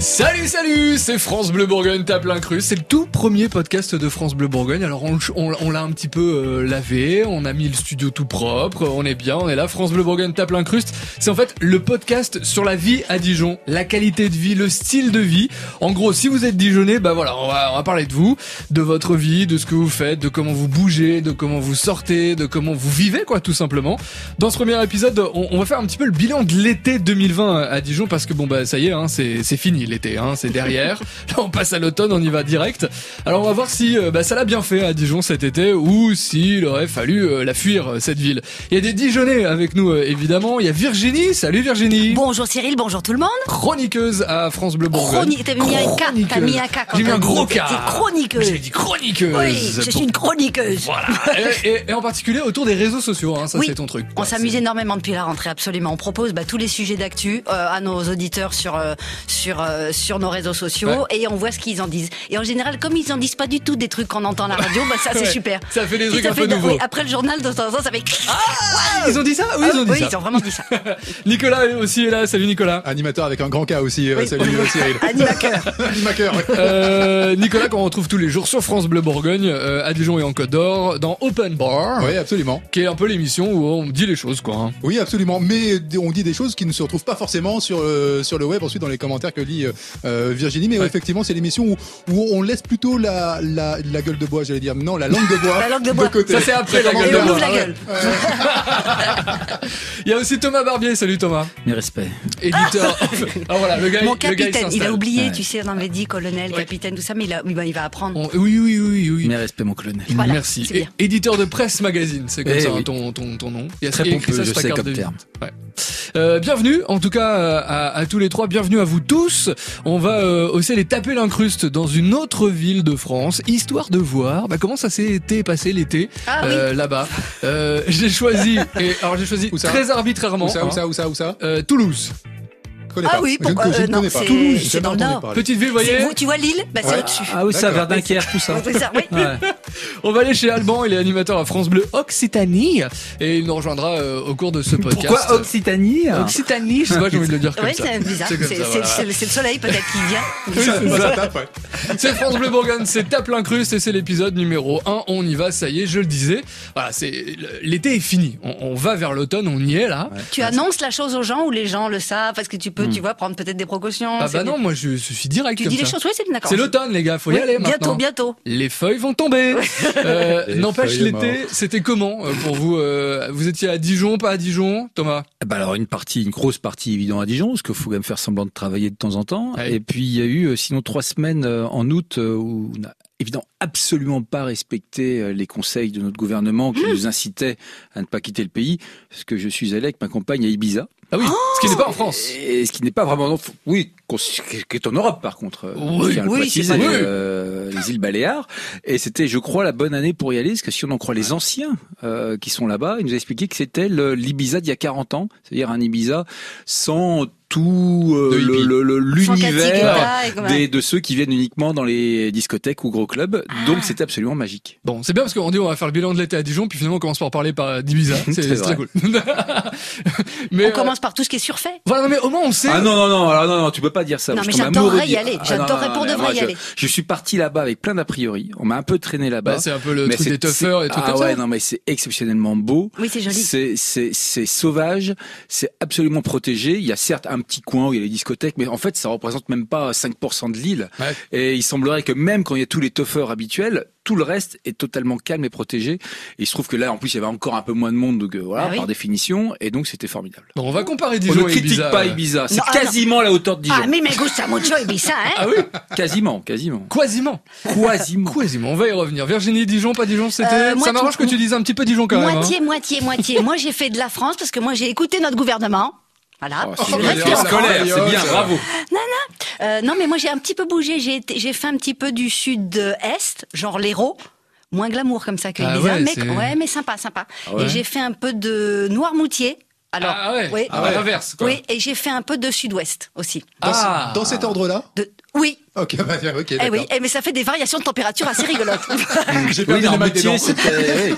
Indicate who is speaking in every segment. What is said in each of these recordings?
Speaker 1: Salut, salut, c'est France Bleu Bourgogne, tape l'incrus. C'est le tout premier podcast de France Bleu Bourgogne. Alors on, on- on l'a un petit peu euh, lavé, on a mis le studio tout propre, on est bien, on est là. France Bleu Bourgogne, tape l'incruste. C'est en fait le podcast sur la vie à Dijon, la qualité de vie, le style de vie. En gros, si vous êtes Dijonnais, bah voilà, on va, on va parler de vous, de votre vie, de ce que vous faites, de comment vous bougez, de comment vous sortez, de comment vous vivez, quoi, tout simplement. Dans ce premier épisode, on, on va faire un petit peu le bilan de l'été 2020 à Dijon parce que bon bah ça y est, hein, c'est c'est fini l'été, hein, c'est derrière. Là on passe à l'automne, on y va direct. Alors on va voir si euh, bah, ça l'a bien fait à Dijon cet été ou s'il aurait fallu euh, la fuir euh, cette ville. Il y a des Dijonnais avec nous euh, évidemment. Il y a Virginie, salut Virginie,
Speaker 2: Bonjour Cyril, bonjour tout le monde.
Speaker 1: chroniqueuse à France Bleu Bourgogne.
Speaker 2: Chronique, t'as mis un K, t'as mis un K. quand
Speaker 1: J'ai mis
Speaker 2: t'as
Speaker 1: un
Speaker 2: dit-
Speaker 1: gros K.
Speaker 2: t'es chroniqueuse.
Speaker 1: J'ai dit chroniqueuse.
Speaker 2: Oui, je suis une chroniqueuse.
Speaker 1: Voilà. et, et- et en particulier autour des réseaux sociaux, hein, ça
Speaker 2: Oui.
Speaker 1: c'est ton truc.
Speaker 2: On
Speaker 1: quoi.
Speaker 2: s'amuse énormément depuis la rentrée, absolument. On propose bah, tous les sujets d'actu euh, à nos auditeurs sur euh, sur euh, sur nos réseaux sociaux et on voit ce qu'ils en disent. Et en général, comme ils en disent pas du tout des trucs qu'on entend à la radio, bah ça c'est
Speaker 1: Ouais.
Speaker 2: super.
Speaker 1: Ça fait des
Speaker 2: Et
Speaker 1: trucs
Speaker 2: ça
Speaker 1: un
Speaker 2: fait
Speaker 1: peu
Speaker 2: de-
Speaker 1: nouveaux.
Speaker 2: oui, après le journal, de temps en temps, ça fait.
Speaker 1: Ah, ils ont dit ça Oui, ils ont dit
Speaker 2: oui,
Speaker 1: ça.
Speaker 2: ils ont vraiment dit ça.
Speaker 1: Nicolas aussi est là, salut Nicolas.
Speaker 3: Animateur avec un grand K aussi, euh, salut euh, Cyril.
Speaker 2: Animateur.
Speaker 3: Animateur, ouais.
Speaker 1: Euh, Nicolas qu'on retrouve tous les jours sur France Bleu Bourgogne, euh, à Dijon et en Côte d'Or, dans Open Bar,
Speaker 3: Oui, absolument.
Speaker 1: qui est un peu l'émission où on dit les choses quoi. hein.
Speaker 3: Oui, absolument. Mais d- on dit des choses qui ne se retrouvent pas forcément sur, euh, sur le web, ensuite dans les commentaires que lit euh, euh, Virginie. Mais
Speaker 1: Ouais.
Speaker 3: effectivement, c'est l'émission où, où on laisse plutôt la, la, la gueule de bois, j'allais dire. Non, la langue de bois.
Speaker 2: La langue de bois.
Speaker 3: côté.
Speaker 1: Ça, c'est après la
Speaker 3: commence
Speaker 1: gueule
Speaker 2: Et
Speaker 1: de
Speaker 2: on
Speaker 3: par
Speaker 1: bois.
Speaker 2: ouvre la
Speaker 3: là, ouais.
Speaker 4: Ah
Speaker 2: gueule.
Speaker 1: Il y a aussi Thomas Barbier, salut Thomas,
Speaker 4: Mes respects.
Speaker 1: éditeur. Ah, voilà, le gars,
Speaker 2: Mon
Speaker 1: le gars, il
Speaker 2: capitaine, il a
Speaker 1: s'installe.
Speaker 2: oublié,
Speaker 4: Ouais.
Speaker 2: tu sais, on avait dit colonel,
Speaker 1: Ouais.
Speaker 2: capitaine, tout ça, mais il, a- bah, il va apprendre.
Speaker 1: On- Oui, oui, oui, oui.
Speaker 4: Mes respects, mon colonel.
Speaker 2: Voilà,
Speaker 1: Merci.
Speaker 2: c'est bien.
Speaker 1: Et- éditeur de Presse Magazine, c'est comme
Speaker 4: Eh
Speaker 1: ça
Speaker 4: oui.
Speaker 1: hein, ton, ton, ton nom. Il y a
Speaker 4: Très
Speaker 1: il y a écrit
Speaker 4: pompeux,
Speaker 1: ça
Speaker 4: je
Speaker 1: sur ta
Speaker 4: sais
Speaker 1: carte
Speaker 4: comme
Speaker 1: de visite.
Speaker 4: terme.
Speaker 1: Ouais. Euh, bienvenue, en tout cas euh, à, à tous les trois. Bienvenue à vous tous. On va euh, aussi aller taper l'incruste dans une autre ville de France, histoire de voir bah, comment ça s'est été passé l'été
Speaker 2: Ah oui.
Speaker 1: euh, là-bas. Euh, j'ai choisi, et, alors j'ai choisi
Speaker 3: Où ça
Speaker 1: très arbitrairement
Speaker 3: Où ça,
Speaker 1: hein,
Speaker 3: où ça, où ça, où ça
Speaker 1: euh, Toulouse,
Speaker 3: Je connais
Speaker 2: Ah
Speaker 3: pas.
Speaker 2: oui,
Speaker 3: Je ne-
Speaker 2: pourquoi-
Speaker 3: je ne
Speaker 2: euh, non,
Speaker 3: connais pas.
Speaker 2: c'est-
Speaker 3: Toulouse,
Speaker 2: c'est
Speaker 3: j'ai jamais
Speaker 2: dans le
Speaker 3: entendu
Speaker 2: Nord.
Speaker 3: parler.
Speaker 1: petite ville, vous
Speaker 2: C'est
Speaker 1: voyez. Ah.
Speaker 2: vous, tu vois Lille Bah, c'est
Speaker 3: Ouais.
Speaker 2: au-dessus.
Speaker 4: Ah oui, ça,
Speaker 3: D'accord.
Speaker 4: Verdinkère, tout ça.
Speaker 2: C'est ça, oui.
Speaker 4: Ouais.
Speaker 1: On va aller chez Alban, il est animateur à France Bleu Occitanie et il nous rejoindra euh, au cours de ce podcast.
Speaker 4: Pourquoi Occitanie hein
Speaker 1: Occitanie, je sais pas, Ah. j'ai envie de le dire comme
Speaker 2: Ouais,
Speaker 1: ça.
Speaker 2: c'est bizarre.
Speaker 1: C'est
Speaker 2: C'est
Speaker 1: comme ça,
Speaker 2: c'est-
Speaker 1: voilà.
Speaker 2: c'est le c'est le soleil peut-être qui vient.
Speaker 3: Ça- ça tape, ouais.
Speaker 1: C'est France Bleu Bourgogne, c'est Tape l'incruste et c'est l'épisode numéro 1. On y va, ça y est, je le disais. Voilà, c'est l'été est fini. On, on va vers l'automne, on y est là.
Speaker 2: Tu annonces la chose aux gens ou les gens le savent parce que tu peux, tu vois, prendre peut-être des précautions.
Speaker 1: Hmm. Ah
Speaker 2: c'est
Speaker 1: bah
Speaker 2: bien.
Speaker 1: non, moi je, je suis direct
Speaker 2: Tu
Speaker 1: comme
Speaker 2: dis
Speaker 1: ça.
Speaker 2: les choses, oui, c'est d'accord.
Speaker 1: C'est l'automne les gars, faut y
Speaker 2: Oui,
Speaker 1: aller maintenant.
Speaker 2: Bientôt, bientôt.
Speaker 1: Les feuilles vont tomber. Euh,
Speaker 3: Les
Speaker 1: N'empêche
Speaker 3: feuilles
Speaker 1: l'été, c'était comment euh, pour vous euh, Vous étiez à Dijon, pas à Dijon, Thomas
Speaker 4: Bah alors une partie, une grosse partie évidemment à Dijon, parce qu'il faut quand même faire semblant de travailler de temps en temps.
Speaker 1: Ouais.
Speaker 4: Et puis il y a eu euh, sinon trois semaines euh, en août euh, où on n'a évidemment absolument pas respecté euh, les conseils de notre gouvernement qui nous incitait à ne pas quitter le pays, parce que je suis allé avec ma compagne à Ibiza.
Speaker 1: Ah oui, ce qui n'est pas en France.
Speaker 4: Et ce qui n'est pas vraiment, non, oui, qu'on- qui est en Europe par contre. euh,
Speaker 1: Oui,
Speaker 4: je tiens à le
Speaker 2: oui,
Speaker 4: préciser,
Speaker 2: c'est
Speaker 1: ça.
Speaker 4: euh, les îles Baléares. Et c'était, je crois, la bonne année pour y aller, parce que si on en croit les anciens euh, qui sont là-bas, ils nous expliquaient que c'était le- l'Ibiza d'il y a 40 ans, c'est-à-dire un Ibiza sans tout euh,
Speaker 3: De hippie.
Speaker 4: le- le- le-
Speaker 2: Sans Cathy qui est
Speaker 4: l'univers
Speaker 2: là et comme-
Speaker 4: des- de ceux qui viennent uniquement dans les discothèques ou gros clubs.
Speaker 2: Ah.
Speaker 4: Donc c'était absolument magique.
Speaker 1: Bon, c'est bien parce qu'on dit on va faire le bilan de l'été à Dijon, puis finalement on commence par parler par d'Ibiza. C'est
Speaker 4: C'est
Speaker 1: c'est très
Speaker 4: vrai.
Speaker 1: cool. mais
Speaker 2: On
Speaker 1: euh,
Speaker 2: commence par tout ce qui est surfait.
Speaker 1: voilà, non, mais au moins on sait.
Speaker 4: Ah non, non, non, alors non, non, tu peux pas dire ça.
Speaker 2: Non,
Speaker 4: Je
Speaker 2: mais
Speaker 4: tombe
Speaker 2: j'adorerais
Speaker 4: amoureux d'I-
Speaker 2: y aller.
Speaker 4: Ah,
Speaker 2: J'adorerais
Speaker 4: non,
Speaker 2: pour de
Speaker 4: non,
Speaker 2: vrai
Speaker 4: moi,
Speaker 2: y
Speaker 4: je-
Speaker 2: aller.
Speaker 4: Je suis parti là-bas avec plein d'a priori. On m'a un peu traîné là-bas.
Speaker 1: Bah, c'est un peu le
Speaker 4: Mais
Speaker 1: truc
Speaker 4: c'est-
Speaker 1: des toughers et
Speaker 4: c'est-
Speaker 1: tout
Speaker 4: ah
Speaker 1: comme
Speaker 4: ouais,
Speaker 1: ça.
Speaker 4: non, mais c'est exceptionnellement beau.
Speaker 2: Oui, c'est joli.
Speaker 4: C'est, c'est, c'est sauvage, c'est absolument protégé. Il y a certes un petit coin où il y a les discothèques, mais en fait, ça représente même pas 5% de l'île.
Speaker 1: Ouais.
Speaker 4: Et il semblerait que même quand il y a tous les toughers habituels, tout le reste est totalement calme et protégé. Et il se trouve que là, en plus, il y avait encore un peu moins de monde, donc, euh, voilà,
Speaker 2: Ah oui.
Speaker 4: par définition. Et donc, c'était formidable.
Speaker 1: Bon, on va comparer
Speaker 4: On
Speaker 1: Dijon
Speaker 4: ne
Speaker 1: et
Speaker 4: critique
Speaker 1: Ibiza.
Speaker 4: pas
Speaker 1: euh.
Speaker 4: Ibiza. C'est
Speaker 2: Non, ah, non.
Speaker 4: quasiment la hauteur de Dijon.
Speaker 2: Ah, mais me gusta mucho Ibiza, hein.
Speaker 1: Ah oui,
Speaker 4: Quasiment, quasiment.
Speaker 1: quasiment.
Speaker 4: Quasiment.
Speaker 1: Quasiment, on va y revenir. Virginie, Dijon, pas Dijon, c'était.
Speaker 2: Euh, moi,
Speaker 1: ça m'arrange
Speaker 2: tout-
Speaker 1: que tu dises un petit peu Dijon quand même. hein.
Speaker 2: Moitié, moitié, moitié. Moi, j'ai fait de la France parce que moi, j'ai écouté notre gouvernement. Voilà.
Speaker 4: Oh,
Speaker 2: Je
Speaker 4: c'est
Speaker 1: Oh,
Speaker 4: bien
Speaker 2: reste
Speaker 1: mais alors,
Speaker 2: en France.
Speaker 4: scolaire, c'est bien,
Speaker 3: ça.
Speaker 4: bravo.
Speaker 2: Euh, non, mais moi j'ai un petit peu bougé. J'ai été- j'ai fait un petit peu du sud-est, genre l'Hérault. Moins glamour comme ça que
Speaker 1: Ah
Speaker 2: Ibiza,
Speaker 1: ouais,
Speaker 2: mais,
Speaker 1: c'est-
Speaker 2: ouais, mais sympa, sympa.
Speaker 4: Ah ouais.
Speaker 2: Et j'ai fait un peu de Noirmoutier. Alors,
Speaker 1: Ah ouais,
Speaker 2: oui,
Speaker 1: ah ouais, l'inverse, quoi.
Speaker 2: Oui, et j'ai fait un peu de sud-ouest aussi.
Speaker 3: Dans, ce-
Speaker 1: Ah.
Speaker 3: dans cet ordre-là
Speaker 2: De... Oui,
Speaker 3: Ok, bah, ok,
Speaker 2: eh
Speaker 3: d'accord.
Speaker 2: oui, eh, mais ça fait des variations de température assez rigolotes.
Speaker 3: J'ai
Speaker 4: Oui,
Speaker 3: perdu les maths
Speaker 4: Normoutier,
Speaker 3: dedans.
Speaker 4: c'était. oui.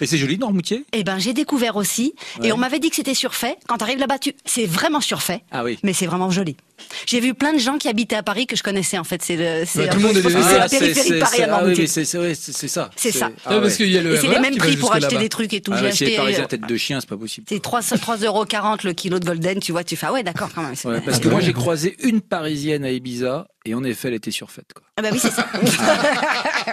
Speaker 4: Et c'est joli, Normoutier
Speaker 2: Eh ben, j'ai découvert aussi.
Speaker 4: Ouais.
Speaker 2: Et on m'avait dit que c'était surfait. Quand t'arrives là-bas, tu... c'est vraiment surfait.
Speaker 4: Ah oui.
Speaker 2: Mais c'est vraiment joli. J'ai vu plein de gens qui habitaient à Paris que je connaissais en fait. C'est le, c'est
Speaker 1: tout
Speaker 2: un
Speaker 1: le
Speaker 2: peu-
Speaker 1: monde
Speaker 2: je
Speaker 1: est
Speaker 2: pense que
Speaker 1: des-
Speaker 2: c'est
Speaker 4: Ah,
Speaker 2: la périphérie de Paris à
Speaker 4: c'est- ah oui,
Speaker 2: Normoutier.
Speaker 4: mais c'est- c'est ouais, c'est- c'est ça.
Speaker 2: C'est ça.
Speaker 4: ah
Speaker 1: parce
Speaker 4: ouais.
Speaker 1: qu'il y a le
Speaker 2: Et c'est les
Speaker 1: RER
Speaker 2: mêmes
Speaker 1: qui va
Speaker 2: prix pour
Speaker 1: jusque
Speaker 2: acheter
Speaker 1: là-bas.
Speaker 2: des trucs et tout.
Speaker 4: Ah
Speaker 2: J'ai
Speaker 4: ouais, si les
Speaker 2: acheté.
Speaker 4: Parisiens
Speaker 2: euh,
Speaker 4: tête de chien, c'est pas possible.
Speaker 2: C'est 3,40 le kilo de golden, tu vois, tu fais ah ouais d'accord quand même. c'est-
Speaker 4: Ouais, parce que moi j'ai croisé une parisienne à Ibiza et en effet elle était surfaite. Quoi.
Speaker 2: Ah bah oui c'est ça.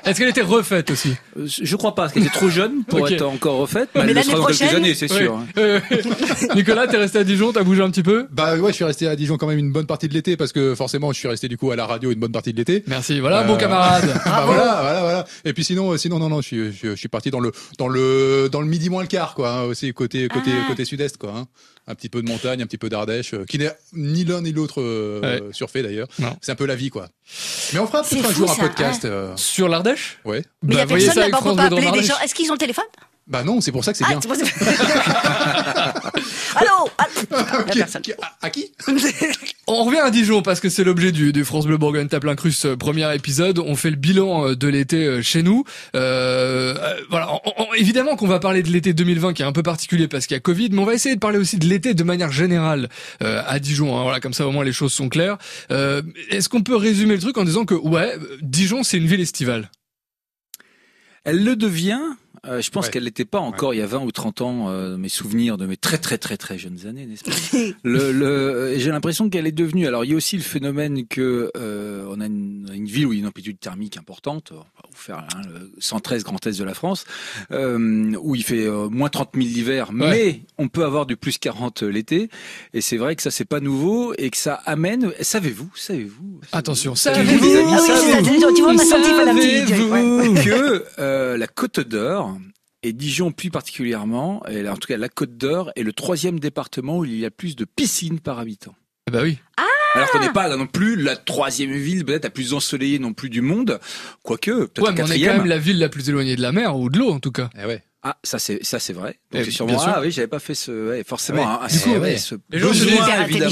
Speaker 1: Est-ce qu'elle était refaite aussi
Speaker 4: Euh, Je crois pas, parce qu'elle était trop jeune pour
Speaker 1: Ok.
Speaker 4: être encore refaite,
Speaker 2: Mais
Speaker 4: mais, elle le
Speaker 2: l'année
Speaker 4: sera dans quelques
Speaker 2: prochaine-
Speaker 4: années, c'est
Speaker 1: Oui.
Speaker 4: sûr. hein.
Speaker 1: Euh, Nicolas, t'es resté à Dijon, t'as bougé un petit peu
Speaker 3: Bah ouais, je suis resté à Dijon quand même une bonne partie de l'été parce que forcément, je suis resté du coup à la radio une bonne partie de l'été.
Speaker 1: Merci, voilà,
Speaker 3: Euh,
Speaker 1: bon camarade.
Speaker 3: Bah voilà, voilà, voilà. Et puis sinon, euh, sinon non, non, je suis, je, je suis parti dans le, dans le, dans le midi moins le quart, quoi. hein, aussi côté, côté,
Speaker 2: Ah.
Speaker 3: côté sud-est, quoi. hein. Un petit peu de montagne, un petit peu d'Ardèche, euh, qui n'est ni l'un ni l'autre euh,
Speaker 1: Ouais.
Speaker 3: surfait d'ailleurs.
Speaker 1: Non.
Speaker 3: C'est un peu la vie, quoi. Mais on fera
Speaker 2: C'est
Speaker 3: peut-être un
Speaker 2: fou,
Speaker 3: jour un
Speaker 2: ça, hein.
Speaker 3: podcast. euh,
Speaker 1: Sur l'Ardèche
Speaker 3: ouais.
Speaker 2: Mais il y
Speaker 1: Bah,
Speaker 2: a
Speaker 1: voyez
Speaker 2: personne
Speaker 1: ça avec
Speaker 2: là-bas, on peut
Speaker 1: France
Speaker 2: pas
Speaker 1: Bleu dans
Speaker 2: appeler des
Speaker 1: l'Ardèche.
Speaker 2: gens. Est-ce qu'ils ont le téléphone
Speaker 3: Bah non, c'est pour ça que c'est
Speaker 2: Ah
Speaker 3: bien.
Speaker 2: c'est possible. Allô. Ah,
Speaker 3: Ok,
Speaker 2: la personne.
Speaker 3: ok, à- à qui
Speaker 1: On revient à Dijon parce que c'est l'objet du, du France Bleu Bourgogne Tape Crus premier épisode. On fait le bilan euh, de l'été euh, chez nous. Euh, euh, voilà, on- on- évidemment qu'on va parler de l'été 2020 qui est un peu particulier parce qu'il y a Covid, mais on va essayer de parler aussi de l'été de manière générale euh, à Dijon. hein. voilà, comme ça au moins les choses sont claires. Euh, Est-ce qu'on peut résumer le truc en disant que ouais, euh, Dijon c'est une ville estivale.
Speaker 4: Elle le devient. euh, je pense
Speaker 3: Ouais.
Speaker 4: qu'elle l'était pas encore il y a 20 ou 30 ans, euh, mes souvenirs de mes très très très très jeunes années, n'est-ce pas le, le- euh, J'ai l'impression qu'elle est devenue. Alors il y a aussi le phénomène que euh, on a une, une ville où il y a une amplitude thermique importante, on va vous faire hein, le 113 Grand Est de la France, euh, où il fait euh, moins 30 000 l'hiver, mais on peut avoir du plus 40 l'été. Et c'est vrai que ça c'est pas nouveau et que ça amène. Savez-vous, savez-vous,
Speaker 1: Attention,
Speaker 4: Savez-vous, les amis,
Speaker 2: Ah oui, c'est ça,
Speaker 4: savez-vous,
Speaker 2: tu vois, on a senti pas la petite, ouais.
Speaker 4: savez-vous que euh, la Côte d'Or et Dijon plus particulièrement, et là, en tout cas la Côte d'Or est le troisième département où il y a plus de piscines par habitant.
Speaker 1: Ah Bah oui.
Speaker 2: Ah.
Speaker 4: Alors qu'on n'est pas non plus la troisième ville peut-être la plus ensoleillée non plus du monde, quoique peut-être
Speaker 1: Ouais,
Speaker 4: la
Speaker 1: mais on est quand même
Speaker 4: quatrième.
Speaker 1: la ville la plus éloignée de la mer ou de l'eau en tout cas.
Speaker 3: Eh ouais.
Speaker 4: Ah ça c'est ça c'est vrai.
Speaker 1: Eh,
Speaker 4: Donc c'est sûrement
Speaker 1: bien sûr.
Speaker 4: ah oui j'avais pas fait ce ouais, forcément hein,
Speaker 3: Ah ouais.
Speaker 4: ah,
Speaker 3: Du coup,
Speaker 4: c'est-
Speaker 3: ouais.
Speaker 4: ce
Speaker 1: Les gens se
Speaker 4: besoin,
Speaker 1: disent,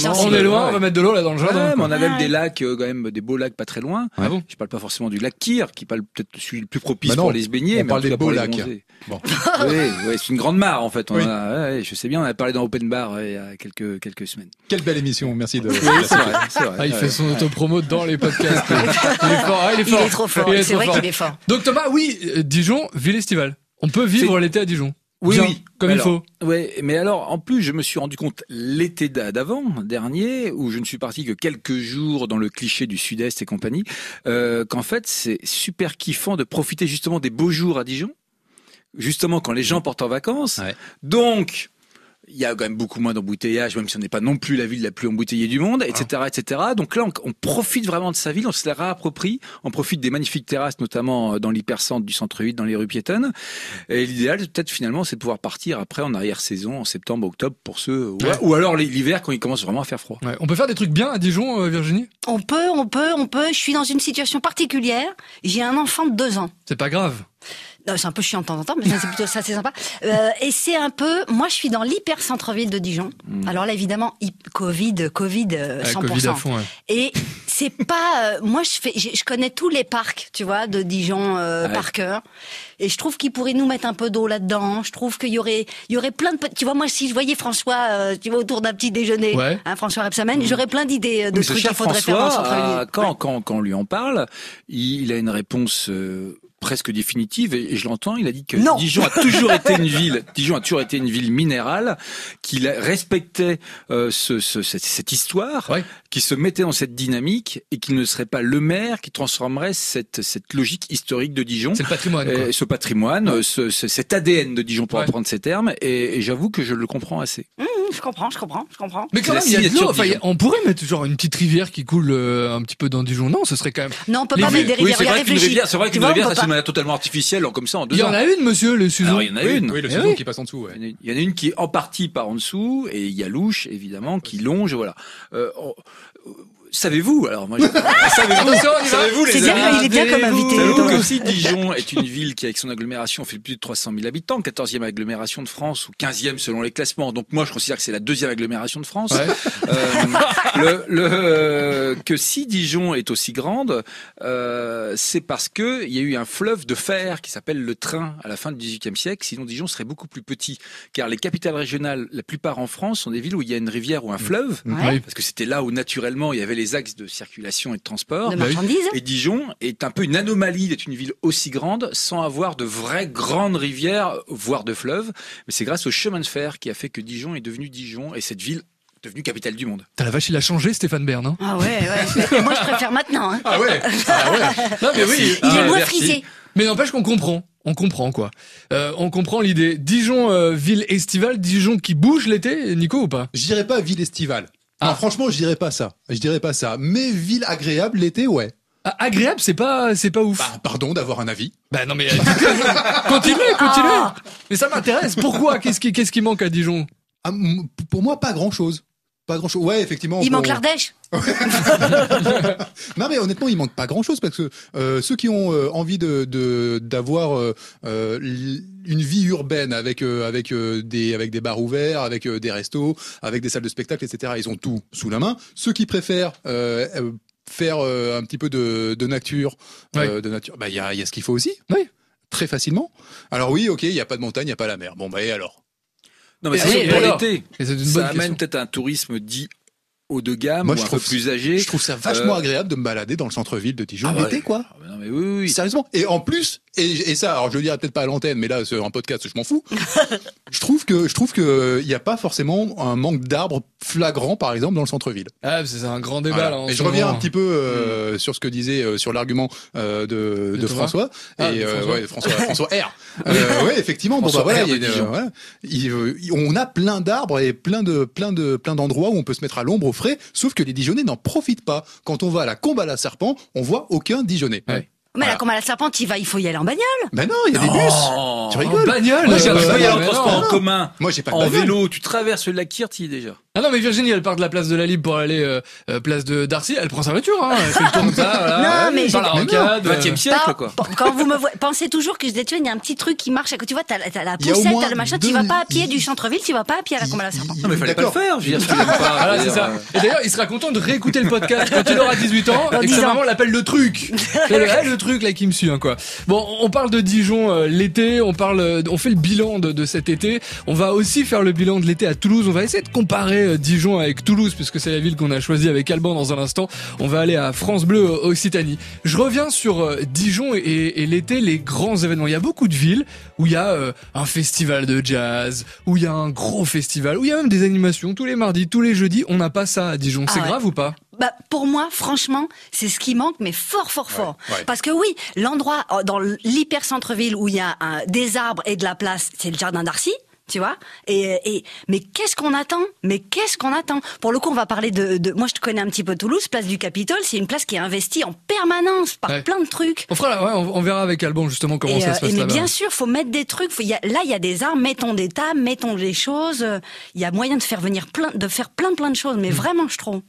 Speaker 2: Ah,
Speaker 1: on
Speaker 2: c'est
Speaker 1: est loin, on
Speaker 4: Ouais.
Speaker 1: va mettre de l'eau là dans le jardin.
Speaker 4: Ouais, mais on a
Speaker 2: Ah
Speaker 4: même
Speaker 2: ouais.
Speaker 4: des lacs, euh, quand même des beaux lacs pas très loin.
Speaker 1: Ah bon
Speaker 4: Je parle pas forcément du lac Kyr, qui parle peut-être celui le plus propice
Speaker 3: Bah non,
Speaker 4: pour aller se baigner.
Speaker 3: on
Speaker 4: mais
Speaker 3: parle
Speaker 4: en tout
Speaker 3: des
Speaker 4: cas pour
Speaker 3: beaux
Speaker 4: aller
Speaker 3: lacs.
Speaker 4: bronzer.
Speaker 3: Bon.
Speaker 4: oui, oui, c'est une grande mare en fait. On
Speaker 3: Oui.
Speaker 4: en a- ouais, ouais, je sais bien, on a parlé dans Open Bar ouais, il y a quelques quelques semaines.
Speaker 3: Quelle belle émission. Merci de.
Speaker 4: c'est vrai, c'est vrai.
Speaker 1: Ah, il
Speaker 4: Ouais.
Speaker 1: fait son autopromo dans les podcasts. il est fort, ah, il est
Speaker 2: Il
Speaker 1: fort.
Speaker 2: est trop fort.
Speaker 1: Il est
Speaker 2: C'est
Speaker 1: trop
Speaker 2: vrai
Speaker 1: fort.
Speaker 2: qu'il est fort.
Speaker 1: Donc Thomas, oui, euh, Dijon, ville estivale. On peut vivre l'été à Dijon.
Speaker 4: Oui,
Speaker 1: Bien,
Speaker 4: oui.
Speaker 1: Comme
Speaker 4: Alors,
Speaker 1: il faut.
Speaker 4: Ouais, mais alors en plus, je me suis rendu compte l'été d'a- d'avant, dernier, où je ne suis parti que quelques jours dans le cliché du Sud-Est et compagnie, euh, qu'en fait c'est super kiffant de profiter justement des beaux jours à Dijon, justement quand les gens partent en vacances.
Speaker 3: Ouais.
Speaker 4: Donc il y a quand même beaucoup moins d'embouteillages, même si on n'est pas non plus la ville la plus embouteillée du monde, etc., etc. Donc là, on, on profite vraiment de sa ville, on se la réapproprie, on profite des magnifiques terrasses, notamment euh, dans l'hypercentre du centre-ville, dans les rues piétonnes. Et l'idéal, peut-être finalement, c'est de pouvoir partir après en arrière-saison, en septembre, octobre, pour ceux. Ou,
Speaker 1: Ouais.
Speaker 4: ou alors l'hiver quand il commence vraiment à faire froid.
Speaker 1: Ouais, On peut faire des trucs bien à Dijon, euh, Virginie.
Speaker 2: On peut, on peut, on peut. Je suis dans une situation particulière. J'ai un enfant de deux ans.
Speaker 1: C'est pas grave.
Speaker 2: Non, Euh, c'est un peu chiant de temps en temps, mais c'est plutôt ça, c'est sympa. Euh, et c'est un peu, moi je suis dans l'hyper centre-ville de Dijon. Alors là évidemment, hi- Covid, Covid euh,
Speaker 1: Hmm.
Speaker 2: 100%.
Speaker 1: Ouais, Covid à fond. ouais.
Speaker 2: Et c'est pas, euh, moi je fais, j'ai- je connais tous les parcs, tu vois, de Dijon
Speaker 1: Ah
Speaker 2: euh,
Speaker 4: Ouais.
Speaker 2: par cœur. Et je trouve qu'ils pourraient nous mettre un peu d'eau là-dedans. Je trouve qu'il y aurait, il y aurait plein de, pe- tu vois, moi si je voyais François, euh, tu vois, autour d'un petit déjeuner,
Speaker 1: Ouais. Hmm.
Speaker 2: hein, François Rebsamen, j'aurais plein d'idées euh, de
Speaker 4: Mais ce
Speaker 2: trucs qu'il
Speaker 4: cher
Speaker 2: faudrait faire dans le
Speaker 4: François,
Speaker 2: centre-ville.
Speaker 4: euh, quand, quand, quand on lui en parle, il, il a une réponse euh, presque définitive et, et je l'entends. Il a dit que
Speaker 2: Non.
Speaker 4: Dijon a toujours été une ville, Dijon a toujours été une ville minérale, qu'il respectait euh, ce, ce- cette, cette histoire,
Speaker 1: Ouais.
Speaker 4: qu'il se mettait dans cette dynamique et qu'il ne serait pas le maire qui transformerait cette, cette logique historique de Dijon.
Speaker 1: C'est le patrimoine. quoi.
Speaker 4: Et ce patrimoine, euh, ce- ce- cet ADN de Dijon pour
Speaker 1: Ouais.
Speaker 4: reprendre ces termes, et, et j'avoue que je le comprends assez.
Speaker 2: Hum, Je comprends, je comprends, je comprends.
Speaker 1: Mais quand même, il
Speaker 4: c'est la
Speaker 1: y a de
Speaker 4: signature
Speaker 1: l'eau. Enfin, il y a-
Speaker 4: Dijon.
Speaker 1: on pourrait mettre genre une petite rivière qui coule euh, un petit peu dans Dijon. Non, ce serait quand même.
Speaker 2: Non, on peut
Speaker 1: Les
Speaker 2: pas
Speaker 1: vues.
Speaker 2: mettre des rivières.
Speaker 4: c'est vrai qu'une
Speaker 2: réfléchis.
Speaker 4: rivière, c'est vrai
Speaker 2: Tu
Speaker 4: qu'une
Speaker 2: vois, on
Speaker 4: rivière,
Speaker 2: peut
Speaker 4: ça
Speaker 2: pas-
Speaker 4: se met totalement artificielle, en- comme ça, en deux
Speaker 1: Il y
Speaker 4: ans.
Speaker 1: en a une, monsieur, le Suzon.
Speaker 4: Alors, il y en a
Speaker 3: Oui,
Speaker 4: une.
Speaker 3: Oui, le
Speaker 1: Eh
Speaker 3: saison
Speaker 1: oui.
Speaker 3: qui passe en dessous. ouais.
Speaker 4: Il y en a- il y en a une qui est
Speaker 3: Ah,
Speaker 4: en partie part en dessous, et il y a Louche, évidemment, qui longe, voilà. Euh, on- savez-vous alors moi, je- Ah, savez-vous
Speaker 1: Ah Attention, on y va.
Speaker 4: savez-vous, les
Speaker 5: C'est bien,
Speaker 4: amis
Speaker 5: il est bien comme invité.
Speaker 4: Savez-vous
Speaker 5: dans-
Speaker 4: que si Dijon est une ville qui, avec son agglomération, fait plus de 300 000 habitants, 14e agglomération de France ou 15e selon les classements, donc moi je considère que c'est la deuxième agglomération de France,
Speaker 1: Ouais.
Speaker 4: euh, le, le, euh, que si Dijon est aussi grande, euh, c'est parce que il y a eu un fleuve de fer qui s'appelle le train à la fin du 18e siècle, sinon Dijon serait beaucoup plus petit, car les capitales régionales, la plupart en France, sont des villes où il y a une rivière
Speaker 1: Mm.
Speaker 4: ou un fleuve,
Speaker 1: Ouais.
Speaker 4: parce que c'était là où naturellement il y avait les axes de circulation et de transport.
Speaker 3: Bah
Speaker 2: de marchandises.
Speaker 4: Et Dijon est un peu une anomalie d'être une ville aussi grande sans avoir de vraies grandes rivières, voire de fleuves. Mais c'est grâce au chemin de fer qui a fait que Dijon est devenu Dijon et cette ville devenue capitale du monde.
Speaker 1: T'as la vache, il a changé Stéphane Bern. hein.
Speaker 2: Ah ouais, ouais. Et moi, je préfère maintenant. hein.
Speaker 3: Ah ouais, ah ouais.
Speaker 1: Non, mais oui.
Speaker 2: Il est
Speaker 4: Ah,
Speaker 2: moins
Speaker 4: merci.
Speaker 2: frisé.
Speaker 1: Mais n'empêche qu'on comprend. On comprend quoi. Euh, on comprend l'idée. Dijon, euh, ville estivale, Dijon qui bouge l'été, Nico ou pas
Speaker 3: Je dirais pas ville estivale.
Speaker 1: Ah.
Speaker 3: Non, franchement, je dirais pas ça. Je dirais pas ça. Mais ville agréable l'été, ouais.
Speaker 1: Ah, Agréable, c'est pas, c'est pas ouf.
Speaker 3: Bah, pardon d'avoir un avis.
Speaker 1: Bah non mais euh, continue, continue.
Speaker 2: Ah.
Speaker 1: Mais ça m'intéresse. Pourquoi Qu'est-ce qui, qu'est-ce qui manque à Dijon
Speaker 3: Ah, m- pour moi, pas grand chose. Pas grand chose. Ouais, effectivement.
Speaker 2: Il
Speaker 3: on-
Speaker 2: manque l'Ardèche.
Speaker 3: Non, mais honnêtement, il manque pas grand chose parce que euh, ceux qui ont euh, envie de de- d'avoir euh, euh, l- une vie urbaine avec euh, avec euh, des avec des bars ouverts, avec euh, des restos, avec des salles de spectacle, etc. Ils ont tout sous la main. Ceux qui préfèrent euh, euh, faire euh, un petit peu de, de nature, euh, de nature, bah il y a, il y a ce qu'il faut aussi.
Speaker 1: Oui.
Speaker 3: Très facilement. Alors oui, ok, il y a pas de montagne, il y a pas la mer. Bon bah et alors.
Speaker 4: Non, mais
Speaker 1: Et
Speaker 4: c'est
Speaker 1: oui,
Speaker 4: sûr,
Speaker 1: et
Speaker 4: pour
Speaker 1: alors
Speaker 4: l'été.
Speaker 1: Et C'est une
Speaker 4: Ça
Speaker 1: bonne
Speaker 4: amène
Speaker 1: question.
Speaker 4: peut-être un tourisme dit haut de gamme
Speaker 3: Moi,
Speaker 4: ou
Speaker 3: je
Speaker 4: un peu
Speaker 3: trouve-
Speaker 4: plus âgé.
Speaker 3: Je trouve ça vachement
Speaker 4: Euh,
Speaker 3: agréable de me balader dans le centre-ville de Dijon
Speaker 4: Ah ouais.
Speaker 3: l'été, quoi.
Speaker 4: Ah, mais non, mais oui, oui.
Speaker 3: Sérieusement. Et en plus, et, et ça, alors je le dirais peut-être pas à l'antenne, mais là, sur un podcast, je m'en fous. je trouve que, je trouve que il n'y a pas forcément un manque d'arbres flagrant, par exemple, dans le centre-ville.
Speaker 1: Ah, c'est c'est un grand débat.
Speaker 3: Voilà.
Speaker 1: là, en
Speaker 3: Et je
Speaker 1: ce
Speaker 3: reviens
Speaker 1: moment.
Speaker 3: un petit peu euh, sur ce que disait euh, sur l'argument euh, de,
Speaker 1: De
Speaker 3: de
Speaker 1: Thomas.
Speaker 3: François.
Speaker 1: Ah,
Speaker 3: et
Speaker 1: de
Speaker 3: euh,
Speaker 1: François.
Speaker 3: ouais, François, François R. Euh, ouais, effectivement. Bon,
Speaker 4: François
Speaker 3: bah, voilà,
Speaker 4: R de
Speaker 3: il y a une-
Speaker 4: Dijon.
Speaker 3: voilà. Il, euh, il- on a plein d'arbres et plein de plein de plein d'endroits où on peut se mettre à l'ombre au frais. Sauf que les Dijonnais n'en profitent pas. Quand on va à la combe à la serpent, on voit aucun Dijonnais.
Speaker 1: Ouais.
Speaker 2: Mais là,
Speaker 3: Voilà.
Speaker 2: comme à la serpente, il, va, il faut y aller en bagnole.
Speaker 3: Ben non, il y a des bus.
Speaker 4: Oh.
Speaker 3: Tu
Speaker 1: En
Speaker 3: rigoles
Speaker 1: bagnole.
Speaker 4: Moi,
Speaker 3: Ouais,
Speaker 4: j'ai-
Speaker 3: ouais,
Speaker 4: je
Speaker 1: euh,
Speaker 4: peux y
Speaker 3: ouais,
Speaker 4: aller en
Speaker 1: mais non.
Speaker 4: transport en commun.
Speaker 3: Moi, j'ai pas de
Speaker 4: En
Speaker 3: bagnole.
Speaker 4: vélo, tu traverses le lac Kirti déjà.
Speaker 1: Ah non mais Virginie, elle part de la place de la Libre pour aller euh, euh, place de Darcy. Elle prend sa voiture. Hein, elle fait le tour comme ça. Voilà,
Speaker 2: Non, mais Bah,
Speaker 1: par la
Speaker 4: Mais non,
Speaker 1: rocade.
Speaker 4: 20e siècle,
Speaker 2: Pas-
Speaker 4: quoi.
Speaker 2: pas- Quand vous me voyez, pensez toujours que je détiens, il y a un petit truc qui marche. à côté. Tu vois, t'as la- t'as la
Speaker 3: Il y a au
Speaker 2: poussette,
Speaker 3: moins
Speaker 2: t'as le machin. Tu
Speaker 3: deux-
Speaker 2: vas pas à pied
Speaker 3: il-
Speaker 2: du centre-ville, tu vas pas à pied à la
Speaker 3: Il-
Speaker 2: combe à la serpente.
Speaker 3: il-
Speaker 4: Non, mais fallait pas le
Speaker 3: d'accord.
Speaker 4: faire. Je veux dire, si tu l'aimes pas.
Speaker 1: Voilà, Ah, c'est
Speaker 4: je veux dire,
Speaker 1: ça. Et d'ailleurs, il sera content de réécouter le podcast quand il aura 18 ans
Speaker 2: Dans
Speaker 1: et que
Speaker 2: 10
Speaker 1: sa
Speaker 2: ans.
Speaker 1: maman l'appelle le truc. C'est le, eh, le truc là qui me suit hein, quoi. Bon, on parle de Dijon euh, l'été, on parle euh, on fait le bilan de, de cet été, on va aussi faire le bilan de l'été à Toulouse, on va essayer de comparer euh, Dijon avec Toulouse puisque c'est la ville qu'on a choisie avec Alban dans un instant. On va aller à France Bleu euh, Occitanie. Je reviens sur euh, Dijon et, et l'été, les grands événements. Il y a beaucoup de villes où il y a euh, un festival de jazz, où il y a un gros festival, où il y a même des animations tous les mardis, tous les jeudis. On n'a pas ça à Dijon.
Speaker 2: Ah
Speaker 1: C'est
Speaker 2: ouais.
Speaker 1: grave ou pas
Speaker 2: Bah, pour moi, franchement, c'est ce qui manque, mais fort, fort, fort.
Speaker 3: ouais.
Speaker 2: Parce que oui, l'endroit euh, dans l'hyper centre-ville où il y a un- des arbres et de la place, c'est le jardin d'Arcy. Tu vois et, et mais qu'est-ce qu'on attend Mais qu'est-ce qu'on attend Pour le coup, on va parler de, de- moi. Je te connais un petit peu Toulouse, place du Capitole. C'est une place qui est investie en permanence par
Speaker 1: Ouais.
Speaker 2: plein de trucs.
Speaker 1: On fera, la- ouais, on, on verra avec Alban justement comment
Speaker 2: Et,
Speaker 1: ça
Speaker 2: euh,
Speaker 1: se
Speaker 2: et
Speaker 1: passe
Speaker 2: mais
Speaker 1: là-bas.
Speaker 2: bien sûr, faut mettre des trucs. Faut- il y a- là, il y a des arbres. Mettons des tables, mettons des choses. euh, Il y a moyen de faire venir plein, de faire plein, plein de choses.
Speaker 1: Mmh.
Speaker 2: Mais vraiment, je trouve.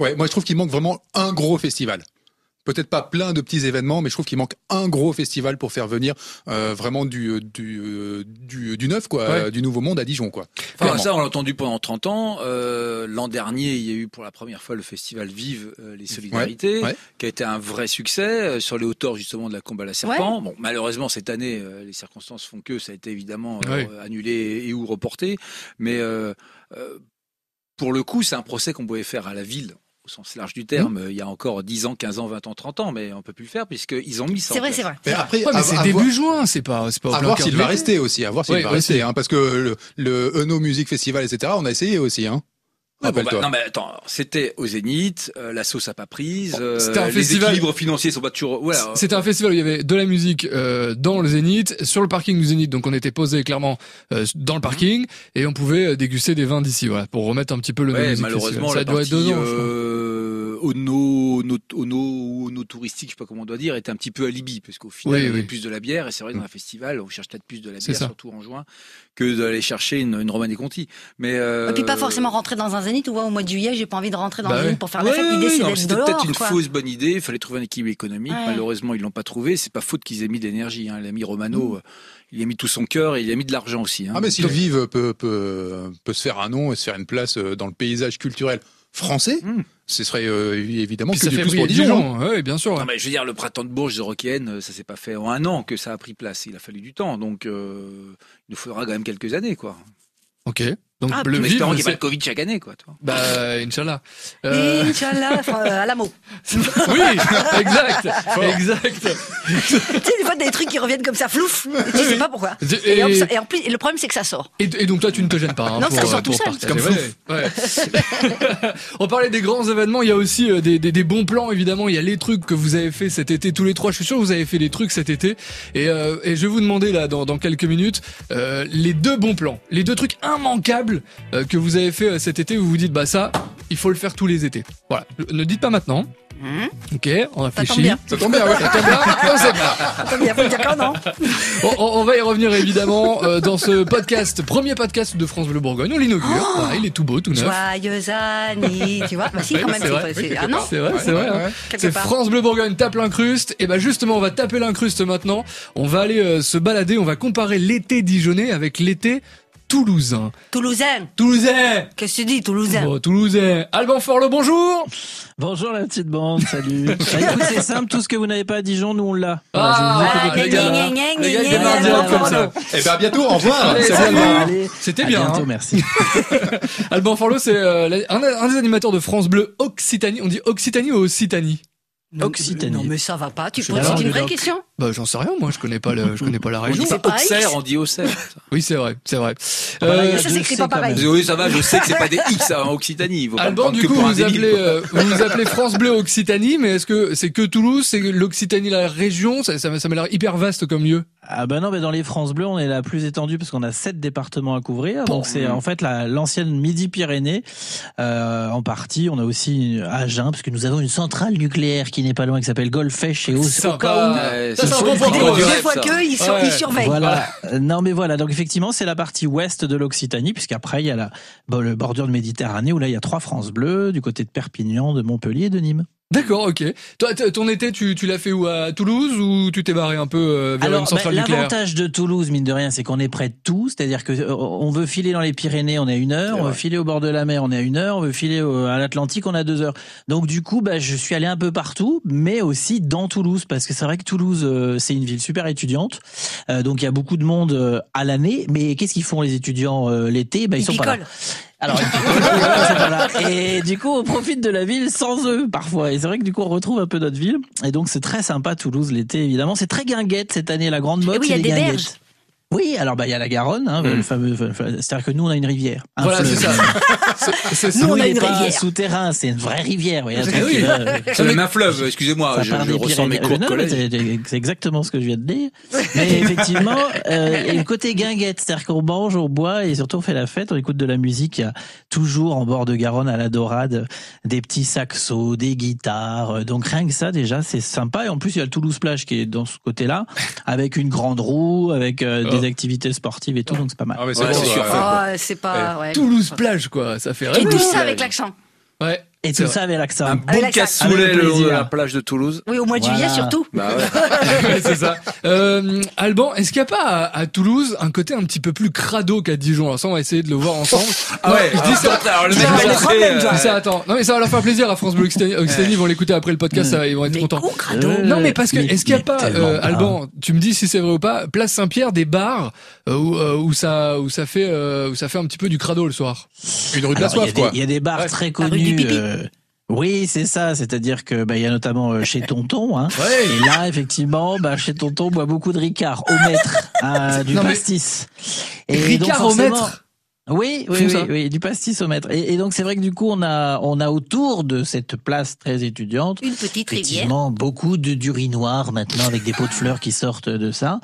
Speaker 3: Ouais, moi je trouve qu'il manque vraiment un gros festival. Peut-être pas plein de petits événements, mais je trouve qu'il manque un gros festival pour faire venir euh, vraiment du, du, euh, du, du neuf, quoi,
Speaker 1: Ouais.
Speaker 3: euh, du nouveau monde à Dijon, quoi.
Speaker 4: Enfin,
Speaker 3: Clairement.
Speaker 4: ça, on l'a entendu pendant 30 ans. Euh, L'an dernier, il y a eu pour la première fois le festival Vive euh, les Solidarités,
Speaker 3: ouais.
Speaker 4: qui a été un vrai succès euh, sur les hauteurs justement de la combat à la serpent. Bon, malheureusement, cette année, euh, les circonstances font que ça a été évidemment euh,
Speaker 1: Ouais.
Speaker 4: annulé et, et ou reporté. Mais euh, euh, pour le coup, c'est un procès qu'on pouvait faire à la ville au sens large du terme, euh, il y a encore 10 ans, 15 ans, 20 ans, 30 ans, mais on peut plus le faire puisqu'ils ont mis ça.
Speaker 2: C'est
Speaker 4: en
Speaker 2: vrai,
Speaker 4: place.
Speaker 2: c'est vrai.
Speaker 3: Mais après,
Speaker 1: Ouais, mais
Speaker 3: à-
Speaker 1: c'est
Speaker 3: à
Speaker 1: début
Speaker 3: voir-
Speaker 1: juin, c'est pas, c'est pas au
Speaker 3: à
Speaker 1: plein
Speaker 3: voir
Speaker 1: cœur
Speaker 3: s'il
Speaker 1: de
Speaker 3: va
Speaker 1: l'été.
Speaker 3: rester aussi, à voir s'il
Speaker 1: Oui,
Speaker 3: va
Speaker 1: aussi.
Speaker 3: rester, hein, parce que le, le Eno Music Festival, etc., on a essayé aussi, hein.
Speaker 4: Ouais, bon,
Speaker 3: Rappelle-toi.
Speaker 4: bah, non mais attends, c'était au Zénith, euh, la sauce a pas prise, euh,
Speaker 1: C'était un
Speaker 4: les
Speaker 1: festival.
Speaker 4: équilibres financiers sont pas toujours. Ouais, euh,
Speaker 1: C'était un festival où il y avait de la musique euh, dans le Zénith, sur le parking du Zénith, donc on était posé clairement euh, dans le parking et on pouvait euh, déguster des vins d'ici, voilà, pour remettre un petit peu le
Speaker 4: ouais,
Speaker 1: Music Festival.
Speaker 4: malheureusement
Speaker 1: Ça
Speaker 4: la
Speaker 1: doit
Speaker 4: partie
Speaker 1: être deux ans, je crois.
Speaker 4: euh, euh, ono, ono, ono, ono touristique, je sais pas comment on doit dire, était un petit peu à Libye, parce qu'au final,
Speaker 1: Oui,
Speaker 4: il y avait
Speaker 1: oui.
Speaker 4: plus de la bière, et c'est vrai, dans
Speaker 3: Mm.
Speaker 4: un festival, on cherche peut-être plus de la
Speaker 1: C'est
Speaker 4: bière,
Speaker 1: ça.
Speaker 4: surtout en juin, que d'aller chercher une, une Romanée Conti. Mais, euh,
Speaker 2: Et puis pas forcément rentrer dans un zénith. Tu vois, au mois de juillet, j'ai pas envie de rentrer dans
Speaker 1: Bah
Speaker 2: un
Speaker 1: ouais.
Speaker 2: zénith pour faire
Speaker 4: Ouais,
Speaker 2: la fête.
Speaker 4: ouais,
Speaker 2: L'idée,
Speaker 4: ouais, non, mais
Speaker 2: c'est
Speaker 4: c'était
Speaker 2: d'être
Speaker 4: peut-être
Speaker 2: dehors.
Speaker 4: une
Speaker 2: quoi.
Speaker 4: fausse bonne idée. Il fallait trouver un équilibre économique.
Speaker 2: Ouais.
Speaker 4: Malheureusement, ils l'ont pas trouvé. C'est pas faute qu'ils aient mis de l'énergie. Hein. L'ami Romano, euh, il y a mis tout son cœur et il y a mis de l'argent aussi. hein.
Speaker 3: Ah mais s'ils
Speaker 4: Donc,
Speaker 3: vivent peut, peut, peut se faire un nom et se faire une place euh, dans le paysage culturel français,
Speaker 4: Mm.
Speaker 3: ce serait euh, évidemment
Speaker 1: Hmm. Puis
Speaker 3: que
Speaker 1: ça
Speaker 3: du
Speaker 1: fait
Speaker 3: plus pour
Speaker 1: briller les
Speaker 3: Dijon.
Speaker 1: gens. Oui, bien sûr.
Speaker 4: Non, mais je veux dire, le printemps de Bourges de Rockienne, ça s'est pas fait en un an que ça a pris place. Il a fallu du temps. Donc, euh, il nous faudra quand même quelques années, quoi.
Speaker 1: Ok. Donc
Speaker 2: Ah,
Speaker 1: le
Speaker 4: En
Speaker 1: vivre,
Speaker 4: espérant qu'il n'y ait pas
Speaker 1: c'est-
Speaker 4: le Covid chaque année, quoi. tu vois.
Speaker 1: bah Inch'Allah. Euh,
Speaker 2: Inch'Allah, enfin, euh, à la mot.
Speaker 1: oui, exact, exact.
Speaker 2: tu sais, des fois, des trucs qui reviennent comme ça, flouf. Et tu sais pas pourquoi.
Speaker 1: Et,
Speaker 2: Et, hop, ça-
Speaker 1: et,
Speaker 2: et en plus, et le problème, c'est que ça sort.
Speaker 1: et donc toi, tu ne te gênes pas hein,
Speaker 2: Non,
Speaker 1: pour,
Speaker 2: ça sort
Speaker 1: euh,
Speaker 2: tout
Speaker 1: pour
Speaker 2: seul.
Speaker 1: partager.
Speaker 3: Comme
Speaker 1: Ouais, ouais. On parlait des grands événements. Il y a aussi euh, des, des- des bons plans, évidemment. Il y a les trucs que vous avez fait cet été, tous les trois. Je suis sûr que vous avez fait des trucs cet été. Et, euh, et je vais vous demander là, dans, dans quelques minutes, euh, les deux bons plans, les deux trucs immanquables euh, que vous avez fait euh, cet été. Où vous vous dites, bah ça, il faut le faire tous les étés. Voilà. Ne dites pas maintenant.
Speaker 2: Hum,
Speaker 1: Ok, on
Speaker 2: tombe
Speaker 1: réfléchit.
Speaker 2: bien.
Speaker 3: Ça tombe bien, ouais.
Speaker 1: Ça tombe bien, on sait pas.
Speaker 2: Attends, il faut me dire quand, hein. non
Speaker 1: On, on- on va y revenir évidemment euh, dans ce podcast, premier podcast de France Bleu Bourgogne. On l'inaugure. Voilà, il est tout beau, tout neuf.
Speaker 2: Joyeux anniversaire, tu vois. Bah si,
Speaker 1: Ouais,
Speaker 2: quand même,
Speaker 1: c'est vrai.
Speaker 2: c'est-
Speaker 1: Oui,
Speaker 2: c'est.
Speaker 1: quelque
Speaker 2: Ah non,
Speaker 1: part. C'est vrai, c'est vrai. hein.
Speaker 2: quelque
Speaker 1: C'est
Speaker 2: part.
Speaker 1: France Bleu Bourgogne tape l'incruste. Et ben justement, on va taper l'incruste maintenant. On va aller euh, se balader. On va comparer l'été dijonnais avec l'été toulousain.
Speaker 2: Toulousain.
Speaker 1: Toulousain.
Speaker 2: Qu'est-ce que tu dis, Toulousain
Speaker 1: Bon, toulousain. Alban Forlo, bonjour.
Speaker 5: Bonjour la petite bande, salut. Ah, écoute, c'est simple, tout ce que vous n'avez pas à Dijon, nous on l'a.
Speaker 1: Ah,
Speaker 5: je vous
Speaker 1: les
Speaker 5: écoute
Speaker 1: gars,
Speaker 5: depuis
Speaker 2: gna, gna,
Speaker 1: les gars,
Speaker 2: gna,
Speaker 1: ils démarrent
Speaker 5: gna,
Speaker 1: direct
Speaker 5: gna,
Speaker 1: comme ça.
Speaker 3: Eh bien, à bientôt, au revoir.
Speaker 1: Allez,
Speaker 3: C'est
Speaker 1: salut.
Speaker 3: bien.
Speaker 5: Allez,
Speaker 1: C'était
Speaker 5: à
Speaker 1: bien.
Speaker 5: bientôt,
Speaker 1: hein.
Speaker 5: merci.
Speaker 1: Alban Forlo, c'est euh, la- un, un des animateurs de France Bleu Occitanie. On dit Occitanie ou Occitanie
Speaker 2: Non,
Speaker 5: Occitanie.
Speaker 2: Non, mais ça va pas. Tu
Speaker 1: Je sais
Speaker 2: poses-
Speaker 1: pas,
Speaker 2: C'est
Speaker 1: on
Speaker 2: une
Speaker 1: est
Speaker 2: vraie
Speaker 1: là.
Speaker 2: question.
Speaker 1: Bah j'en sais rien. Moi, je connais pas le, je connais Ah, pas la
Speaker 4: On
Speaker 1: région.
Speaker 4: dit
Speaker 2: c'est
Speaker 4: pas
Speaker 2: pareil.
Speaker 4: Auxerre, on dit Auxerre.
Speaker 1: Oui, c'est vrai, c'est vrai.
Speaker 4: Ah bah
Speaker 5: Voilà, il y
Speaker 1: Euh,
Speaker 5: a
Speaker 2: ça,
Speaker 5: deux
Speaker 2: s'écrit
Speaker 5: C
Speaker 2: pas
Speaker 5: quand
Speaker 2: pareil.
Speaker 5: même.
Speaker 4: Oui, ça va, je sais que c'est pas des X hein, en Occitanie. Il faut pas le
Speaker 1: Alban,
Speaker 4: prendre
Speaker 1: du
Speaker 4: que
Speaker 1: coup,
Speaker 4: pour un
Speaker 1: vous
Speaker 4: débile,
Speaker 1: appelez,
Speaker 4: quoi.
Speaker 1: euh, vous vous appelez France Bleu Occitanie, mais est-ce que c'est que Toulouse, c'est que l'Occitanie la région Ça, ça, m'a- ça m'a l'air hyper vaste comme lieu.
Speaker 5: Ah bah non, mais dans les France Bleues, on est la plus étendue parce qu'on a sept départements à couvrir.
Speaker 1: Bon.
Speaker 5: Donc c'est en fait la- l'ancienne Midi-Pyrénées euh, en partie. On a aussi Agen parce que nous avons une centrale nucléaire qui n'est pas loin qui s'appelle Golfech et au, au cas où.
Speaker 1: Sympa.
Speaker 4: Ouais,
Speaker 1: Ça, c'est
Speaker 4: c'est
Speaker 1: un
Speaker 4: une
Speaker 1: bon
Speaker 4: politique
Speaker 1: point.
Speaker 4: de
Speaker 1: Deux
Speaker 2: Deux
Speaker 4: rêve,
Speaker 2: fois
Speaker 4: ça.
Speaker 2: que, ils sur-
Speaker 1: Ouais.
Speaker 2: ils surveillent.
Speaker 5: Voilà. Euh, Non mais voilà, donc effectivement c'est la partie ouest de l'Occitanie puisqu'après il y a la bon, le bordure de Méditerranée où là il y a trois France Bleues du côté de Perpignan, de Montpellier et de Nîmes.
Speaker 1: D'accord, ok. Toi, t- ton été, tu, tu l'as fait où à Toulouse ou tu t'es barré un peu euh, vers une
Speaker 5: Alors,
Speaker 1: centrale
Speaker 5: bah,
Speaker 1: nucléaire
Speaker 5: l'avantage de Toulouse, mine de rien, c'est qu'on est près de tout. C'est-à-dire que euh, on veut filer dans les Pyrénées, on est à une heure.
Speaker 4: C'est
Speaker 5: On veut
Speaker 4: vrai.
Speaker 5: filer au bord de la mer, on est à une heure. On veut filer au- à l'Atlantique, on a deux heures. Donc, du coup, bah, je suis allé un peu partout, mais aussi dans Toulouse, parce que c'est vrai que Toulouse, euh, c'est une ville super étudiante. Euh, donc, il y a beaucoup de monde euh, à l'année. Mais qu'est-ce qu'ils font les étudiants euh, l'été bah, Ils,
Speaker 2: Ils
Speaker 5: sont pas là.
Speaker 2: picolent.
Speaker 5: Alors, ils picolent, ils sont pas là. Et du coup, on profite de la ville sans eux parfois. Et c'est vrai que du coup, on retrouve un peu notre ville. Et donc, c'est très sympa Toulouse l'été, évidemment. C'est très guinguette cette année, la grande mode.
Speaker 2: oui, il y
Speaker 5: c'est
Speaker 2: a
Speaker 5: les
Speaker 2: des
Speaker 5: guinguettes.
Speaker 2: berges.
Speaker 5: Oui, alors bah il y a la Garonne, hein,
Speaker 4: Mm.
Speaker 5: le fameux. enfin, C'est-à-dire que nous, on a une rivière. Un
Speaker 1: Voilà,
Speaker 5: fleuve.
Speaker 1: c'est ça. C'est- c'est ça.
Speaker 5: Nous, on a
Speaker 2: une
Speaker 5: une pas
Speaker 2: rivière.
Speaker 5: souterrain, c'est une vraie rivière. Oui, un truc
Speaker 1: Ah oui.
Speaker 5: qui va, euh,
Speaker 4: C'est même un fleuve, excusez-moi,
Speaker 5: ça
Speaker 4: Ah, je,
Speaker 5: part
Speaker 4: je
Speaker 5: des
Speaker 4: ressens mes
Speaker 5: Pyrénées. Euh,
Speaker 4: cours de
Speaker 5: Non, mais
Speaker 4: collège.
Speaker 5: c'est- c'est- C'est exactement ce que je viens de dire. Mais effectivement, euh, il y a le côté guinguette, c'est-à-dire qu'on mange, on boit et surtout on fait la fête, on écoute de la musique. Il y a toujours en bord de Garonne à la Dorade des petits saxos, des guitares. Euh, Donc rien que ça déjà, c'est sympa. Et en plus, il y a le Toulouse Plage qui est dans ce côté-là, avec une grande roue, avec euh,
Speaker 4: Ah.
Speaker 5: des activités sportives et tout, donc c'est pas mal.
Speaker 3: Ah, mais c'est
Speaker 4: Ouais,
Speaker 3: bon,
Speaker 4: c'est
Speaker 3: ça,
Speaker 4: sûr.
Speaker 3: ouais.
Speaker 2: Ah, c'est pas. ouais.
Speaker 1: Toulouse plage, quoi. Ça fait
Speaker 2: Et
Speaker 1: rêver.
Speaker 2: tout ça
Speaker 4: Ouais.
Speaker 2: avec l'accent.
Speaker 1: Ouais.
Speaker 5: Et
Speaker 1: C'est
Speaker 5: tout ça avec l'accent.
Speaker 4: Un
Speaker 2: Avec
Speaker 4: bon
Speaker 2: la
Speaker 5: sac.
Speaker 4: cassoulet
Speaker 5: Avec
Speaker 4: le long de
Speaker 5: plaisir.
Speaker 4: la plage de Toulouse.
Speaker 2: Oui, au mois de juillet
Speaker 5: Voilà.
Speaker 2: surtout.
Speaker 4: Bah ouais.
Speaker 1: Ouais, c'est ça. Euh, Alban, est-ce qu'il n'y a pas à, à Toulouse un côté un petit peu plus crado qu'à Dijon Alors ça, on va essayer de le voir ensemble.
Speaker 4: Ah ouais,
Speaker 1: je dis ça.
Speaker 4: alors le
Speaker 1: je
Speaker 4: mec
Speaker 1: dis
Speaker 4: va
Speaker 1: ça.
Speaker 4: rentrer, euh,
Speaker 1: Je dis ça, attends. Non, mais ça va leur faire plaisir à France Bleu Occitanie. Occitanie, Ils vont l'écouter après le podcast, ça va- ils vont être
Speaker 2: Mais
Speaker 1: contents.
Speaker 2: con, crado.
Speaker 5: Euh,
Speaker 1: Non mais parce que
Speaker 5: Mm. Mais-
Speaker 1: est-ce qu'il n'y a
Speaker 5: mais
Speaker 1: pas
Speaker 5: tellement
Speaker 1: euh,
Speaker 5: pas.
Speaker 1: Alban, tu me dis si c'est vrai ou pas, place Saint-Pierre des bars euh, où, euh, où ça où ça fait euh, où ça fait un petit peu du crado le soir.
Speaker 3: Une rue de la
Speaker 5: Alors,
Speaker 3: soif,
Speaker 5: il y a
Speaker 3: quoi.
Speaker 5: des- Il y a des bars
Speaker 1: Ouais.
Speaker 5: très
Speaker 2: La rue du
Speaker 5: connus.
Speaker 2: pipi.
Speaker 5: euh, oui, c'est ça. C'est-à-dire que bah, il y a notamment euh, chez Tonton. Hein,
Speaker 1: Ouais.
Speaker 5: Et là, effectivement, bah, chez Tonton, on boit beaucoup de Ricard au mètre, hein, du
Speaker 1: Non, mais-
Speaker 5: pastis.
Speaker 1: Ricard au
Speaker 5: forcément-
Speaker 1: maître.
Speaker 5: Oui,
Speaker 1: font
Speaker 5: oui, oui,
Speaker 1: ça.
Speaker 5: oui, du pastis au mètre. Et, et donc c'est vrai que du coup on a on a autour de cette place très étudiante
Speaker 2: Une petite rivière.
Speaker 5: effectivement beaucoup de d'urinoirs maintenant avec des pots de fleurs qui sortent de ça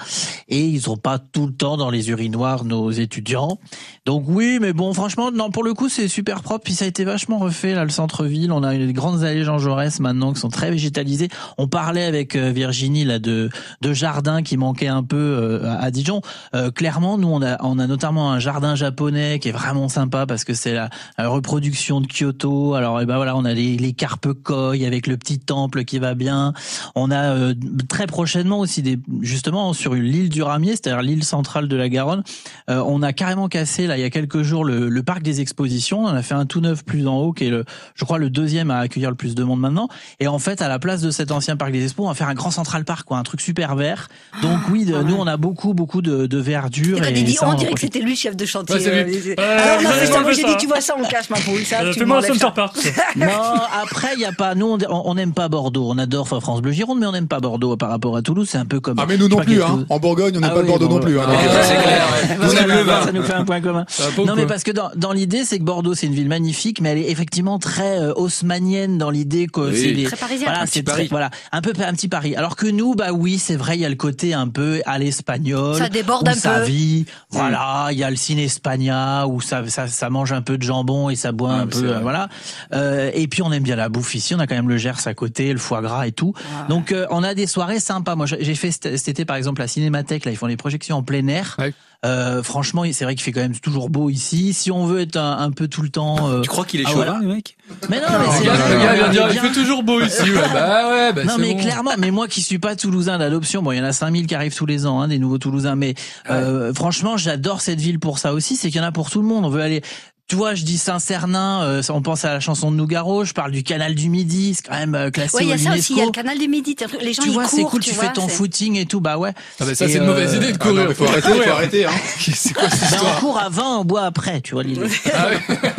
Speaker 5: et ils sont pas tout le temps dans les urinoirs nos étudiants. Donc oui, mais bon franchement non pour le coup c'est super propre puis ça a été vachement refait là le centre-ville, on a une grandes allées Jean Jaurès maintenant qui sont très végétalisées. On parlait avec euh, Virginie là de de jardins qui manquaient un peu euh, à à Dijon. Euh, clairement, nous on a on a notamment un jardin japonais qui est vraiment sympa parce que c'est la, la Euh, reproduction de Kyoto. Alors eh ben voilà, on a les, les carpes koi avec le petit temple qui va bien. On a euh, très prochainement aussi des justement sur l'île du Ramier, c'est-à-dire l'île centrale de la Garonne, euh, on a carrément cassé là il y a quelques jours le, le parc des expositions. On en a fait un tout neuf plus en haut qui est le je crois le deuxième à accueillir le plus de monde maintenant. Et en fait, à la place de cet ancien parc des expos, on va faire un grand central park, quoi, un truc super vert. Donc oui,
Speaker 2: Ah
Speaker 5: de- nous on a beaucoup beaucoup de, de verdure.
Speaker 2: Il avait dit,
Speaker 5: ça,
Speaker 2: Eh ben, on
Speaker 5: en
Speaker 2: dirait que
Speaker 5: profite.
Speaker 2: c'était lui chef de chantier.
Speaker 1: Ouais, c'est lui.
Speaker 2: Euh,
Speaker 6: Ouais,
Speaker 2: ah, non,
Speaker 6: ouais,
Speaker 2: mais
Speaker 6: ouais,
Speaker 2: ça, moi
Speaker 6: ouais,
Speaker 2: j'ai
Speaker 6: ça.
Speaker 2: dit, tu vois ça, on cache ma poule. Ça,
Speaker 6: Euh,
Speaker 2: tu
Speaker 6: Fais-moi un
Speaker 2: m'enlèves
Speaker 6: Center
Speaker 2: ça.
Speaker 6: Park.
Speaker 5: Non, après il y a pas. Nous on- on n'aime pas Bordeaux. On adore enfin, France Bleu Gironde, mais on n'aime pas Bordeaux euh, par rapport à Toulouse. C'est un peu comme.
Speaker 3: Ah mais nous
Speaker 5: je sais
Speaker 3: non
Speaker 5: pas, quelque
Speaker 3: plus, hein.
Speaker 5: chose-
Speaker 3: En Bourgogne, on n'est
Speaker 5: Ah
Speaker 3: pas de
Speaker 5: oui,
Speaker 3: Bordeaux
Speaker 5: bon,
Speaker 3: non plus.
Speaker 5: ouais.
Speaker 3: hein.
Speaker 5: Ah,
Speaker 4: c'est clair,
Speaker 5: ouais.
Speaker 4: Nous, on aime le vin.
Speaker 5: Ça nous fait un point commun.
Speaker 1: Ça va pas ou
Speaker 5: Non, mais
Speaker 1: quoi
Speaker 5: parce que dans, dans l'idée, c'est que Bordeaux, c'est une ville magnifique, mais elle est effectivement très euh, haussmannienne dans l'idée que
Speaker 4: Oui.
Speaker 5: c'est des-
Speaker 2: Très parisien.
Speaker 5: Voilà,
Speaker 4: Un petit
Speaker 5: c'est très-
Speaker 4: Paris.
Speaker 5: voilà, un peu un petit Paris. Alors que nous, bah oui, c'est vrai, il y a le côté un peu à l'espagnol.
Speaker 2: Ça déborde
Speaker 5: où
Speaker 2: un
Speaker 5: ça
Speaker 2: peu.
Speaker 5: vit. Voilà, il y a le ciné Espagna où ça, ça ça mange un peu de jambon et ça boit
Speaker 4: Ah,
Speaker 5: un
Speaker 4: mais
Speaker 5: peu,
Speaker 4: c'est
Speaker 5: euh,
Speaker 4: vrai.
Speaker 5: voilà. Euh, et puis on aime bien la bouffe ici. On a quand même le Gers à côté, le foie gras et tout. Donc euh, on a des soirées sympas. Moi, j'ai j'ai fait cet cet été par exemple la Cinémathèque. Là, ils font les projections en plein air.
Speaker 1: Ouais.
Speaker 5: Euh, franchement, c'est vrai qu'il fait quand même toujours beau ici. Si on veut être un, un peu tout le temps, euh,
Speaker 4: Tu crois qu'il est
Speaker 5: Ah,
Speaker 4: chauvin,
Speaker 5: voilà.
Speaker 4: le mec
Speaker 5: mais non,
Speaker 1: Le
Speaker 5: mais c'est
Speaker 1: gars,
Speaker 5: vrai,
Speaker 1: le gars
Speaker 5: on
Speaker 1: vient
Speaker 5: est
Speaker 1: dire, il
Speaker 5: bien.
Speaker 1: fait toujours beau ici. Ouais, bah ouais, bah
Speaker 5: non
Speaker 1: c'est
Speaker 5: mais
Speaker 1: bon.
Speaker 5: clairement, mais moi qui suis pas toulousain d'adoption, bon il y en a 5000 qui arrivent tous les ans, hein, des nouveaux toulousains, mais euh, franchement j'adore cette ville pour ça aussi, c'est qu'il y en a pour tout le monde, on veut aller... Tu vois, je dis Saint-Cernin, euh, on pense à la chanson de Nougaro, je parle du canal du Midi, c'est quand même euh, classé
Speaker 2: Ouais, il y
Speaker 5: au
Speaker 2: a ça aussi,
Speaker 5: UNESCO.
Speaker 2: il y a le canal du Midi. t'as- Les gens
Speaker 5: tu
Speaker 2: ils
Speaker 5: vois,
Speaker 2: courent.
Speaker 5: c'est cool, tu, fais
Speaker 2: vois,
Speaker 5: ton
Speaker 2: c'est-
Speaker 5: footing et tout, bah ouais.
Speaker 1: Ah bah ça,
Speaker 5: Et,
Speaker 1: c'est une mauvaise
Speaker 5: euh,
Speaker 1: idée de
Speaker 3: Ah non,
Speaker 1: courir.
Speaker 3: mais faut arrêter, faut arrêter. Hein.
Speaker 1: C'est quoi cette
Speaker 5: bah,
Speaker 1: histoire
Speaker 5: on court à 20, on boit après, tu vois l'idée.
Speaker 1: Ah ouais.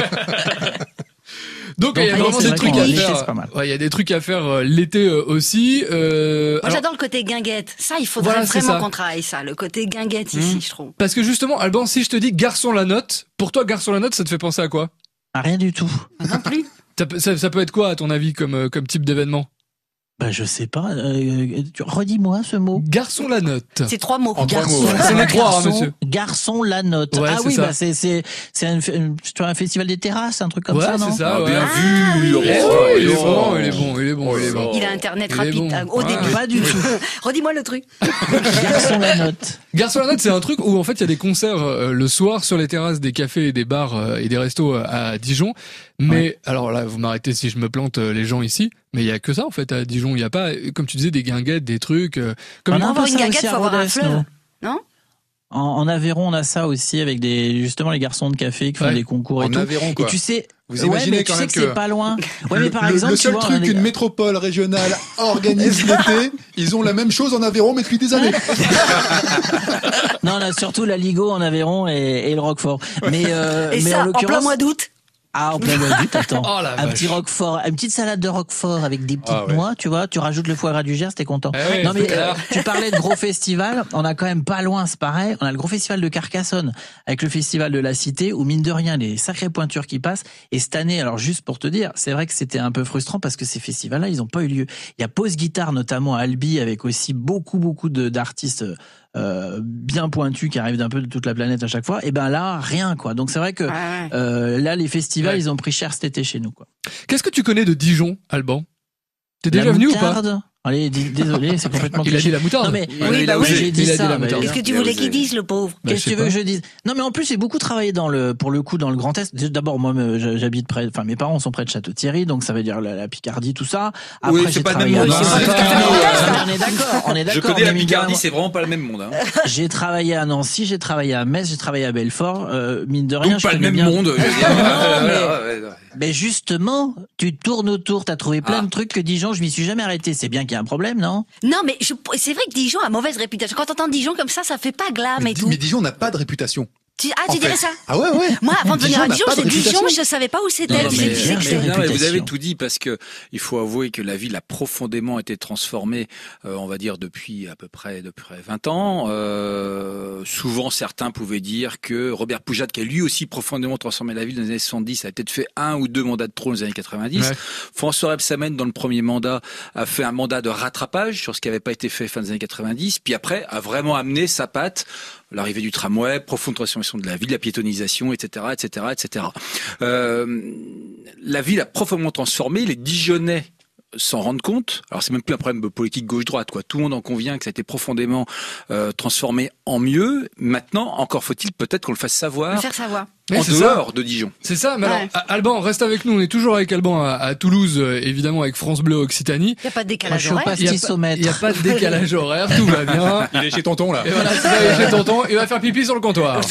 Speaker 1: Donc il y a
Speaker 5: Donc,
Speaker 1: vraiment
Speaker 5: c'est
Speaker 1: des
Speaker 5: vrai
Speaker 1: trucs
Speaker 5: qu'en
Speaker 1: à
Speaker 5: été,
Speaker 1: faire.
Speaker 5: c'est pas mal.
Speaker 1: Ouais, Il y a des trucs à faire euh, l'été euh, aussi. Euh,
Speaker 2: Moi,
Speaker 1: alors,
Speaker 2: j'adore le côté guinguette. Ça, il faudrait
Speaker 1: Voilà, c'est ça.
Speaker 2: vraiment qu'on travaille ça, le côté guinguette ici, je trouve.
Speaker 1: parce que justement, Alban, si je te dis garçon la note, pour toi garçon la note, ça te fait penser à quoi
Speaker 5: Ah, rien du tout.
Speaker 2: Non plus.
Speaker 1: ça, peut- ça- ça peut être quoi à ton avis comme euh, comme type d'événement
Speaker 5: Bah je sais pas, euh, tu- redis-moi ce mot.
Speaker 1: Garçon la note.
Speaker 2: C'est trois mots.
Speaker 3: En trois mots, ouais.
Speaker 1: C'est les trois, hein,
Speaker 5: garçon,
Speaker 1: monsieur.
Speaker 5: garçon la note.
Speaker 1: Ouais,
Speaker 5: ah
Speaker 1: c'est
Speaker 5: oui,
Speaker 1: ça.
Speaker 5: bah c'est c'est c'est un, c'est un festival des terrasses, un truc comme
Speaker 1: ouais,
Speaker 5: ça, non
Speaker 1: c'est ça.
Speaker 4: Ah,
Speaker 1: ouais.
Speaker 4: Bien
Speaker 2: Ah,
Speaker 4: vu
Speaker 1: Eh
Speaker 4: oh,
Speaker 1: oui, il est
Speaker 4: oh.
Speaker 1: bon, il est bon, il est bon, il est bon.
Speaker 2: Il a internet
Speaker 1: Il est
Speaker 2: rapide
Speaker 1: bon.
Speaker 2: euh, au
Speaker 1: Ouais.
Speaker 2: début.
Speaker 5: Pas du tout.
Speaker 2: Redis-moi le truc.
Speaker 5: garçon la note.
Speaker 1: Garçon la note, c'est un truc où en fait il y a des concerts euh, le soir sur les terrasses des cafés et des bars euh, et des restos euh, à Dijon. Mais alors là, vous m'arrêtez si je me plante euh, les gens ici. Mais il y a que ça en fait à Dijon. Il y a pas, euh, comme tu disais, des guinguettes, des trucs. euh, comme
Speaker 5: On a un
Speaker 2: avoir
Speaker 5: peu
Speaker 2: une
Speaker 5: ça
Speaker 2: guinguette,
Speaker 5: aussi à
Speaker 2: faut avoir un
Speaker 5: Rodez,
Speaker 2: fleuve,
Speaker 5: nous.
Speaker 2: non
Speaker 5: en, en Aveyron, on a ça aussi avec des justement les garçons de café qui font
Speaker 1: Ouais.
Speaker 5: des concours et
Speaker 3: En
Speaker 5: tout.
Speaker 3: Aveyron, quoi.
Speaker 5: Et tu sais,
Speaker 3: Vous
Speaker 5: ouais,
Speaker 3: imaginez
Speaker 5: mais tu
Speaker 3: quand
Speaker 5: sais
Speaker 3: même
Speaker 5: que,
Speaker 3: que
Speaker 5: c'est pas loin. Ouais, mais par
Speaker 3: le,
Speaker 5: exemple,
Speaker 3: le
Speaker 5: tu
Speaker 3: seul
Speaker 5: vois, on a
Speaker 3: truc
Speaker 5: des-
Speaker 3: qu'une métropole régionale organise l'été, ils ont la même chose en Aveyron, mais depuis des années.
Speaker 5: non, on a surtout la Ligo en Aveyron et, et le Roquefort. Mais, euh,
Speaker 2: Et
Speaker 5: mais
Speaker 2: ça,
Speaker 5: en
Speaker 2: en plein
Speaker 5: l'occurrence,
Speaker 2: mois d'août.
Speaker 5: Ah, en plein mois d'août, attends.
Speaker 1: Oh la
Speaker 5: un
Speaker 1: vache.
Speaker 5: petit roquefort, une petite salade de roquefort avec des petites
Speaker 3: Ah ouais.
Speaker 5: noix, tu vois. Tu rajoutes le foie gras du Gers, t'es content.
Speaker 1: Eh ouais,
Speaker 5: non mais
Speaker 1: c'est
Speaker 5: euh,
Speaker 1: clair.
Speaker 5: tu parlais de gros festivals. On a quand même pas loin, c'est pareil. On a le gros festival de Carcassonne avec le festival de la Cité où mine de rien les sacrées pointures qui passent. Et cette année, alors juste pour te dire, c'est vrai que c'était un peu frustrant parce que ces festivals-là, ils ont pas eu lieu. Il y a Pause Guitare notamment à Albi avec aussi beaucoup beaucoup de d'artistes euh, bien pointus qui arrivent d'un peu de toute la planète à chaque fois. Et ben là, rien quoi. Donc c'est vrai que
Speaker 2: Ouais, ouais.
Speaker 5: euh, là, les festivals,
Speaker 1: Ah. Ouais.
Speaker 5: ils ont pris cher cet été chez nous. Quoi.
Speaker 1: Qu'est-ce que tu connais de Dijon, Alban T'es
Speaker 5: La
Speaker 1: déjà venu ou pas
Speaker 5: moutarde Allez, d- désolé, c'est complètement
Speaker 1: Il a
Speaker 5: cliché.
Speaker 1: dit la moutarde.
Speaker 5: Non mais
Speaker 4: a
Speaker 5: oui,
Speaker 4: dit
Speaker 5: bah
Speaker 4: la
Speaker 5: oui,
Speaker 4: moutarde.
Speaker 5: j'ai dit
Speaker 1: Il a dit la
Speaker 5: ça. mais
Speaker 1: moutarde.
Speaker 2: Qu'est-ce que tu
Speaker 4: Là,
Speaker 2: voulais
Speaker 4: vous
Speaker 2: qu'ils
Speaker 4: avez-
Speaker 2: disent, le pauvre
Speaker 1: Bah, je
Speaker 5: Qu'est-ce
Speaker 1: sais
Speaker 5: que tu veux
Speaker 1: pas.
Speaker 5: que je dise Non, mais en plus, j'ai beaucoup travaillé dans le, pour le coup, dans le Grand Est. D'abord, moi, me- j'habite près, enfin, mes parents sont près de Château-Thierry, donc ça veut dire la, la Picardie, tout ça. Après,
Speaker 4: Oui, c'est
Speaker 5: j'ai
Speaker 4: pas le
Speaker 5: travaillé
Speaker 4: même
Speaker 5: à
Speaker 4: monde,
Speaker 5: Nancy.
Speaker 4: hein. C'est
Speaker 2: le même monde.
Speaker 4: pas
Speaker 5: Ah, mais On est d'accord, on est
Speaker 4: Je
Speaker 5: d'accord.
Speaker 4: connais la
Speaker 5: mais mine de rien,
Speaker 4: Picardie,
Speaker 5: moi,
Speaker 4: c'est vraiment pas le même monde. Hein.
Speaker 5: J'ai travaillé à Nancy, j'ai travaillé à Metz, j'ai travaillé à Belfort. euh, mine de rien,
Speaker 4: Donc
Speaker 5: je
Speaker 4: pas le
Speaker 5: connais
Speaker 4: même
Speaker 5: bien-
Speaker 4: monde. je veux dire.
Speaker 5: Non, mais-
Speaker 4: Voilà, ouais, ouais.
Speaker 5: Mais justement, tu tournes autour, t'as trouvé plein
Speaker 4: Ah.
Speaker 5: de trucs que Dijon, je m'y suis jamais arrêté. C'est bien qu'il y a un problème, non
Speaker 2: Non, mais je- c'est vrai que Dijon a mauvaise réputation. Quand t'entends Dijon comme ça, ça fait pas glam
Speaker 3: Ah, Mais,
Speaker 2: et
Speaker 3: Di-
Speaker 2: tout.
Speaker 3: mais Dijon n'a pas de réputation.
Speaker 2: Tu, ah, tu
Speaker 3: en
Speaker 2: dirais
Speaker 3: fait.
Speaker 2: ça
Speaker 3: Ah ouais, ouais.
Speaker 2: Moi, avant de venir
Speaker 3: Dijon
Speaker 2: à
Speaker 3: n'a
Speaker 2: Dijon,
Speaker 3: pas de
Speaker 2: j'étais Dijon,
Speaker 3: réputation.
Speaker 2: je savais pas où c'était.
Speaker 5: Non,
Speaker 2: Je disais,
Speaker 5: mais-
Speaker 2: tu sais que
Speaker 5: mais-
Speaker 2: c'est-
Speaker 5: mais-
Speaker 4: Non, mais vous
Speaker 5: réputation.
Speaker 4: avez tout dit parce que il faut avouer que la ville a profondément été transformée, euh, on va dire depuis à peu près depuis 20 ans. Euh, souvent, certains pouvaient dire que Robert Poujade, qui a lui aussi profondément transformé la ville dans les années 70, a peut-être fait un ou deux mandats de trop dans les années 90.
Speaker 1: Ouais.
Speaker 4: François Rebsamen, dans le premier mandat, a fait un mandat de rattrapage sur ce qui n'avait pas été fait fin des années 90. Puis après, a vraiment amené sa patte. L'arrivée du tramway, profonde transformation de la ville, la piétonisation, etc., etc., etc. Euh, la ville a profondément transformé les Dijonnais s'en rendent compte. Alors c'est même plus un problème politique gauche-droite, quoi. Tout le monde en convient que ça a été profondément euh, transformé en mieux. Maintenant, encore faut-il peut-être qu'on le fasse
Speaker 2: me
Speaker 4: savoir
Speaker 2: faire savoir.
Speaker 1: Mais
Speaker 4: en
Speaker 1: Eh, c'est ça.
Speaker 4: dehors de Dijon.
Speaker 1: C'est ça, mais alors,
Speaker 2: Ouais.
Speaker 1: A- Alban, reste avec nous. On est toujours avec Alban à, à Toulouse, euh, évidemment, avec France Bleu Occitanie.
Speaker 2: Il n'y a pas de
Speaker 5: Moi, je
Speaker 2: décalage
Speaker 5: suis au
Speaker 2: horaire.
Speaker 1: Il n'y a,
Speaker 5: pastis
Speaker 1: pas-
Speaker 5: au
Speaker 1: il y a
Speaker 5: maître.
Speaker 1: pas de décalage horaire, tout va bien.
Speaker 3: Il est chez tonton là.
Speaker 1: Et voilà, c'est ça, il est chez tonton, il va faire pipi sur le comptoir.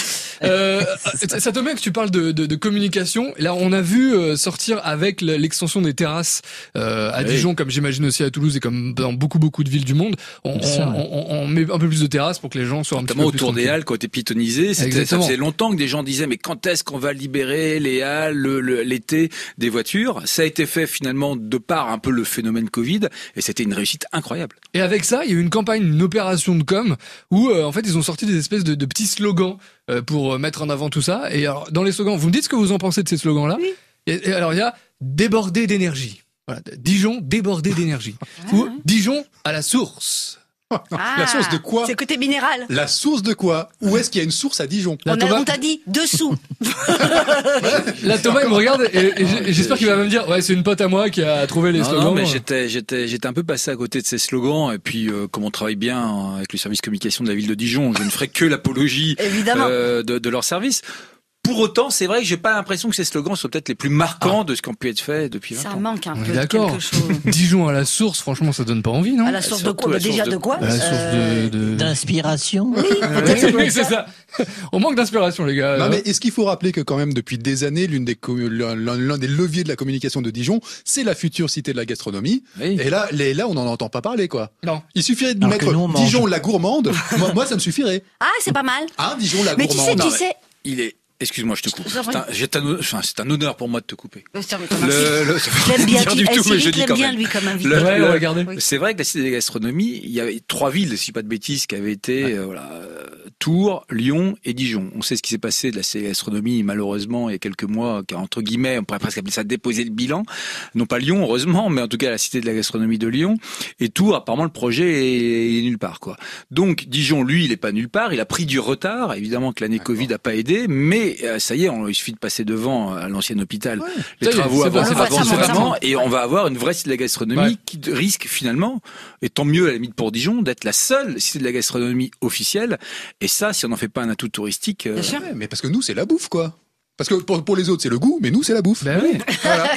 Speaker 1: Euh, ça ça tombe bien que tu parles de, de, de communication. Là, on a vu euh, sortir avec le- l'extension des terrasses euh, à
Speaker 4: Oui.
Speaker 1: Dijon, comme j'imagine aussi à Toulouse et comme dans beaucoup beaucoup de villes du monde, on,
Speaker 5: Bien sûr,
Speaker 1: on- on- on met un peu plus de terrasses pour que les gens soient un petit peu
Speaker 4: Notamment
Speaker 1: plus
Speaker 4: autour des
Speaker 1: tranquilles.
Speaker 4: Halles qui ont été piétonnisées. C'était- Ça
Speaker 1: Exactement.
Speaker 4: faisait longtemps que des gens disaient mais quand est-ce qu'on va libérer les Halles le- le- l'été des voitures Ça a été fait finalement de par un peu le phénomène Covid et c'était une réussite incroyable.
Speaker 1: Et avec ça, il y a eu une campagne, une opération de com où euh, en fait ils ont sorti des espèces de, de petits slogans euh, pour euh, mettre en avant tout ça. Et alors dans les slogans, vous me dites ce que vous en pensez de ces slogans-là et, et alors il y a déborder d'énergie. Voilà, Dijon débordé d'énergie ou Dijon à la source.
Speaker 2: Ah,
Speaker 3: La source de quoi
Speaker 2: C'est le côté minéral.
Speaker 3: La source de quoi Où est-ce qu'il y a une source à Dijon
Speaker 2: On
Speaker 1: Là,
Speaker 2: a-
Speaker 1: Thomas-
Speaker 2: on t'a dit dessous.
Speaker 1: Là Thomas il me regarde et, et j'- et j'espère qu'il va me dire ouais c'est une pote à moi qui a trouvé les
Speaker 4: Non,
Speaker 1: slogans. euh.
Speaker 4: non, mais j'étais, j'étais, j'étais un peu passé à côté de ces slogans. Et puis, euh, comme on travaille bien euh, avec le service communication de la ville de Dijon, je ne ferai que l'apologie
Speaker 2: Évidemment.
Speaker 4: euh, de, de leur service. Pour autant, c'est vrai que j'ai pas l'impression que ces slogans soient peut-être les plus
Speaker 1: Ah.
Speaker 4: marquants de ce qui a pu être fait depuis 20
Speaker 2: Ça
Speaker 4: ans.
Speaker 2: manque un
Speaker 1: On est
Speaker 2: peu de
Speaker 1: d'accord.
Speaker 2: quelque chose.
Speaker 1: Dijon à la source, franchement ça donne pas envie non
Speaker 2: À la source de
Speaker 4: surtout
Speaker 2: quoi Bah,
Speaker 4: la source
Speaker 2: Déjà
Speaker 4: de-
Speaker 2: de quoi
Speaker 1: À la source
Speaker 2: Euh,
Speaker 1: de, de-
Speaker 5: D'inspiration.
Speaker 1: Oui, c'est ça. On manque d'inspiration les gars.
Speaker 3: Non,
Speaker 1: Alors.
Speaker 3: mais est-ce qu'il faut rappeler que quand même depuis des années l'une des commu- l'un l'un des leviers de la communication de Dijon, c'est la future cité de la gastronomie.
Speaker 4: Oui.
Speaker 3: Et là, les, là, on n'en entend pas parler quoi.
Speaker 1: Non.
Speaker 3: Il suffirait de
Speaker 5: Alors que
Speaker 3: mettre
Speaker 5: nous, on mange.
Speaker 3: Dijon la gourmande. moi, moi, ça me suffirait.
Speaker 2: Ah, c'est pas mal.
Speaker 3: Hein, Dijon la
Speaker 2: Mais tu sais,
Speaker 3: gourmande.
Speaker 2: tu sais.
Speaker 4: Il est, excuse-moi, je te coupe.
Speaker 2: Je vous
Speaker 4: C'est
Speaker 2: en prie.
Speaker 4: un, j'ai un- enfin, c'est un honneur pour moi de te couper.
Speaker 2: Je
Speaker 4: le,
Speaker 2: l'aime bien,
Speaker 4: dire
Speaker 2: tu-
Speaker 4: du
Speaker 2: eh,
Speaker 4: tout, mais
Speaker 2: Cyril,
Speaker 4: je
Speaker 2: tu
Speaker 4: dis
Speaker 2: l'aimes
Speaker 4: quand
Speaker 2: bien,
Speaker 4: même.
Speaker 2: lui, comme invité.
Speaker 4: Le-
Speaker 1: Ouais,
Speaker 4: le-
Speaker 3: Euh,
Speaker 1: regardez.
Speaker 2: Oui.
Speaker 4: C'est vrai que la cité des gastronomies, il y avait trois villes, si je dis pas de bêtises, qui avaient été euh, voilà, euh, Tours, Lyon et Dijon. On sait ce qui s'est passé de la cité des gastronomies, malheureusement, il y a quelques mois, qui a, entre guillemets, on pourrait presque appeler ça déposer le bilan. Non pas Lyon, heureusement, mais en tout cas la cité de la gastronomie de Lyon. Et Tours, apparemment, le projet est, est nulle part. quoi. Donc Dijon, lui, il est pas nulle part, il a pris du retard. Évidemment que l'année Covid n'a pas aidé, mais euh, ça y est, on, il suffit de passer devant euh, à l'ancien hôpital. Les
Speaker 1: Ça y est,
Speaker 4: travaux
Speaker 1: c'est bon,
Speaker 4: avancent
Speaker 2: c'est bon,
Speaker 4: avancent
Speaker 2: ça monte, ça
Speaker 4: vraiment
Speaker 2: monte.
Speaker 4: et on va avoir une vraie cité de la gastronomie
Speaker 1: Ouais.
Speaker 4: qui risque finalement, et tant mieux à la limite pour Dijon, d'être la seule cité de la gastronomie officielle. Et ça, si on n'en fait pas un atout touristique, euh,
Speaker 2: Bien sûr.
Speaker 3: Ouais, mais parce que nous, c'est la bouffe quoi. Parce que pour, pour les autres, c'est le goût, mais nous, c'est la bouffe.
Speaker 1: Ben oui.
Speaker 3: Voilà.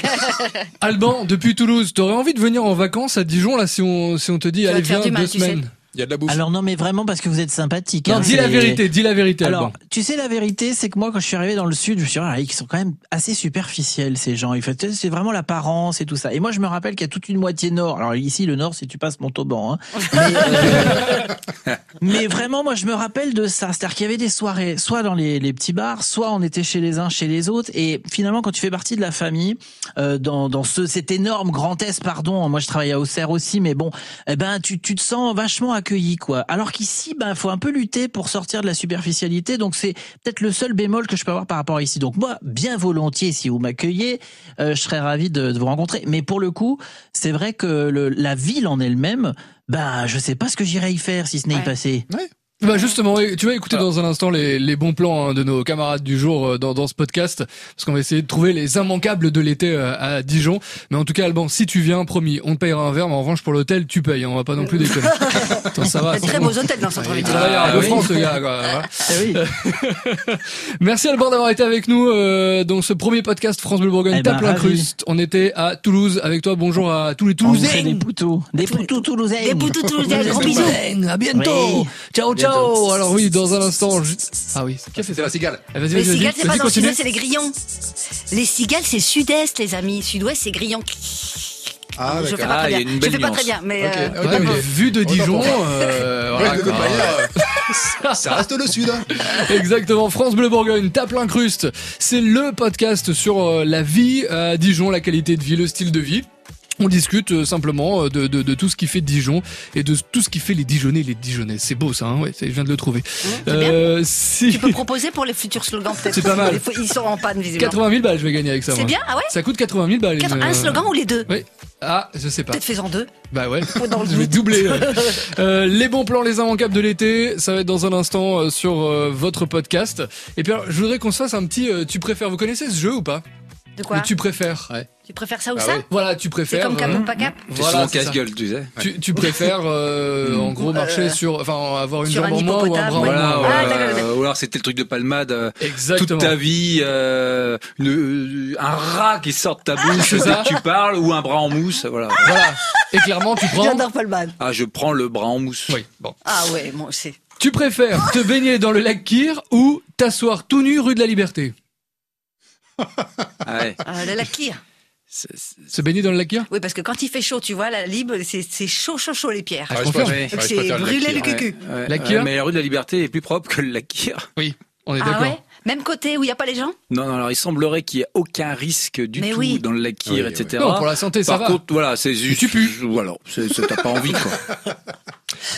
Speaker 1: Alban, depuis Toulouse, t'aurais envie de venir en vacances à Dijon là si on si on te dit
Speaker 2: vas
Speaker 1: allez
Speaker 2: te faire
Speaker 1: viens
Speaker 2: du mal,
Speaker 1: deux
Speaker 2: tu sais.
Speaker 1: semaines.
Speaker 3: Il y a de la bouffe.
Speaker 5: Alors non, mais vraiment parce que vous êtes sympathique.
Speaker 1: Non,
Speaker 5: hein,
Speaker 1: dis la
Speaker 5: c'est-
Speaker 1: vérité, dis la vérité
Speaker 5: Alors,
Speaker 1: Alban.
Speaker 5: tu sais, la vérité, c'est que moi, quand je suis arrivé dans le sud, je me suis dit, ah, ils sont quand même assez superficiels, ces gens. Il fait, tu sais, c'est vraiment l'apparence et tout ça. Et moi, je me rappelle qu'il y a toute une moitié nord. Alors, ici, le nord, si tu passes Montauban. hein. Mais, euh, mais vraiment, moi, je me rappelle de ça. C'est-à-dire qu'il y avait des soirées, soit dans les, les petits bars, soit on était chez les uns, chez les autres. Et finalement, quand tu fais partie de la famille, euh, dans, dans ce, cet énorme grand S, pardon, moi, je travaille à Auxerre aussi, mais bon, eh ben tu, tu te sens vachement accueilli quoi. Alors qu'ici ben faut un peu lutter pour sortir de la superficialité donc c'est peut-être le seul bémol que je peux avoir par rapport à ici. Donc moi bien volontiers si vous m'accueillez, euh, je serais ravi de, de vous rencontrer mais pour le coup, c'est vrai que le- la ville en elle-même ben je sais pas ce que j'irai y faire si ce n'est
Speaker 2: Ouais.
Speaker 5: y passer.
Speaker 1: Bah justement, et tu vas écouter dans un instant les, les bons plans hein, de nos camarades du jour euh, dans, dans ce podcast, parce qu'on va essayer de trouver les immanquables de l'été euh, à Dijon. Mais en tout cas, Alban, si tu viens, promis, on te payera un verre, mais en revanche pour l'hôtel, tu payes. hein, on va pas non plus déconner. Attends, ça va.
Speaker 2: Des
Speaker 1: Ah, c'est
Speaker 2: très
Speaker 1: bon.
Speaker 2: beaux hôtels dans le
Speaker 1: Il
Speaker 2: centre-ville.
Speaker 1: travaille à
Speaker 4: Ah,
Speaker 1: Radio
Speaker 4: oui.
Speaker 1: France, le gars. quoi, voilà.
Speaker 5: oui.
Speaker 1: Merci Alban d'avoir été avec nous euh, dans ce premier podcast France Bleu Bourgogne
Speaker 5: Eh ben,
Speaker 1: tape l'incruste. On était à Toulouse avec toi. Bonjour à tous les Toulousains.
Speaker 5: des poutous, des poutous toulousains.
Speaker 2: Des poutous toulousains, gros bisous.
Speaker 1: Toulousains. À bientôt.
Speaker 5: Oui.
Speaker 1: Ciao ciao.
Speaker 5: Bientôt.
Speaker 1: Alors oui, dans un instant. ju- Ah oui. Qu'est-ce que
Speaker 3: C'est
Speaker 1: c'est
Speaker 3: la cigale.
Speaker 1: Ah, Vas-y,
Speaker 2: Les cigales,
Speaker 1: vas-y, vas-y.
Speaker 2: c'est pas
Speaker 1: Vas-y,
Speaker 2: dans le
Speaker 1: continue.
Speaker 2: sud-est, c'est les grillons. Les cigales, c'est sud-est, les amis. Sud-ouest, c'est grillons.
Speaker 3: Ah,
Speaker 2: je fais
Speaker 3: d'accord.
Speaker 2: pas
Speaker 4: Ah,
Speaker 2: très
Speaker 4: il y a
Speaker 2: bien.
Speaker 4: une
Speaker 2: Je
Speaker 4: belle
Speaker 2: fais pas
Speaker 1: Ah,
Speaker 4: nuance.
Speaker 2: très bien, mais.
Speaker 3: Ok.
Speaker 2: euh,
Speaker 1: Ouais, mais
Speaker 3: Ok.
Speaker 1: vu de
Speaker 3: Autant
Speaker 1: Dijon,
Speaker 3: pour
Speaker 1: euh, voilà,
Speaker 3: Ouais, de
Speaker 1: quoi.
Speaker 3: manière, euh, Ça reste le Sud. hein.
Speaker 1: Exactement, France Bleu Bourgogne, tape l'incruste. C'est le podcast sur euh, la vie à Dijon, la qualité de vie, le style de vie. On discute euh, simplement euh, de, de- de tout ce qui fait Dijon et de tout ce qui fait les Dijonnais et les Dijonnaises. C'est beau ça, hein ouais, c'est- je viens de le trouver.
Speaker 2: c'est Eh bien.
Speaker 1: si...
Speaker 2: Tu peux proposer pour les futurs slogans, peut-être.
Speaker 1: Euh, C'est pas mal.
Speaker 2: Il faut- Ils sont en panne, visiblement.
Speaker 1: 80 000 balles, je vais gagner avec ça.
Speaker 2: C'est
Speaker 1: moi.
Speaker 2: bien, ah ouais
Speaker 1: Ça coûte 80 000 balles.
Speaker 2: Quatre-
Speaker 1: une, euh,
Speaker 2: Un slogan ou les deux
Speaker 1: Oui. Ah, je sais pas.
Speaker 2: Peut-être fais-en deux.
Speaker 1: Bah ouais.
Speaker 2: dans le
Speaker 1: je vais
Speaker 2: doute.
Speaker 1: doubler. ouais. Euh, les bons plans, les immanquables de l'été, ça va être dans un instant euh, sur euh, votre podcast. Et puis alors, je voudrais qu'on se fasse un petit. euh, tu préfères Vous connaissez ce jeu ou pas
Speaker 2: De quoi
Speaker 1: Le tu préfères.
Speaker 2: Tu préfères ça ou
Speaker 3: Bah
Speaker 2: ça
Speaker 3: ouais.
Speaker 1: Voilà, tu
Speaker 2: C'est
Speaker 1: préfères.
Speaker 2: comme cap
Speaker 1: euh,
Speaker 2: ou pas cap
Speaker 4: C'est
Speaker 1: voilà,
Speaker 4: souvent
Speaker 1: c'est ça.
Speaker 4: casse-gueule, tu sais.
Speaker 1: Tu, tu préfères euh, en gros marcher
Speaker 2: Euh,
Speaker 1: sur, enfin avoir une
Speaker 2: sur
Speaker 1: jambe
Speaker 2: un
Speaker 1: en moins ou un
Speaker 2: hippopotame,
Speaker 1: bras en
Speaker 2: ouais.
Speaker 1: moins.
Speaker 4: Voilà,
Speaker 2: Ah,
Speaker 4: euh,
Speaker 2: d'accord, d'accord.
Speaker 4: ou alors c'était le truc de palmade. euh,
Speaker 1: Exactement.
Speaker 4: Toute ta vie, euh, le- un rat qui sort de ta bouche
Speaker 1: Ah, C'est
Speaker 4: dès
Speaker 1: ça.
Speaker 4: que tu parles, ou un bras en mousse, voilà.
Speaker 1: Voilà. Et clairement, tu prends.
Speaker 2: J'adore Palman.
Speaker 4: Ah, je prends le bras en mousse.
Speaker 1: Oui. Bon.
Speaker 2: Ah ouais, moi aussi.
Speaker 1: Tu préfères te baigner dans le lac Kyr ou t'asseoir tout nu rue de la Liberté
Speaker 4: Ah ouais.
Speaker 2: Ah, la laquire.
Speaker 4: C'est- c'est-
Speaker 1: Se baigner dans le lac Kyr
Speaker 2: Oui, parce que quand il fait chaud, tu vois, la libre, c'est c'est chaud, chaud, chaud les pierres.
Speaker 1: Ah, je
Speaker 3: Ouais,
Speaker 1: confirme.
Speaker 3: préfère-
Speaker 2: Donc
Speaker 3: ouais, je
Speaker 2: c'est
Speaker 3: préfère hein.
Speaker 2: brûler
Speaker 3: Lakir.
Speaker 2: le
Speaker 4: ouais,
Speaker 2: cucu.
Speaker 4: ouais,
Speaker 1: La Kir
Speaker 4: ouais, Mais la rue de la liberté est plus propre que la Kir.
Speaker 1: Oui. On est
Speaker 2: Ah
Speaker 1: d'accord.
Speaker 2: ouais Même côté où il n'y a pas les gens
Speaker 4: Non, non, alors il semblerait qu'il n'y ait aucun risque du
Speaker 2: Mais
Speaker 4: tout
Speaker 2: oui.
Speaker 4: dans le lac Kir,
Speaker 3: Oui, oui.
Speaker 4: etc.
Speaker 1: Non, pour la santé, ça
Speaker 4: Par
Speaker 1: va.
Speaker 4: contre, voilà, c'est juste.
Speaker 1: tu pues.
Speaker 4: Voilà, c'est- c'est- t'as pas envie, quoi.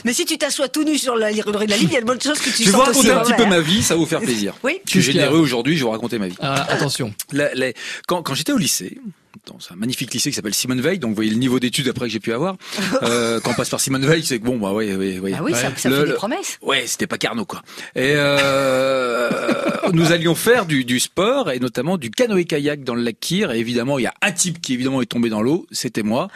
Speaker 2: Mais si tu t'assois tout nu sur la rue de la libre, il y a de bonnes choses que hein. tu
Speaker 4: Je vais vous
Speaker 2: sortes aussi.
Speaker 4: raconter un
Speaker 2: dans
Speaker 4: petit
Speaker 2: le
Speaker 4: peu
Speaker 2: verre.
Speaker 4: ma vie, ça va vous faire plaisir.
Speaker 2: Oui.
Speaker 4: Je suis généreux aujourd'hui, je vais vous raconter ma vie.
Speaker 1: Ah, attention.
Speaker 4: La- la- quand quand j'étais au lycée, dans un magnifique lycée qui s'appelle Simone Veil, donc vous voyez le niveau d'études après que j'ai pu avoir, euh, quand on passe par Simone Veil, c'est que bon, bah ouais, ouais, ouais.
Speaker 2: Ah oui, ça, ça
Speaker 4: Le-
Speaker 2: fait des
Speaker 4: le-
Speaker 2: promesses.
Speaker 4: Ouais, c'était pas Carnot quoi. Et euh, nous allions faire du, du sport et notamment du canoë-kayak dans le lac Kyr. Et évidemment, il y a un type qui évidemment est tombé dans l'eau, c'était moi.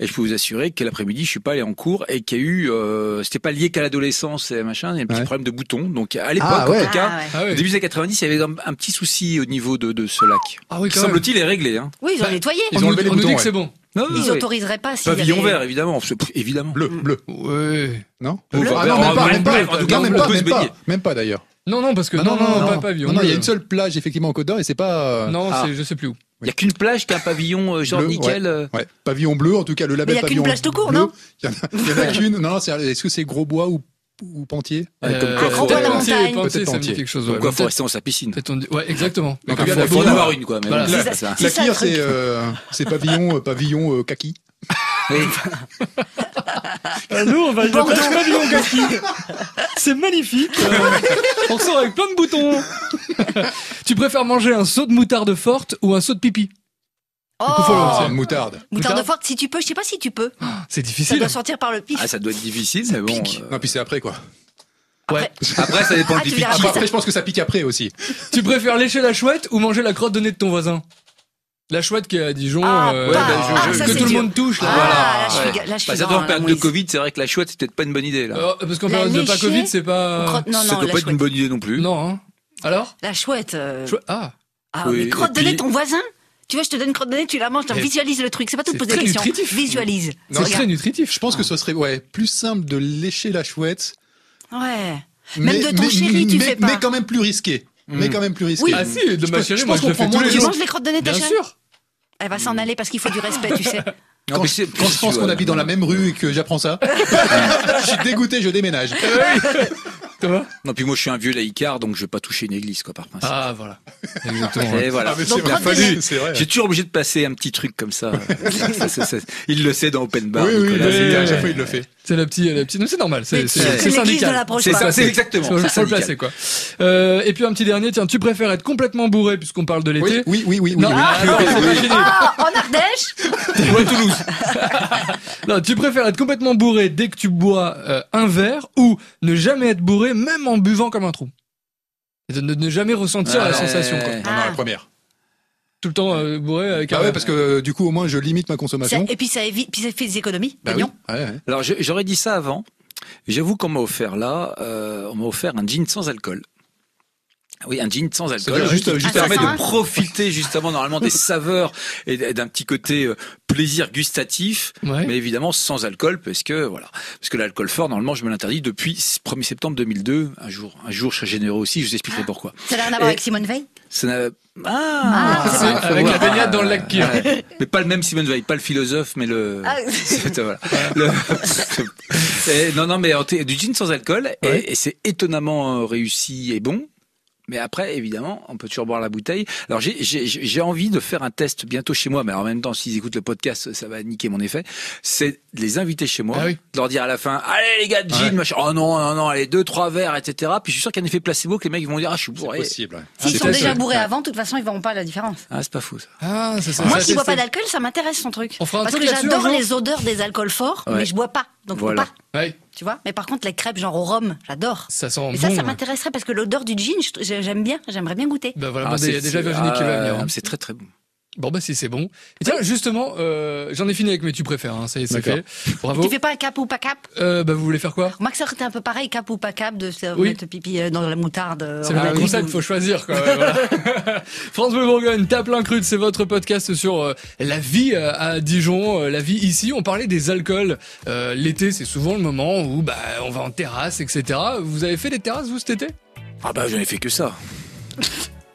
Speaker 4: Et je peux vous assurer que l'après-midi, je suis pas allé en cours et qu'il y a eu, euh, c'était pas lié qu'à l'adolescence et machin, il y a un petit
Speaker 3: Ouais.
Speaker 4: problème de bouton. Donc à l'époque,
Speaker 3: Ah ouais.
Speaker 4: en tout cas,
Speaker 2: Ah ouais.
Speaker 1: Ah
Speaker 4: au
Speaker 1: oui.
Speaker 4: début des années 90, il y avait un, un petit souci au niveau de, de ce lac.
Speaker 1: Ah oui,
Speaker 4: Qui
Speaker 1: quand même.
Speaker 4: semble-t-il est réglé. Hein.
Speaker 2: Oui, ils ont
Speaker 1: Bah,
Speaker 2: nettoyé.
Speaker 1: Ils
Speaker 3: ont
Speaker 1: ont
Speaker 3: enlevé les
Speaker 1: on nous dit
Speaker 3: boutons,
Speaker 1: que c'est bon.
Speaker 4: Non,
Speaker 2: Ils
Speaker 4: oui.
Speaker 2: autoriseraient pas s'il y
Speaker 4: Pavillon
Speaker 2: avait-
Speaker 4: vert, évidemment. Pff, Évidemment.
Speaker 3: Bleu,
Speaker 2: Mm.
Speaker 3: bleu.
Speaker 1: Ouais.
Speaker 3: Non
Speaker 4: Bleu.
Speaker 3: Ah non, même pas, même pas,
Speaker 4: Bref, en tout cas,
Speaker 3: non, même
Speaker 4: on
Speaker 3: pas,
Speaker 4: peut
Speaker 3: même
Speaker 4: se
Speaker 3: pas,
Speaker 4: baigner.
Speaker 3: même pas d'ailleurs.
Speaker 1: Non, non, parce que non, non, pas pavillon.
Speaker 3: Bah Non, non, il y a
Speaker 1: bleu.
Speaker 3: une seule plage effectivement en Côte d'Or et c'est pas. euh,
Speaker 1: Non,
Speaker 4: Ah.
Speaker 1: c'est- je sais plus où.
Speaker 4: Il y a qu'une plage qui a un pavillon euh, genre
Speaker 3: Bleu,
Speaker 4: nickel. euh,
Speaker 3: Ouais, pavillon bleu, en tout cas le label
Speaker 2: Mais il y a qu'une
Speaker 3: pavillon
Speaker 2: plage tout court,
Speaker 3: bleu.
Speaker 2: non
Speaker 3: Il y en a- il y en a qu'une. Non, c'est- est-ce que c'est Gros Bois ou, ou Pentier
Speaker 4: ouais, comme
Speaker 1: Euh,
Speaker 4: quoi,
Speaker 2: Ah,
Speaker 4: faut,
Speaker 2: Grand-Bois, la
Speaker 1: Pentier,
Speaker 2: montagne.
Speaker 1: Pentier,
Speaker 3: Peut-être
Speaker 1: ça me dit
Speaker 3: Pentier.
Speaker 1: quelque chose.
Speaker 4: comme
Speaker 1: ouais.
Speaker 4: quoi, faut
Speaker 1: Peut-être-
Speaker 4: rester dans sa piscine.
Speaker 1: peut-être on dit- Ouais, exactement. Mais
Speaker 4: Il
Speaker 1: comme il y a
Speaker 4: faut,
Speaker 1: la
Speaker 4: faut en
Speaker 1: boule-
Speaker 4: avoir une, quoi. Mais
Speaker 1: Voilà.
Speaker 4: bon,
Speaker 1: C'est
Speaker 4: c'est ça.
Speaker 2: C'est
Speaker 3: La
Speaker 2: ça, le
Speaker 3: Kir,
Speaker 2: truc.
Speaker 3: c'est euh, c'est pavillon, euh, pavillon euh, kaki.
Speaker 1: Nous, on va
Speaker 2: Bordeaux.
Speaker 1: le pavillon kaki. C'est magnifique. Euh, on sort avec plein de boutons. tu préfères manger un seau de moutarde forte ou un seau de pipi
Speaker 3: C'est
Speaker 2: Oh
Speaker 3: une moutarde.
Speaker 2: Moutarde
Speaker 1: Moutarde.
Speaker 2: forte, si tu peux, je sais pas si tu peux.
Speaker 1: C'est
Speaker 2: Ça
Speaker 1: difficile.
Speaker 2: doit sortir par le pif.
Speaker 4: Ah, ça doit être difficile, mais bon. euh,
Speaker 3: Non, puis c'est après quoi.
Speaker 1: Ouais.
Speaker 4: Après, ça dépend
Speaker 2: Ah,
Speaker 4: du
Speaker 2: tu
Speaker 4: pic.
Speaker 2: verras après, ça-
Speaker 3: Après, après, je pense que ça pique après aussi.
Speaker 1: tu préfères lécher la chouette ou manger la crotte de nez de ton voisin La chouette qui est à Dijon,
Speaker 2: Ah,
Speaker 1: euh,
Speaker 4: bah,
Speaker 1: bah,
Speaker 4: ah,
Speaker 1: je-
Speaker 4: ça,
Speaker 1: que
Speaker 4: c'est
Speaker 1: tout le
Speaker 2: dur.
Speaker 1: monde touche. là.
Speaker 2: Ah,
Speaker 4: Voilà.
Speaker 2: là, je suis,
Speaker 4: Ouais.
Speaker 2: là, je suis
Speaker 4: Bah, surtout
Speaker 2: dans
Speaker 4: en
Speaker 2: la Ah,
Speaker 4: période de
Speaker 2: mouise.
Speaker 4: Covid, c'est vrai que la chouette, c'est peut-être pas une bonne idée, là.
Speaker 1: Euh, parce qu'en
Speaker 2: La
Speaker 1: période de pas
Speaker 2: lécher
Speaker 1: Covid, c'est
Speaker 2: Ou
Speaker 1: pas.
Speaker 2: crotte- Non,
Speaker 4: ça
Speaker 2: non,
Speaker 4: doit
Speaker 2: la
Speaker 4: pas être une
Speaker 2: chouette.
Speaker 4: bonne idée non plus.
Speaker 1: Non. hein. Alors
Speaker 2: La chouette. euh,
Speaker 1: Chou- Ah,
Speaker 2: Ah,
Speaker 4: Oui,
Speaker 2: mais crotte de
Speaker 4: et
Speaker 2: nez,
Speaker 4: puis-
Speaker 2: ton voisin Tu vois, je te donne une crotte de nez, tu la manges, t'en
Speaker 1: Et-
Speaker 2: visualises le truc. C'est pas tout de
Speaker 1: c'est
Speaker 2: poser des
Speaker 1: très
Speaker 2: questions.
Speaker 1: nutritif.
Speaker 2: Visualise.
Speaker 1: c'est
Speaker 2: Regarde.
Speaker 1: très nutritif.
Speaker 3: Je pense que ce serait ouais plus simple de lécher la chouette.
Speaker 2: Ouais.
Speaker 3: mais-
Speaker 2: Même de ton
Speaker 3: mais-
Speaker 2: chéri, tu
Speaker 3: mais-
Speaker 2: fais pas.
Speaker 3: Mais quand même plus risqué.
Speaker 4: Mm.
Speaker 3: Mais quand même plus risqué.
Speaker 2: Oui.
Speaker 1: Ah si, de
Speaker 3: Je
Speaker 1: ma
Speaker 3: pense-
Speaker 1: chérie,
Speaker 3: je
Speaker 1: moi
Speaker 3: pense
Speaker 1: je le
Speaker 3: qu'on
Speaker 1: fais
Speaker 3: prend
Speaker 1: tous
Speaker 3: moins
Speaker 1: les
Speaker 3: de
Speaker 2: Tu
Speaker 1: jours.
Speaker 2: manges les crottes de nez de ta
Speaker 1: Bien
Speaker 2: chérie
Speaker 1: sûr.
Speaker 2: Elle va s'en aller parce qu'il faut du respect, tu sais.
Speaker 4: Non,
Speaker 3: Quand,
Speaker 4: mais c'est-
Speaker 3: je, quand je pense qu'on
Speaker 4: ouais.
Speaker 3: habite dans la même rue et que j'apprends ça, je suis dégoûté, je déménage.
Speaker 1: Thomas
Speaker 4: Non, puis moi, je suis un vieux laïcard, donc je vais pas toucher une église, quoi, par principe.
Speaker 1: Ah voilà. Exactement.
Speaker 4: Et voilà.
Speaker 3: Ah, mais
Speaker 2: Donc,
Speaker 3: c'est vrai.
Speaker 2: crotte de nez.
Speaker 3: C'est vrai.
Speaker 4: J'ai toujours obligé de passer un petit truc comme ça. Ça, ça, ça. Il le sait dans Open Bar.
Speaker 3: oui, oui,
Speaker 4: Bah, Nicolas,
Speaker 1: oui,
Speaker 4: c'est-
Speaker 1: oui,
Speaker 3: à
Speaker 1: oui.
Speaker 3: chaque fois il le fait.
Speaker 1: C'est la petite, la petite. Non, c'est normal. C'est
Speaker 2: Mais
Speaker 1: c'est-
Speaker 4: c'est-
Speaker 1: c'est
Speaker 4: c'est
Speaker 2: l'église
Speaker 1: syndical.
Speaker 2: de la proche-
Speaker 4: C'est ça, c'est exactement.
Speaker 1: Faut,
Speaker 4: ça,
Speaker 1: faut le
Speaker 4: syndical.
Speaker 1: placer quoi. Euh, et puis un petit dernier. Tiens, tu préfères être complètement bourré puisqu'on parle de
Speaker 3: Oui,
Speaker 1: l'été
Speaker 3: oui, oui, oui.
Speaker 1: Non,
Speaker 3: oui.
Speaker 1: attends, c'est pas fini.
Speaker 2: Ah, en Ardèche
Speaker 4: Ou à Toulouse.
Speaker 1: Non, tu préfères être complètement bourré dès que tu bois euh, un verre ou ne jamais être bourré même en buvant comme un trou. Et de ne, ne jamais ressentir la
Speaker 4: Ouais.
Speaker 1: sensation. quoi.
Speaker 3: Non, non,
Speaker 2: Ah.
Speaker 3: la première.
Speaker 1: Tout le temps euh, bourré avec un
Speaker 3: Ah ouais,
Speaker 1: verre.
Speaker 3: parce que euh, du coup, au moins, je limite ma
Speaker 2: Ça-
Speaker 3: consommation.
Speaker 2: Et puis ça, évite, puis ça fait des économies,
Speaker 3: Bah oui.
Speaker 2: pognon.
Speaker 3: Ouais, ouais.
Speaker 4: Alors, je- j'aurais dit ça avant. J'avoue qu'on m'a offert là, euh, on m'a offert un jean sans alcool. Oui, un gin sans alcool.
Speaker 3: C'est-à-dire juste-
Speaker 4: qui
Speaker 3: juste
Speaker 4: te permet
Speaker 2: avant, hein.
Speaker 4: de profiter justement normalement des saveurs et d'un petit côté euh, plaisir gustatif,
Speaker 1: Ouais.
Speaker 4: mais évidemment sans alcool parce que voilà, parce que l'alcool fort normalement je me l'interdis depuis 1er septembre 2002. Un jour, un jour je serai généreux aussi, je vous
Speaker 3: Ah.
Speaker 4: expliquerai pourquoi.
Speaker 2: Ça n'a rien à
Speaker 4: Et-
Speaker 2: voir avec Simone Veil
Speaker 4: Ça n'a
Speaker 2: Ah, c'est
Speaker 4: faut
Speaker 1: Avec
Speaker 4: voir.
Speaker 1: la baignade dans le lac Kyr.
Speaker 4: Ouais. Mais pas le même Simone Veil, pas le philosophe, mais le.
Speaker 2: Ah.
Speaker 4: C'est- voilà. Le- Et non, non, mais en thé- du gin sans alcool, et-
Speaker 1: Ouais.
Speaker 4: et, c'est étonnamment euh, réussi et bon. Mais après, évidemment, on peut toujours boire la bouteille. Alors, j'ai- j'ai j'ai- j'ai envie de faire un test bientôt chez moi, mais en même temps, s'ils écoutent le podcast, ça va niquer mon effet. C'est de les inviter chez moi,
Speaker 1: Ah oui.
Speaker 4: de leur dire à la fin, allez les gars, de gin,
Speaker 3: Ouais.
Speaker 4: machin. Oh non, non, non, allez, deux, trois verres, etc. Puis je suis sûr qu'il y a un effet placebo que les mecs vont dire, ah, je suis
Speaker 3: C'est
Speaker 4: bourré.
Speaker 3: possible. ouais.
Speaker 2: S'ils
Speaker 4: c'est
Speaker 2: sont déjà
Speaker 4: possible.
Speaker 2: bourrés
Speaker 4: Ouais.
Speaker 2: avant, de toute façon, ils verront pas la différence.
Speaker 4: Ah, c'est pas fou, ça.
Speaker 1: Ah, c'est Ah. ça.
Speaker 2: Moi
Speaker 1: Ça,
Speaker 2: qui bois
Speaker 1: c'est-
Speaker 2: pas d'alcool, ça m'intéresse son truc.
Speaker 1: On fera un
Speaker 2: Parce que
Speaker 1: truc là-dessus un
Speaker 2: j'adore
Speaker 1: jour.
Speaker 2: les odeurs des alcools forts,
Speaker 4: Ouais.
Speaker 2: mais je bois pas. Donc je
Speaker 4: Voilà.
Speaker 2: peux pas,
Speaker 1: Ouais,
Speaker 2: tu vois. Mais par contre, les crêpes genre au rhum, j'adore.
Speaker 1: ça
Speaker 2: Et
Speaker 1: sent bon. hein.
Speaker 2: ça, ça
Speaker 1: ouais.
Speaker 2: m'intéresserait parce que l'odeur du gin, je- j'aime bien, j'aimerais bien goûter.
Speaker 1: Bah voilà,
Speaker 4: Ah,
Speaker 1: bon, il y a
Speaker 4: c'est-
Speaker 1: déjà Virginie qui va
Speaker 4: ah,
Speaker 1: venir. hein.
Speaker 4: C'est très, très bon.
Speaker 1: Bon bah si c'est bon. Et tiens, justement, euh, j'en ai fini avec mes tu préfères, hein, ça y est, c'est fait.
Speaker 3: D'accord.
Speaker 1: Bravo.
Speaker 2: Tu fais pas un cap ou pas cap
Speaker 1: Euh, bah vous voulez faire quoi
Speaker 2: Moi, que ça aurait été un peu pareil, cap ou pas cap, de se
Speaker 1: Oui.
Speaker 2: mettre pipi euh, dans la moutarde. euh,
Speaker 1: C'est
Speaker 2: en
Speaker 1: le même
Speaker 2: Belgique
Speaker 1: concept,
Speaker 2: ou-
Speaker 1: faut choisir quoi. ouais, voilà. France Bleu Bourgogne, tape plein crude, c'est votre podcast sur euh, la vie euh, à Dijon, euh, la vie ici. On parlait des alcools. Euh, L'été, c'est souvent le moment où bah on va en terrasse, etc. Vous avez fait des terrasses vous cet été
Speaker 4: Ah bah j'en ai fait que ça.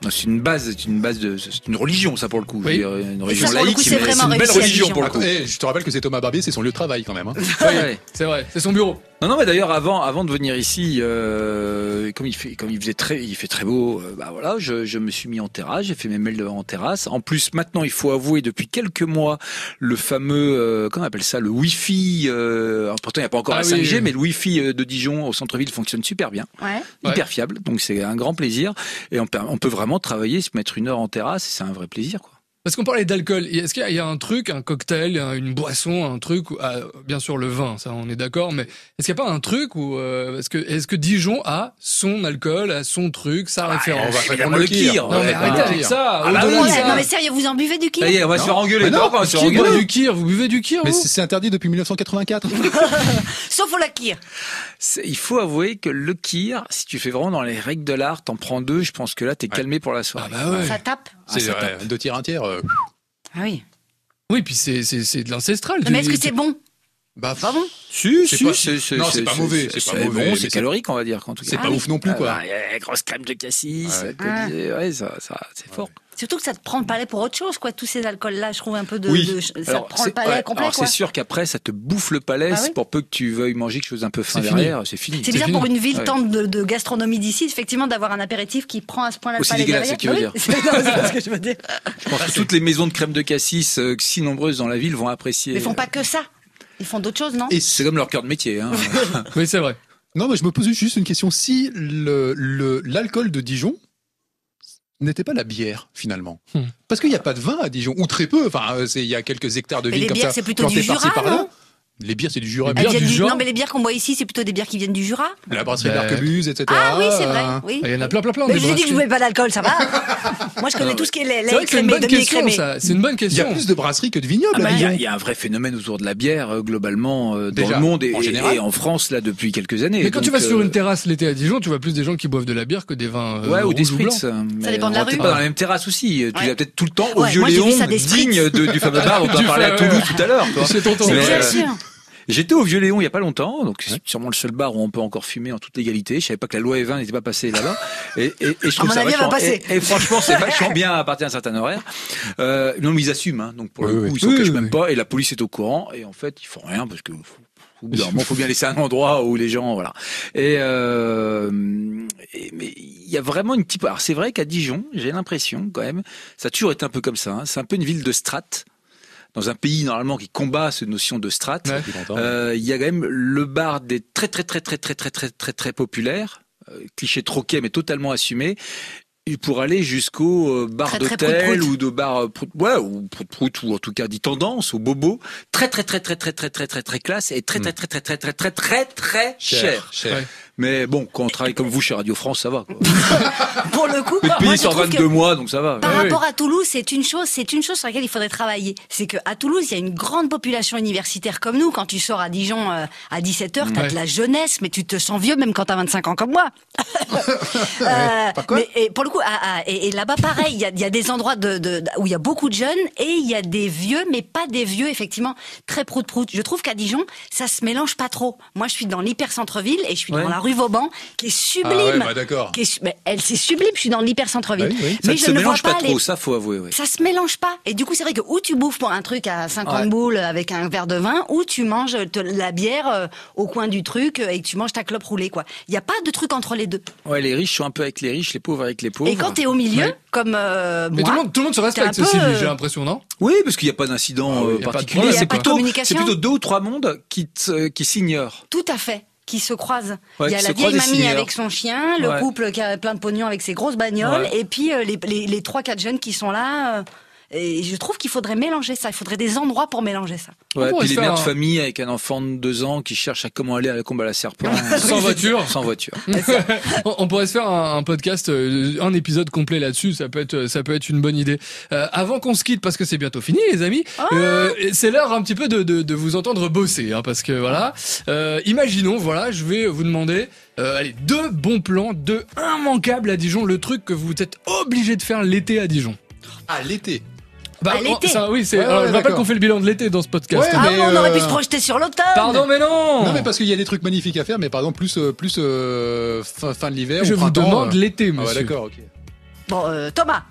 Speaker 4: Non, C'est une base, c'est une base de, c'est une religion ça pour le coup. Je veux
Speaker 1: Oui.
Speaker 4: dire, une
Speaker 2: ça,
Speaker 4: religion
Speaker 2: pour le
Speaker 4: laïque,
Speaker 2: coup, c'est
Speaker 4: mais
Speaker 2: vraiment
Speaker 4: c'est une belle
Speaker 2: réussi à
Speaker 4: religion
Speaker 2: Dijon.
Speaker 4: pour le coup.
Speaker 3: Attends, eh, je te rappelle que c'est Thomas Barbier, c'est son lieu de travail quand même. hein.
Speaker 2: Ah
Speaker 4: Ouais.
Speaker 1: C'est vrai, c'est son bureau.
Speaker 4: Non, non, mais d'ailleurs avant, avant de venir ici, euh, comme il fait, comme il faisait très, il fait très beau. euh, bah voilà, je, je me suis mis en terrasse, j'ai fait mes mails de- en terrasse. En plus, maintenant, il faut avouer depuis quelques mois le fameux, euh, comment on appelle ça, le Wi-Fi. euh, alors, pourtant, il n'y a pas encore
Speaker 1: Ah
Speaker 4: la
Speaker 1: oui,
Speaker 4: 5G,
Speaker 1: oui.
Speaker 4: mais le Wi-Fi euh, de Dijon au centre-ville fonctionne super bien.
Speaker 2: Ouais.
Speaker 1: Ouais.
Speaker 4: hyper fiable, donc c'est un grand plaisir. Et on, per- on peut vraiment travailler, se mettre une heure en terrasse, et c'est un vrai plaisir. Quoi.
Speaker 1: Parce qu'on parlait d'alcool, et est-ce qu'il y a- il y a un truc, un cocktail, un- une boisson, un truc, où- ah, bien sûr le vin, ça on est d'accord, mais est-ce qu'il n'y a pas un truc où euh, est-ce que est-ce que Dijon a son alcool, a son truc, sa référence
Speaker 3: on va-
Speaker 4: évidemment,
Speaker 3: prendre le kir.
Speaker 4: kir,
Speaker 1: Non
Speaker 4: ouais,
Speaker 1: mais
Speaker 3: on
Speaker 4: voilà.
Speaker 1: arrêtez
Speaker 3: va
Speaker 1: avec
Speaker 3: dire.
Speaker 1: ça,
Speaker 4: Ah bah
Speaker 1: au-delà
Speaker 4: oui,
Speaker 1: de
Speaker 2: Ouais,
Speaker 1: ça.
Speaker 2: non mais sérieux, vous en buvez du
Speaker 4: Ça y
Speaker 2: kir
Speaker 4: est, on va se faire engueuler.
Speaker 3: Mais non,
Speaker 4: d'accord, on va se faire
Speaker 1: Qui boit
Speaker 4: engueuler.
Speaker 1: du kir Vous buvez du kir
Speaker 3: Mais
Speaker 1: vous
Speaker 3: c'est c'est interdit depuis 1984.
Speaker 2: Ah, Sauf au lakir.
Speaker 4: C'est- Il faut avouer que le kir, si tu fais vraiment dans les règles de l'art, t'en prends deux, je pense que là, t'es calmé pour la soirée.
Speaker 1: Ah bah ouais.
Speaker 2: Ça tape.
Speaker 4: Ah, ça
Speaker 3: C'est
Speaker 4: tape.
Speaker 3: euh, deux tiers, un tiers. euh,
Speaker 2: Ah oui.
Speaker 1: Oui, puis c'est c'est c'est de l'ancestral.
Speaker 2: Non, mais est-ce
Speaker 1: Tu-
Speaker 2: que c'est bon
Speaker 3: Bah,
Speaker 2: Pas bon
Speaker 4: Si,
Speaker 3: C'est
Speaker 4: si,
Speaker 3: pas-
Speaker 4: c'est- c'est-
Speaker 3: non, c'est pas mauvais, c'est pas mauvais,
Speaker 4: bon,
Speaker 3: mais
Speaker 4: c'est
Speaker 3: c'est-
Speaker 4: calorique, on va dire, en tout cas.
Speaker 3: c'est pas ouf non plus,
Speaker 4: Ah
Speaker 3: quoi.
Speaker 4: bah, il y a la grosse crème de cassis,
Speaker 3: Ouais.
Speaker 2: Ah.
Speaker 4: alcoolisée, ouais, ça, ça, c'est fort.
Speaker 2: Surtout que ça te prend le palais pour autre chose, quoi. Tous ces alcools-là, je trouve un peu de. de- ça te
Speaker 4: Alors,
Speaker 2: prend le
Speaker 4: c'est-
Speaker 2: palais
Speaker 4: ouais,
Speaker 2: complet,
Speaker 4: alors,
Speaker 2: quoi.
Speaker 4: c'est sûr qu'après, ça te bouffe le palais.
Speaker 2: Ah
Speaker 4: c'est
Speaker 2: oui.
Speaker 4: Pour peu que tu veuilles manger quelque chose d'un peu fin
Speaker 1: C'est fini.
Speaker 4: derrière, c'est fini.
Speaker 2: C'est bizarre
Speaker 1: fini.
Speaker 2: pour une ville
Speaker 4: Ouais.
Speaker 2: tant de, de gastronomie d'ici, effectivement, d'avoir un apéritif qui prend à ce point-là le
Speaker 4: Aussi
Speaker 2: palais
Speaker 4: dégueulasse,
Speaker 2: derrière.
Speaker 4: c'est ce que tu veux
Speaker 2: Oui, c'est- non, c'est pas ce que je veux dire.
Speaker 4: Je pense que toutes les maisons de crème de cassis, euh, si nombreuses dans la ville, vont apprécier. euh,
Speaker 2: Mais ils font pas que ça. Ils font d'autres choses, non
Speaker 4: Et c'est comme leur cœur de métier. Hein.
Speaker 1: Oui, c'est vrai.
Speaker 3: Non, mais je me posais juste une question. Si le- le- l'alcool de Dijon n'était pas la bière, finalement
Speaker 1: Hmm.
Speaker 3: Parce qu'il n'y a pas de vin à Dijon, ou très peu. Enfin, euh, c'est- il y a quelques hectares de
Speaker 2: Mais
Speaker 3: vignes
Speaker 2: les
Speaker 3: comme
Speaker 2: bières,
Speaker 3: ça.
Speaker 2: c'est plutôt
Speaker 3: plantées
Speaker 2: du
Speaker 3: par-ci,
Speaker 2: Jura,
Speaker 3: par-là.
Speaker 2: non Eh
Speaker 3: Les bières, c'est du Jura.
Speaker 1: Les
Speaker 3: bien
Speaker 2: Elles
Speaker 1: bières
Speaker 2: viennent
Speaker 1: du
Speaker 2: du-
Speaker 1: Jura
Speaker 2: Non, mais les bières qu'on boit ici, c'est plutôt des bières qui viennent du Jura.
Speaker 3: La brasserie
Speaker 1: Ben-
Speaker 3: d'Arquebuse, etc.
Speaker 2: Ah oui, c'est vrai. Oui.
Speaker 1: Il y en a plein, plein, plein.
Speaker 2: Mais
Speaker 1: des
Speaker 2: je vous ai dit que je
Speaker 1: brasseries.
Speaker 2: buvais pas d'alcool, ça va Moi, je connais tout ce qui est lait,
Speaker 1: C'est vrai
Speaker 2: lait
Speaker 1: que c'est une
Speaker 2: crémé,
Speaker 1: bonne question,
Speaker 2: demi-crémé.
Speaker 1: ça. C'est une bonne
Speaker 3: Il y a
Speaker 1: question.
Speaker 3: plus de brasseries que de vignobles
Speaker 2: Ah bah,
Speaker 3: à
Speaker 4: Il y,
Speaker 3: Dijon.
Speaker 4: a, il y a un vrai phénomène autour de la bière, euh, globalement, euh, dans
Speaker 3: Déjà,
Speaker 4: le monde et
Speaker 3: en
Speaker 4: et-
Speaker 3: général.
Speaker 4: et en France, là, depuis quelques années.
Speaker 1: Mais quand tu
Speaker 4: Donc,
Speaker 1: vas sur
Speaker 4: euh,
Speaker 1: une terrasse l'été à Dijon, tu vois plus des gens qui boivent de la bière que des vins euh,
Speaker 4: Ouais, ou
Speaker 1: rouges
Speaker 4: des
Speaker 1: blancs.
Speaker 4: spritz. euh, mais
Speaker 2: dépend de la
Speaker 4: on va peut-être
Speaker 2: rue.
Speaker 4: pas dans la même terrasse aussi. Tu
Speaker 2: Ouais.
Speaker 4: vas peut-être tout le temps au
Speaker 2: Ouais,
Speaker 4: vieux
Speaker 2: moi, j'ai vu
Speaker 4: Léon,
Speaker 2: ça des spritz.
Speaker 4: digne de- du fameux bar dont on
Speaker 1: Du
Speaker 4: parlait à
Speaker 1: fameux-
Speaker 4: Toulouse tout à l'heure. toi.
Speaker 1: C'est tonton.
Speaker 4: Mais,
Speaker 2: Mais bien
Speaker 4: euh,
Speaker 2: sûr.
Speaker 4: J'étais au Vieux Léon il y a pas longtemps, donc c'est sûrement le seul bar où on peut encore fumer en toute légalité. Je savais pas que la loi E20 n'était pas passée là-bas. Et, et, et je trouve
Speaker 2: mon
Speaker 4: ça
Speaker 2: avis, elle va
Speaker 4: vachement,
Speaker 2: passer.
Speaker 4: et, et franchement, c'est vachement bien à partir d'un certain horaire. Euh, non, mais ils assument, hein, donc pour le
Speaker 3: Oui,
Speaker 4: coup,
Speaker 3: oui.
Speaker 4: ils s'en
Speaker 1: Oui,
Speaker 4: cachent
Speaker 1: oui,
Speaker 4: même
Speaker 1: oui.
Speaker 4: pas. Et la police est au courant. Et en fait, ils font rien parce que faut- au bout d'un moment, faut bien laisser un endroit où les gens, voilà. Et, euh, et- mais il y a vraiment une petite. Alors c'est vrai qu'à Dijon, j'ai l'impression quand même, ça a toujours été un peu comme ça. hein. C'est un peu une ville de strates. Dans un pays normalement qui combat cette notion de strate,
Speaker 1: Ouais.
Speaker 3: Depuis longtemps.
Speaker 4: euh, Il y a quand même le bar des très très très très très très très très très populaires, euh, cliché troqué mais totalement assumé. et Pour aller jusqu'au euh, bar
Speaker 2: Très, très
Speaker 4: d'hôtel
Speaker 2: prout-prout.
Speaker 4: ou de bar euh, prout- ouais ou prout, prout ou en tout cas dit tendance au bobo très très très très très très très très très classe et très très très très très très très très très cher.
Speaker 3: Cher.
Speaker 1: Ouais.
Speaker 4: Mais bon quand on travaille comme vous chez Radio France ça va. Quoi.
Speaker 2: Pour le coup,
Speaker 4: Peu de
Speaker 2: moi,
Speaker 4: pays
Speaker 2: je
Speaker 4: sur
Speaker 2: trouve
Speaker 4: 22
Speaker 2: que-
Speaker 4: mois, donc ça va.
Speaker 2: Par
Speaker 1: Ah oui.
Speaker 2: rapport à Toulouse, c'est une chose, c'est une chose sur laquelle il faudrait travailler. C'est que à Toulouse, il y a une grande population universitaire comme nous. Quand tu sors à Dijon euh, à 17h, t'as
Speaker 1: Ouais.
Speaker 2: de la jeunesse, mais tu te sens vieux même quand t'as 25 ans comme moi. Euh, mais et pour le coup, ah, ah, et, et là-bas, pareil, il y a, il y a des endroits de, de- où il y a beaucoup de jeunes et il y a des vieux, mais pas des vieux effectivement très prout prout. Je trouve qu'à Dijon, ça se mélange pas trop. Moi, je suis dans l'hyper centre-ville et je suis
Speaker 4: Ouais.
Speaker 2: dans la rue Vauban, qui est
Speaker 3: Ah
Speaker 2: sublime.
Speaker 3: ouais, bah d'accord.
Speaker 2: qui est su- mais elle, c'est sublime. Je suis dans l'hyper centre-ville,
Speaker 3: Oui, oui.
Speaker 4: Bah Ça
Speaker 2: mais
Speaker 4: ne
Speaker 2: je
Speaker 4: se
Speaker 2: ne vois
Speaker 4: mélange pas,
Speaker 2: les-
Speaker 4: trop, ça faut avouer. ouais.
Speaker 2: ça se mélange pas. Et du coup, c'est vrai que ou tu bouffes pour un truc à 50
Speaker 4: Ouais.
Speaker 2: boules avec un verre de vin, ou tu manges te- la bière euh, au coin du truc euh, et que tu manges ta clope roulée, quoi. Il n'y a pas de truc entre les deux.
Speaker 4: Ouais, les riches sont un peu avec les riches, les pauvres avec les pauvres.
Speaker 2: Et quand t'es au milieu,
Speaker 1: Ouais.
Speaker 2: comme euh,
Speaker 1: Mais tout le,
Speaker 2: moi,
Speaker 1: monde, tout le monde se respecte,
Speaker 2: t'es un peu,
Speaker 1: Sylvie,
Speaker 2: euh,
Speaker 1: j'ai l'impression, non
Speaker 4: Oui, parce qu'il n'y a pas d'incident
Speaker 1: Ah oui, il y
Speaker 4: euh,
Speaker 1: a pas de
Speaker 4: particulier.
Speaker 1: problème,
Speaker 4: C'est
Speaker 2: Il y a pas
Speaker 1: quoi.
Speaker 2: de
Speaker 4: plutôt, c'est
Speaker 2: communication.
Speaker 4: plutôt deux ou trois mondes qui, te- euh, qui s'ignorent.
Speaker 2: tout à fait qui se croisent.
Speaker 4: Ouais,
Speaker 2: il y a
Speaker 4: qui
Speaker 2: la
Speaker 4: se croisent
Speaker 2: vieille
Speaker 4: et
Speaker 2: mamie
Speaker 4: seniors.
Speaker 2: avec son chien, le
Speaker 4: Ouais.
Speaker 2: couple qui a plein de pognon avec ses grosses bagnoles,
Speaker 4: Ouais.
Speaker 2: et puis euh, les, les, les 3-4 jeunes qui sont là. euh, et je trouve qu'il faudrait mélanger ça. Il faudrait des endroits pour mélanger ça.
Speaker 4: Ouais,
Speaker 1: pourrait
Speaker 4: puis
Speaker 1: se
Speaker 4: les
Speaker 1: faire hein.
Speaker 4: mères de
Speaker 1: un-
Speaker 4: famille avec un enfant de deux ans qui cherche à comment aller à la combe à la serpent.
Speaker 1: Sans voiture.
Speaker 4: Sans voiture.
Speaker 1: on on pourrait se faire un, un podcast, euh, un épisode complet là-dessus. Ça peut être, ça peut être une bonne idée. Euh, avant qu'on se quitte, parce que c'est bientôt fini, les amis.
Speaker 2: Ah.
Speaker 1: euh, c'est l'heure un petit peu de, de, de vous entendre bosser, hein, parce que voilà. Euh, imaginons, voilà, je vais vous demander, euh, allez, deux bons plans, deux immanquables à Dijon, le truc que vous êtes obligé de faire l'été à Dijon.
Speaker 3: Ah, l'été.
Speaker 1: Bah,
Speaker 2: À Ah, l'été.
Speaker 1: ça, oui, c'est.
Speaker 3: Ouais, ouais,
Speaker 1: alors, je rappelle
Speaker 3: d'accord.
Speaker 1: qu'on fait le bilan de l'été dans ce podcast.
Speaker 3: Ouais,
Speaker 1: hein.
Speaker 2: Ah,
Speaker 3: mais,
Speaker 2: non, on aurait pu
Speaker 3: euh,
Speaker 2: se projeter sur l'automne.
Speaker 1: Pardon, mais non.
Speaker 3: Non mais parce qu'il y a des trucs magnifiques à faire, mais par exemple plus euh, plus euh, fin, fin de l'hiver.
Speaker 1: je
Speaker 3: au
Speaker 1: vous
Speaker 3: printemps,
Speaker 1: demande
Speaker 3: euh,
Speaker 1: l'été,
Speaker 3: Ah ouais,
Speaker 1: monsieur.
Speaker 3: d'accord, ok.
Speaker 2: Bon, euh, Thomas.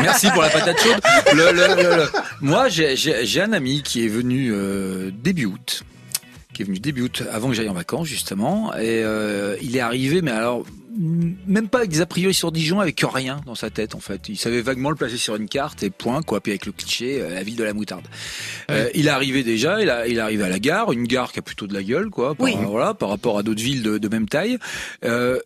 Speaker 4: Merci pour la patate chaude. Le- le- le- le- Moi, j'ai- j'ai j'ai un ami qui est venu euh, début août, qui est venu début août avant que j'aille en vacances justement, et euh, il est arrivé, mais alors m- même pas avec des a priori sur Dijon, avec rien dans sa tête en fait. Il savait vaguement le placer sur une carte et point quoi, puis avec le cliché, euh, la ville de la moutarde. Euh, il est arrivé déjà, il, a, il est arrivé à la gare, une gare qui a plutôt de la gueule quoi, par,
Speaker 2: Oui.
Speaker 4: voilà, par rapport à d'autres villes de, de même taille. Euh,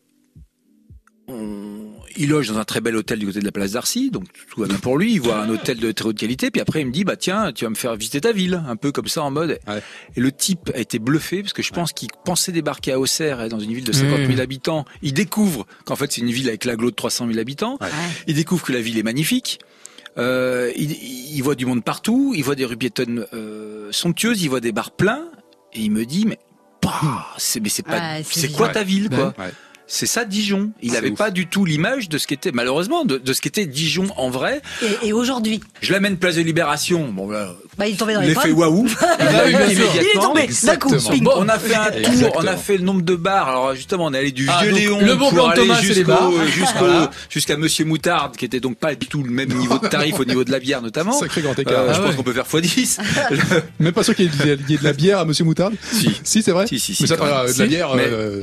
Speaker 4: on- il loge dans un très bel hôtel du côté de la place d'Arcy, donc tout va bien pour lui. Il voit un hôtel de très haute qualité, puis après il me dit bah tiens, tu vas me faire visiter ta ville, un peu comme ça en mode.
Speaker 3: Ouais.
Speaker 4: Et le type a été bluffé parce que je pense qu'il pensait débarquer à Auxerre et dans une ville de 50
Speaker 1: Mmh.
Speaker 4: 000 habitants. Il découvre qu'en fait c'est une ville avec l'agglo de 300 000 habitants.
Speaker 3: Ouais.
Speaker 4: Il découvre que la ville est magnifique. Euh, il, il voit du monde partout. Il voit des rues piétonnes euh, somptueuses. Il voit des bars pleins. Et il me dit mais bah, c'est mais c'est pas
Speaker 2: Ouais, c'est
Speaker 4: c'est
Speaker 2: Dijon.
Speaker 4: quoi ta ville quoi
Speaker 3: Ouais.
Speaker 4: c'est ça Dijon. Il
Speaker 3: C'est
Speaker 4: n'avait
Speaker 3: ouf.
Speaker 4: pas du tout l'image de ce qu'était, malheureusement, de, de ce qu'était Dijon en vrai.
Speaker 2: Et, et aujourd'hui,
Speaker 4: Je l'amène place de Libération. Bon, là,
Speaker 2: bah, il est tombé dans les
Speaker 4: l'effet Bah,
Speaker 2: pommes.
Speaker 4: waouh. Il l'a eu
Speaker 1: bien sûr.
Speaker 2: Il est
Speaker 4: immédiatement.
Speaker 2: tombé d'un coup.
Speaker 3: Exactement.
Speaker 2: ping.
Speaker 1: Bon,
Speaker 4: On a fait un tour,
Speaker 3: Exactement.
Speaker 4: on a fait le nombre de bars. Alors justement, on est allé du
Speaker 1: Ah,
Speaker 4: vieux
Speaker 1: donc,
Speaker 4: Léon
Speaker 1: le bon
Speaker 4: pour
Speaker 1: plan de
Speaker 4: aller
Speaker 1: Thomas, c'est les
Speaker 4: jusqu'au- euh,
Speaker 1: bars.
Speaker 4: jusqu'au-
Speaker 1: Voilà.
Speaker 4: jusqu'à Monsieur Moutarde, qui était donc pas du tout le même niveau de tarif au niveau de la bière notamment.
Speaker 3: Sacré grand
Speaker 4: Euh,
Speaker 3: écart.
Speaker 1: Ah
Speaker 4: je
Speaker 1: ouais.
Speaker 4: pense qu'on peut faire x10.
Speaker 3: Même pas sûr qu'il y, ait de- qu'il y ait de la bière à Monsieur Moutard.
Speaker 4: Si.
Speaker 3: Si, c'est vrai.
Speaker 4: Si, si, si,
Speaker 3: mais ça,
Speaker 4: quand même.
Speaker 3: euh, de la
Speaker 1: Si.
Speaker 3: bière
Speaker 4: Mais-
Speaker 3: euh,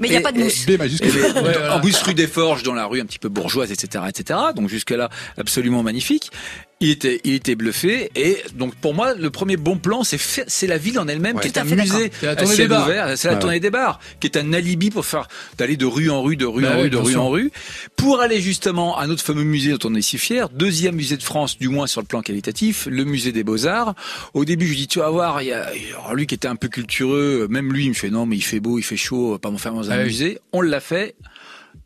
Speaker 2: Mais il n'y a
Speaker 4: Et-
Speaker 2: pas de mousse.
Speaker 3: B
Speaker 4: Et
Speaker 3: majuscule.
Speaker 4: les-
Speaker 1: Ouais, voilà.
Speaker 4: En bus rue des Forges, dans la rue un petit peu bourgeoise, etc., etc. Donc jusqu'à là, absolument magnifique. Il était, il était bluffé. Et donc pour moi, le premier bon plan, c'est fait- c'est la ville en elle-même
Speaker 3: Ouais.
Speaker 4: qui est
Speaker 2: Tout à
Speaker 4: un
Speaker 2: fait d'accord.
Speaker 4: musée.
Speaker 1: C'est la
Speaker 4: à
Speaker 1: tournée
Speaker 4: ciel
Speaker 1: des bars.
Speaker 4: ouvert, C'est la
Speaker 3: Ouais.
Speaker 4: tournée des bars, qui est un alibi pour faire d'aller de rue en rue, de rue
Speaker 1: Bah
Speaker 4: en
Speaker 1: ouais,
Speaker 4: rue, de
Speaker 1: bien
Speaker 4: rue
Speaker 1: sûr.
Speaker 4: en rue, pour aller justement à notre fameux musée dont on est si fier, deuxième musée de France, du moins sur le plan qualitatif, le musée des Beaux Arts. Au début, je lui dis tu vas voir, il y a alors, lui qui était un peu cultureux, même lui, il me fait non mais il fait beau, il fait chaud, on va pas m'enfermer dans un
Speaker 1: Ah oui.
Speaker 4: musée. On l'a fait,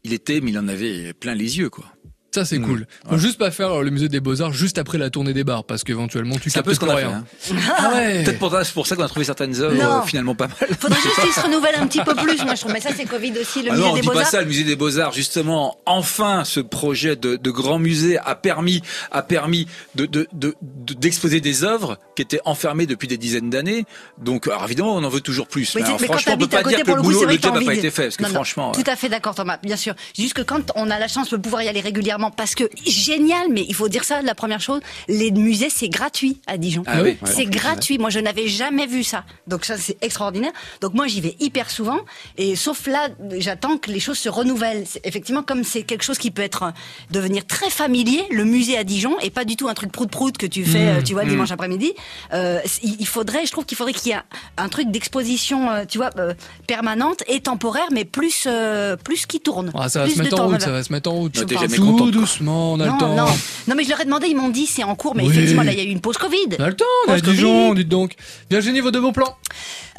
Speaker 4: il était, mais il en avait plein les yeux, quoi.
Speaker 1: Ça c'est
Speaker 4: Mmh.
Speaker 1: cool. Faut
Speaker 4: Ouais.
Speaker 1: juste pas faire euh, le musée des Beaux-Arts juste après la tournée des bars parce qu'éventuellement tu
Speaker 4: C'est un peu
Speaker 1: captes
Speaker 4: ce qu'on a fait.
Speaker 1: rien.
Speaker 4: hein.
Speaker 1: Ah ouais.
Speaker 4: Peut-être pour ça, c'est pour ça qu'on a trouvé certaines œuvres
Speaker 2: Non.
Speaker 4: euh, finalement pas mal.
Speaker 2: Faudrait juste qu'il se renouvelle un petit peu plus, moi je trouve. Mais ça, c'est Covid aussi, le
Speaker 4: Ah
Speaker 2: musée
Speaker 4: non, on
Speaker 2: des
Speaker 4: dit pas
Speaker 2: Beaux-Arts.
Speaker 4: ça. Le musée des Beaux-Arts, justement, enfin, ce projet de, de grand musée a permis, a permis de, de, de- de- d'exposer des œuvres qui étaient enfermées depuis des dizaines d'années. Donc, alors évidemment, on en veut toujours plus.
Speaker 2: Mais,
Speaker 4: Mais
Speaker 2: c'est-
Speaker 4: alors,
Speaker 2: mais quand
Speaker 4: franchement, on peut
Speaker 2: t'habites à
Speaker 4: pas
Speaker 2: côté,
Speaker 4: dire que
Speaker 2: pour
Speaker 4: le
Speaker 2: le coup,
Speaker 4: boulot
Speaker 2: c'est vrai
Speaker 4: le
Speaker 2: que t'as
Speaker 4: job n'a pas
Speaker 2: envie de-
Speaker 4: été fait, parce que
Speaker 2: Non, non,
Speaker 4: franchement.
Speaker 2: Tout à fait d'accord, Thomas, bien sûr. Juste que quand on a la chance de pouvoir y aller régulièrement, parce que génial, mais il faut dire ça, la première chose, les musées, c'est gratuit à Dijon.
Speaker 4: Ah oui.
Speaker 2: C'est gratuit. Moi, je n'avais jamais vu ça. Donc ça, c'est extraordinaire. Donc moi, j'y vais hyper souvent. Et sauf là, j'attends que les choses se renouvellent. C'est- Effectivement, comme c'est quelque chose qui peut être euh, devenir très familier, le musée à Dijon et pas du tout un truc prout-prout que tu fais,
Speaker 1: Mm.
Speaker 2: euh, tu vois, dimanche après-midi. euh, c- il il faudrait, je trouve qu'il faudrait qu'il y ait un, un truc d'exposition, euh, tu vois, euh, permanente et temporaire, mais plus euh, plus qui tourne.
Speaker 1: Ah, ça va
Speaker 2: plus
Speaker 1: se
Speaker 2: de
Speaker 1: mettre en
Speaker 2: turnover.
Speaker 1: route, Ah, ça va se mettre en route.
Speaker 4: Non, t'es
Speaker 1: Tout
Speaker 4: jamais content,
Speaker 1: Tout doucement, on a
Speaker 2: non,
Speaker 1: le temps.
Speaker 2: non. Non, mais je leur ai demandé, ils m'ont dit c'est en cours, mais
Speaker 1: Oui.
Speaker 2: effectivement, là, il y a eu une pause Covid.
Speaker 1: On a le temps, on est à
Speaker 2: Post-Covid.
Speaker 1: Dijon, dites donc. Virginie, vos deux bons plans.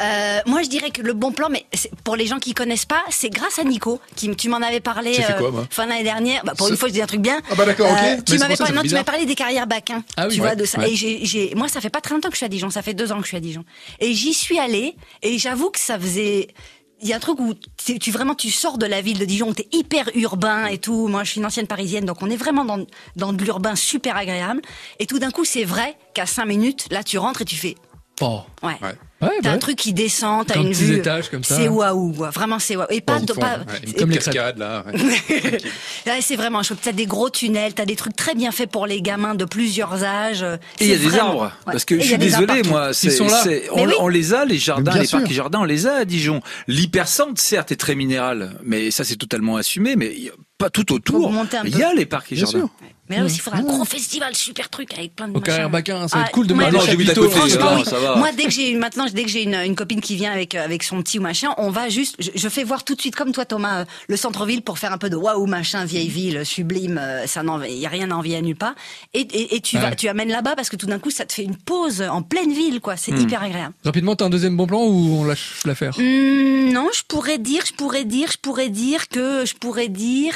Speaker 2: Euh, moi, je dirais que le bon plan, mais c'est- pour les gens qui connaissent pas, c'est grâce à Nico, qui tu m'en avais parlé euh,
Speaker 3: J'ai fait quoi, moi
Speaker 2: fin d'année dernière. Bah, pour
Speaker 3: Ce-
Speaker 2: une fois, je dis un truc bien. Euh,
Speaker 3: Ah bah d'accord, ok. Mais
Speaker 2: tu
Speaker 3: c'est
Speaker 2: m'avais
Speaker 3: pour ça,
Speaker 2: parlé,
Speaker 3: c'est
Speaker 2: non, tu
Speaker 3: bizarre.
Speaker 2: m'avais parlé des carrières baquins.
Speaker 1: Ah oui,
Speaker 2: tu
Speaker 1: ouais,
Speaker 2: vois de ça.
Speaker 1: ouais.
Speaker 2: Et j'ai, j'ai- moi, ça fait pas très longtemps que je suis à Dijon. Ça fait deux ans que je suis à Dijon. Et j'y suis allée. Et j'avoue que ça faisait. Il y a un truc où tu, tu- vraiment tu sors de la ville de Dijon, t'es hyper urbain et tout. Moi, je suis une ancienne parisienne, donc on est vraiment dans, dans de l'urbain super agréable. Et tout d'un coup, c'est vrai qu'à cinq minutes, là, tu rentres et tu fais.
Speaker 1: Oh.
Speaker 2: Ouais.
Speaker 3: Ouais.
Speaker 1: Ouais,
Speaker 2: T'as
Speaker 1: bah,
Speaker 2: un truc qui descend, t'as
Speaker 1: Comme
Speaker 2: une
Speaker 1: petits
Speaker 2: vue.
Speaker 1: étages comme ça.
Speaker 2: C'est waouh, quoi. vraiment c'est waouh. Et pas,
Speaker 3: Ils
Speaker 2: de-
Speaker 3: font,
Speaker 2: pas-
Speaker 3: ouais, une
Speaker 2: et-
Speaker 1: Comme les
Speaker 3: cascade là. ouais.
Speaker 2: ouais, c'est vraiment chouette. T'as des gros tunnels, t'as des trucs très bien faits pour les gamins de plusieurs âges.
Speaker 4: Et il y a des arbres, parce que je suis désolé, moi, c'est-
Speaker 1: sont là.
Speaker 4: c'est-
Speaker 2: Mais
Speaker 4: on,
Speaker 2: oui.
Speaker 4: on les a, les jardins,
Speaker 3: Mais bien
Speaker 4: les parcs
Speaker 3: sûr.
Speaker 4: et jardins, on les a à Dijon. L'hypercentre, certes, est très minéral, mais ça, c'est totalement assumé, mais il y a pas tout autour.
Speaker 2: Augmenter un
Speaker 4: Il
Speaker 2: peu.
Speaker 4: y a les parcs et
Speaker 3: Bien
Speaker 4: jardins.
Speaker 3: sûr.
Speaker 2: Mais là aussi, il faudra un gros festival, super truc avec plein de.
Speaker 1: Au
Speaker 2: machins.
Speaker 1: carrière Baquin, ça va être
Speaker 2: Ah,
Speaker 1: cool de
Speaker 2: ouais.
Speaker 1: mettre
Speaker 4: Ah non,
Speaker 1: des
Speaker 4: j'ai vu ta
Speaker 1: chapiteaux.
Speaker 4: côté,
Speaker 1: euh,
Speaker 4: là.
Speaker 2: Franchement,
Speaker 4: Non,
Speaker 2: oui.
Speaker 4: ça va.
Speaker 2: Moi, dès que j'ai une, maintenant, dès que j'ai une, une copine qui vient avec, euh, avec son petit ou machin, on va juste, je, je fais voir tout de suite, comme toi, Thomas, euh, le centre-ville pour faire un peu de waouh, machin, vieille
Speaker 1: Mm.
Speaker 2: ville, sublime, euh, ça n'en, y a rien à envier à nulle part. Et, et, et tu
Speaker 1: Ouais.
Speaker 2: vas, tu amènes là-bas parce que tout d'un coup, ça te fait une pause en pleine ville, quoi.
Speaker 1: Mm.
Speaker 2: C'est hyper agréable.
Speaker 1: Rapidement, t'as un deuxième bon plan ou on lâche l'affaire
Speaker 2: Hum, non, je pourrais dire, je pourrais dire, je pourrais dire que, je pourrais dire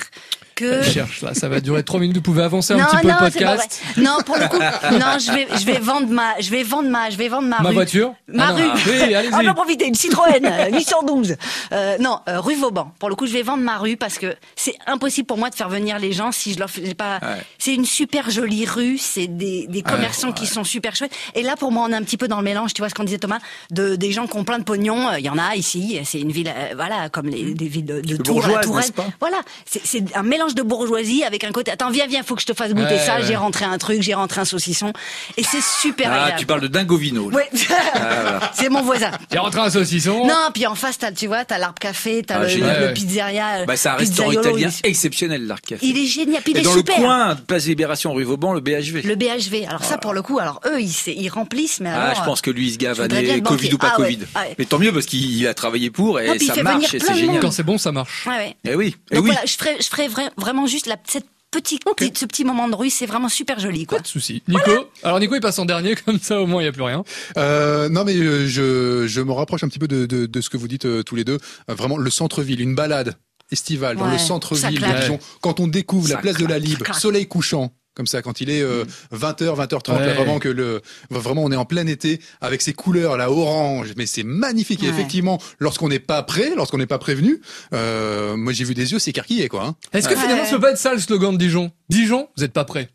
Speaker 2: que.
Speaker 1: Je cherche là, ça va durer 3 minutes. Vous pouvez avancer Euh, un
Speaker 2: non,
Speaker 1: petit peu
Speaker 2: non,
Speaker 1: le
Speaker 2: c'est pas
Speaker 1: podcast.
Speaker 2: vrai. Non, pour le coup, non, je vais, je vais vendre ma, je vais vendre ma, je vais vendre ma,
Speaker 1: Ma
Speaker 2: rue.
Speaker 1: voiture
Speaker 2: Ma
Speaker 1: Ah non.
Speaker 2: rue.
Speaker 1: Oui,
Speaker 2: On va
Speaker 1: allez-y.
Speaker 2: profiter, une Citroën euh, 812. Euh, non, euh, rue Vauban. Pour le coup, je vais vendre ma rue parce que c'est impossible pour moi de faire venir les gens si je leur fais pas.
Speaker 4: Ouais.
Speaker 2: C'est une super jolie rue, c'est des, des commerçants qui sont super chouettes. Et là, pour moi, on est un petit peu dans le mélange, tu vois ce qu'on disait Thomas, de, des gens qui ont plein de pognon. Euh, Il y en a ici, c'est une ville, euh, voilà, comme les, des villes de, de Tours, la
Speaker 4: bourgeoise,
Speaker 2: Touraine.
Speaker 4: n'est-ce pas
Speaker 2: Voilà, c'est- c'est un mélange de bourgeoisie avec un côté. Attends, viens, viens, faut que je te fasse goûter
Speaker 1: Ouais,
Speaker 2: ça.
Speaker 1: ouais.
Speaker 2: J'ai rentré un truc, j'ai rentré un saucisson, et c'est super
Speaker 4: Ah,
Speaker 2: agréable.
Speaker 4: tu parles Ah, de Dingovino. là.
Speaker 2: Ouais. c'est mon voisin.
Speaker 1: J'ai rentré un saucisson.
Speaker 2: Non, puis en face, t'as, tu vois, t'as l'arbre café, t'as
Speaker 4: Ah,
Speaker 2: le,
Speaker 4: génial.
Speaker 2: le
Speaker 1: Ouais.
Speaker 2: pizzeria.
Speaker 4: Bah, c'est un restaurant
Speaker 2: pizzaiolo,
Speaker 4: italien
Speaker 2: Il, est-
Speaker 4: exceptionnel, l'Arc Café.
Speaker 2: il est génial, puis il
Speaker 4: Et
Speaker 2: est
Speaker 4: dans
Speaker 2: super.
Speaker 4: le coin, Place Libération, rue Vauban, le BHV.
Speaker 2: Le BHV. Alors ça, pour le coup, alors eux, ils, c'est- ils remplissent, mais
Speaker 4: Ah,
Speaker 2: alors.
Speaker 4: je pense que lui, il se gave
Speaker 2: je voudrais bien
Speaker 4: année,
Speaker 2: le
Speaker 4: Covid
Speaker 2: banquier.
Speaker 4: ou pas
Speaker 2: Ah ouais,
Speaker 4: Covid.
Speaker 2: ah ouais.
Speaker 4: Mais tant mieux, parce qu'il a travaillé pour et
Speaker 2: Ah, puis il
Speaker 4: ça
Speaker 2: fait
Speaker 4: marche
Speaker 2: venir
Speaker 4: et
Speaker 2: plein
Speaker 4: c'est
Speaker 2: de
Speaker 4: génial.
Speaker 1: Quand c'est bon, ça marche.
Speaker 2: euh, Ouais, ouais.
Speaker 4: Eh oui, eh
Speaker 2: Donc
Speaker 4: oui.
Speaker 2: voilà, je ferai, je ferai vra- vraiment juste la, cette petite, petite- ce petit moment de rue, c'est vraiment super joli, quoi.
Speaker 1: Pas de souci. Nico. Alors Nico, il passe en dernier comme ça au moins il y a plus rien.
Speaker 3: Euh, non, mais euh, je, je me rapproche un petit peu de, de, de ce que vous dites euh, tous les deux. Euh, vraiment, le centre-ville, une balade estivale dans
Speaker 2: Ouais,
Speaker 3: le
Speaker 2: ça
Speaker 3: centre-ville
Speaker 2: claque.
Speaker 3: de Dijon. Quand on découvre
Speaker 4: Ça
Speaker 3: la place de la Libre,
Speaker 2: claque.
Speaker 3: soleil couchant. Comme ça, quand il est euh, 20h, 20h30,
Speaker 1: Ouais.
Speaker 3: vraiment que le, vraiment on est en plein été avec ces couleurs là orange, mais c'est magnifique. Et
Speaker 2: Ouais.
Speaker 3: effectivement, lorsqu'on n'est pas prêt, lorsqu'on n'est pas prévenu, euh, moi j'ai vu des yeux s'écarquiller quoi. Hein.
Speaker 1: Est-ce que
Speaker 2: Ouais.
Speaker 1: finalement, ça peut pas être ça le slogan de Dijon Dijon, vous êtes pas prêts.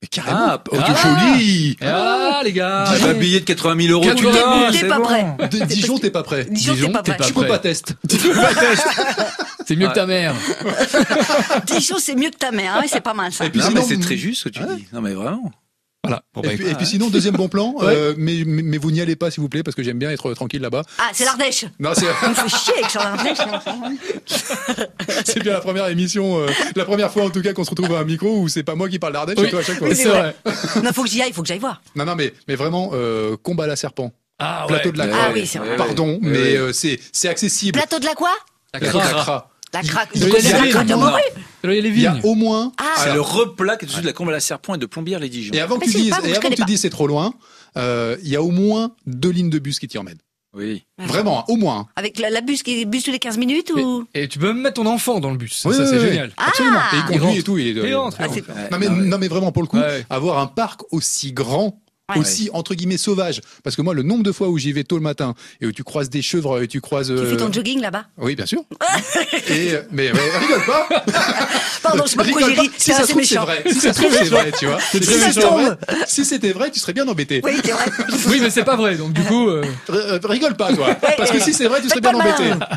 Speaker 3: Mais carrément.
Speaker 4: Ah, oh,
Speaker 1: Ah.
Speaker 4: du joli
Speaker 1: Et Ah les gars.
Speaker 4: Ah, bah, billet de 80 000 euros, tu
Speaker 1: Quatre euros,
Speaker 4: l'as,
Speaker 2: t'es
Speaker 4: c'est
Speaker 2: pas
Speaker 4: bon.
Speaker 2: prêt.
Speaker 3: De- Dijon, t'es pas prêt.
Speaker 2: Dijon, t'es pas prêt.
Speaker 3: Tu peux Ah. pas test.
Speaker 1: C'est mieux
Speaker 4: Ouais.
Speaker 1: que ta mère.
Speaker 2: Dijon, c'est mieux que ta mère, hein, ouais, c'est pas mal ça.
Speaker 3: Et puis
Speaker 4: non,
Speaker 3: sinon-
Speaker 4: mais c'est très juste ce que tu dis. Non, mais vraiment.
Speaker 1: Voilà. Bon, bah,
Speaker 3: Et puis, et puis sinon, deuxième bon plan, euh, mais, mais, mais vous n'y allez pas s'il vous plaît, parce que j'aime bien être euh, tranquille là-bas.
Speaker 2: Ah, c'est l'Ardèche.
Speaker 3: Non, c'est
Speaker 2: Il me fait chier avec sur l'Ardèche. hein. non.
Speaker 3: c'est bien la première émission, euh, la première fois en tout cas qu'on se retrouve à un micro où c'est pas moi qui parle d'Ardèche,
Speaker 1: Oui.
Speaker 3: c'est toi à chaque fois.
Speaker 1: Oui, c'est vrai.
Speaker 2: Non, faut que j'y aille, faut que j'aille voir.
Speaker 3: Non, non, mais, mais vraiment, euh, combat à la serpent.
Speaker 1: Ah ouais.
Speaker 3: Plateau de la
Speaker 4: Ouais,
Speaker 3: Croix.
Speaker 2: oui, c'est vrai.
Speaker 3: Pardon,
Speaker 4: Ouais,
Speaker 3: mais
Speaker 4: ouais.
Speaker 3: euh, c'est c'est accessible.
Speaker 2: Plateau de la quoi
Speaker 1: La
Speaker 3: Plateau de la
Speaker 1: crasse.
Speaker 3: Croix.
Speaker 2: La craque.
Speaker 1: Il y
Speaker 2: Vous
Speaker 1: a
Speaker 2: connaissez
Speaker 1: des
Speaker 2: la craque de
Speaker 1: vignes.
Speaker 2: Montbrun
Speaker 1: Là, il y a les
Speaker 3: Il y a
Speaker 1: vignes.
Speaker 3: au moins.
Speaker 2: Ah,
Speaker 4: C'est
Speaker 3: Alors,
Speaker 4: le replat qui est au-dessus de la combe à la serpent et de plombières les Dijon.
Speaker 3: Et avant
Speaker 2: Mais
Speaker 3: que tu
Speaker 2: c'est
Speaker 3: dises,
Speaker 2: pas, moi,
Speaker 3: et
Speaker 2: je
Speaker 3: avant que
Speaker 2: connais
Speaker 3: tu
Speaker 2: pas.
Speaker 3: dises c'est trop loin, euh, il y a au moins deux lignes de bus qui t'y emmènent.
Speaker 4: Oui.
Speaker 3: Vraiment, hein, au moins. hein.
Speaker 2: Avec la, la bus qui bus tous les 15 minutes ou
Speaker 1: Et, et tu peux même mettre ton enfant dans le bus.
Speaker 3: Oui,
Speaker 1: ça,
Speaker 3: oui,
Speaker 1: c'est
Speaker 3: oui.
Speaker 1: génial.
Speaker 3: Absolument. Et il
Speaker 1: Il rentre.
Speaker 3: conduit et tout. Il est, euh,
Speaker 1: Et entre.
Speaker 2: Ah, c'est-
Speaker 4: Ouais,
Speaker 3: Non mais,
Speaker 4: non, mais-
Speaker 3: non, mais vraiment, pour le coup,
Speaker 1: Ouais.
Speaker 3: avoir un parc aussi grand,
Speaker 2: Ah Ouais.
Speaker 3: aussi, entre guillemets, sauvage, parce que moi, le nombre de fois où j'y vais tôt le matin et où tu croises des chevres et tu croises...
Speaker 2: Tu
Speaker 3: euh,
Speaker 2: fais ton jogging là-bas
Speaker 3: Oui, bien sûr. et, euh, mais, mais rigole pas
Speaker 2: Pardon, je sais pas pourquoi j'ai
Speaker 3: Rigole
Speaker 2: ri.
Speaker 3: pas. Si
Speaker 2: C'est
Speaker 3: ça se
Speaker 2: assez
Speaker 3: trouve, c'est
Speaker 2: méchant.
Speaker 3: vrai. Si ça se trouve, c'est vrai, tu vois. Si
Speaker 2: très
Speaker 3: ça se
Speaker 2: méchant.
Speaker 3: trouve, Si c'était vrai, tu serais bien embêté.
Speaker 2: Oui, c'est vrai.
Speaker 1: Oui, mais c'est pas vrai. Donc du coup, euh,
Speaker 3: R- euh, Rigole pas, toi. Parce que si c'est vrai, tu serais
Speaker 2: Faites
Speaker 3: bien
Speaker 2: pas le
Speaker 3: embêté.
Speaker 2: malin.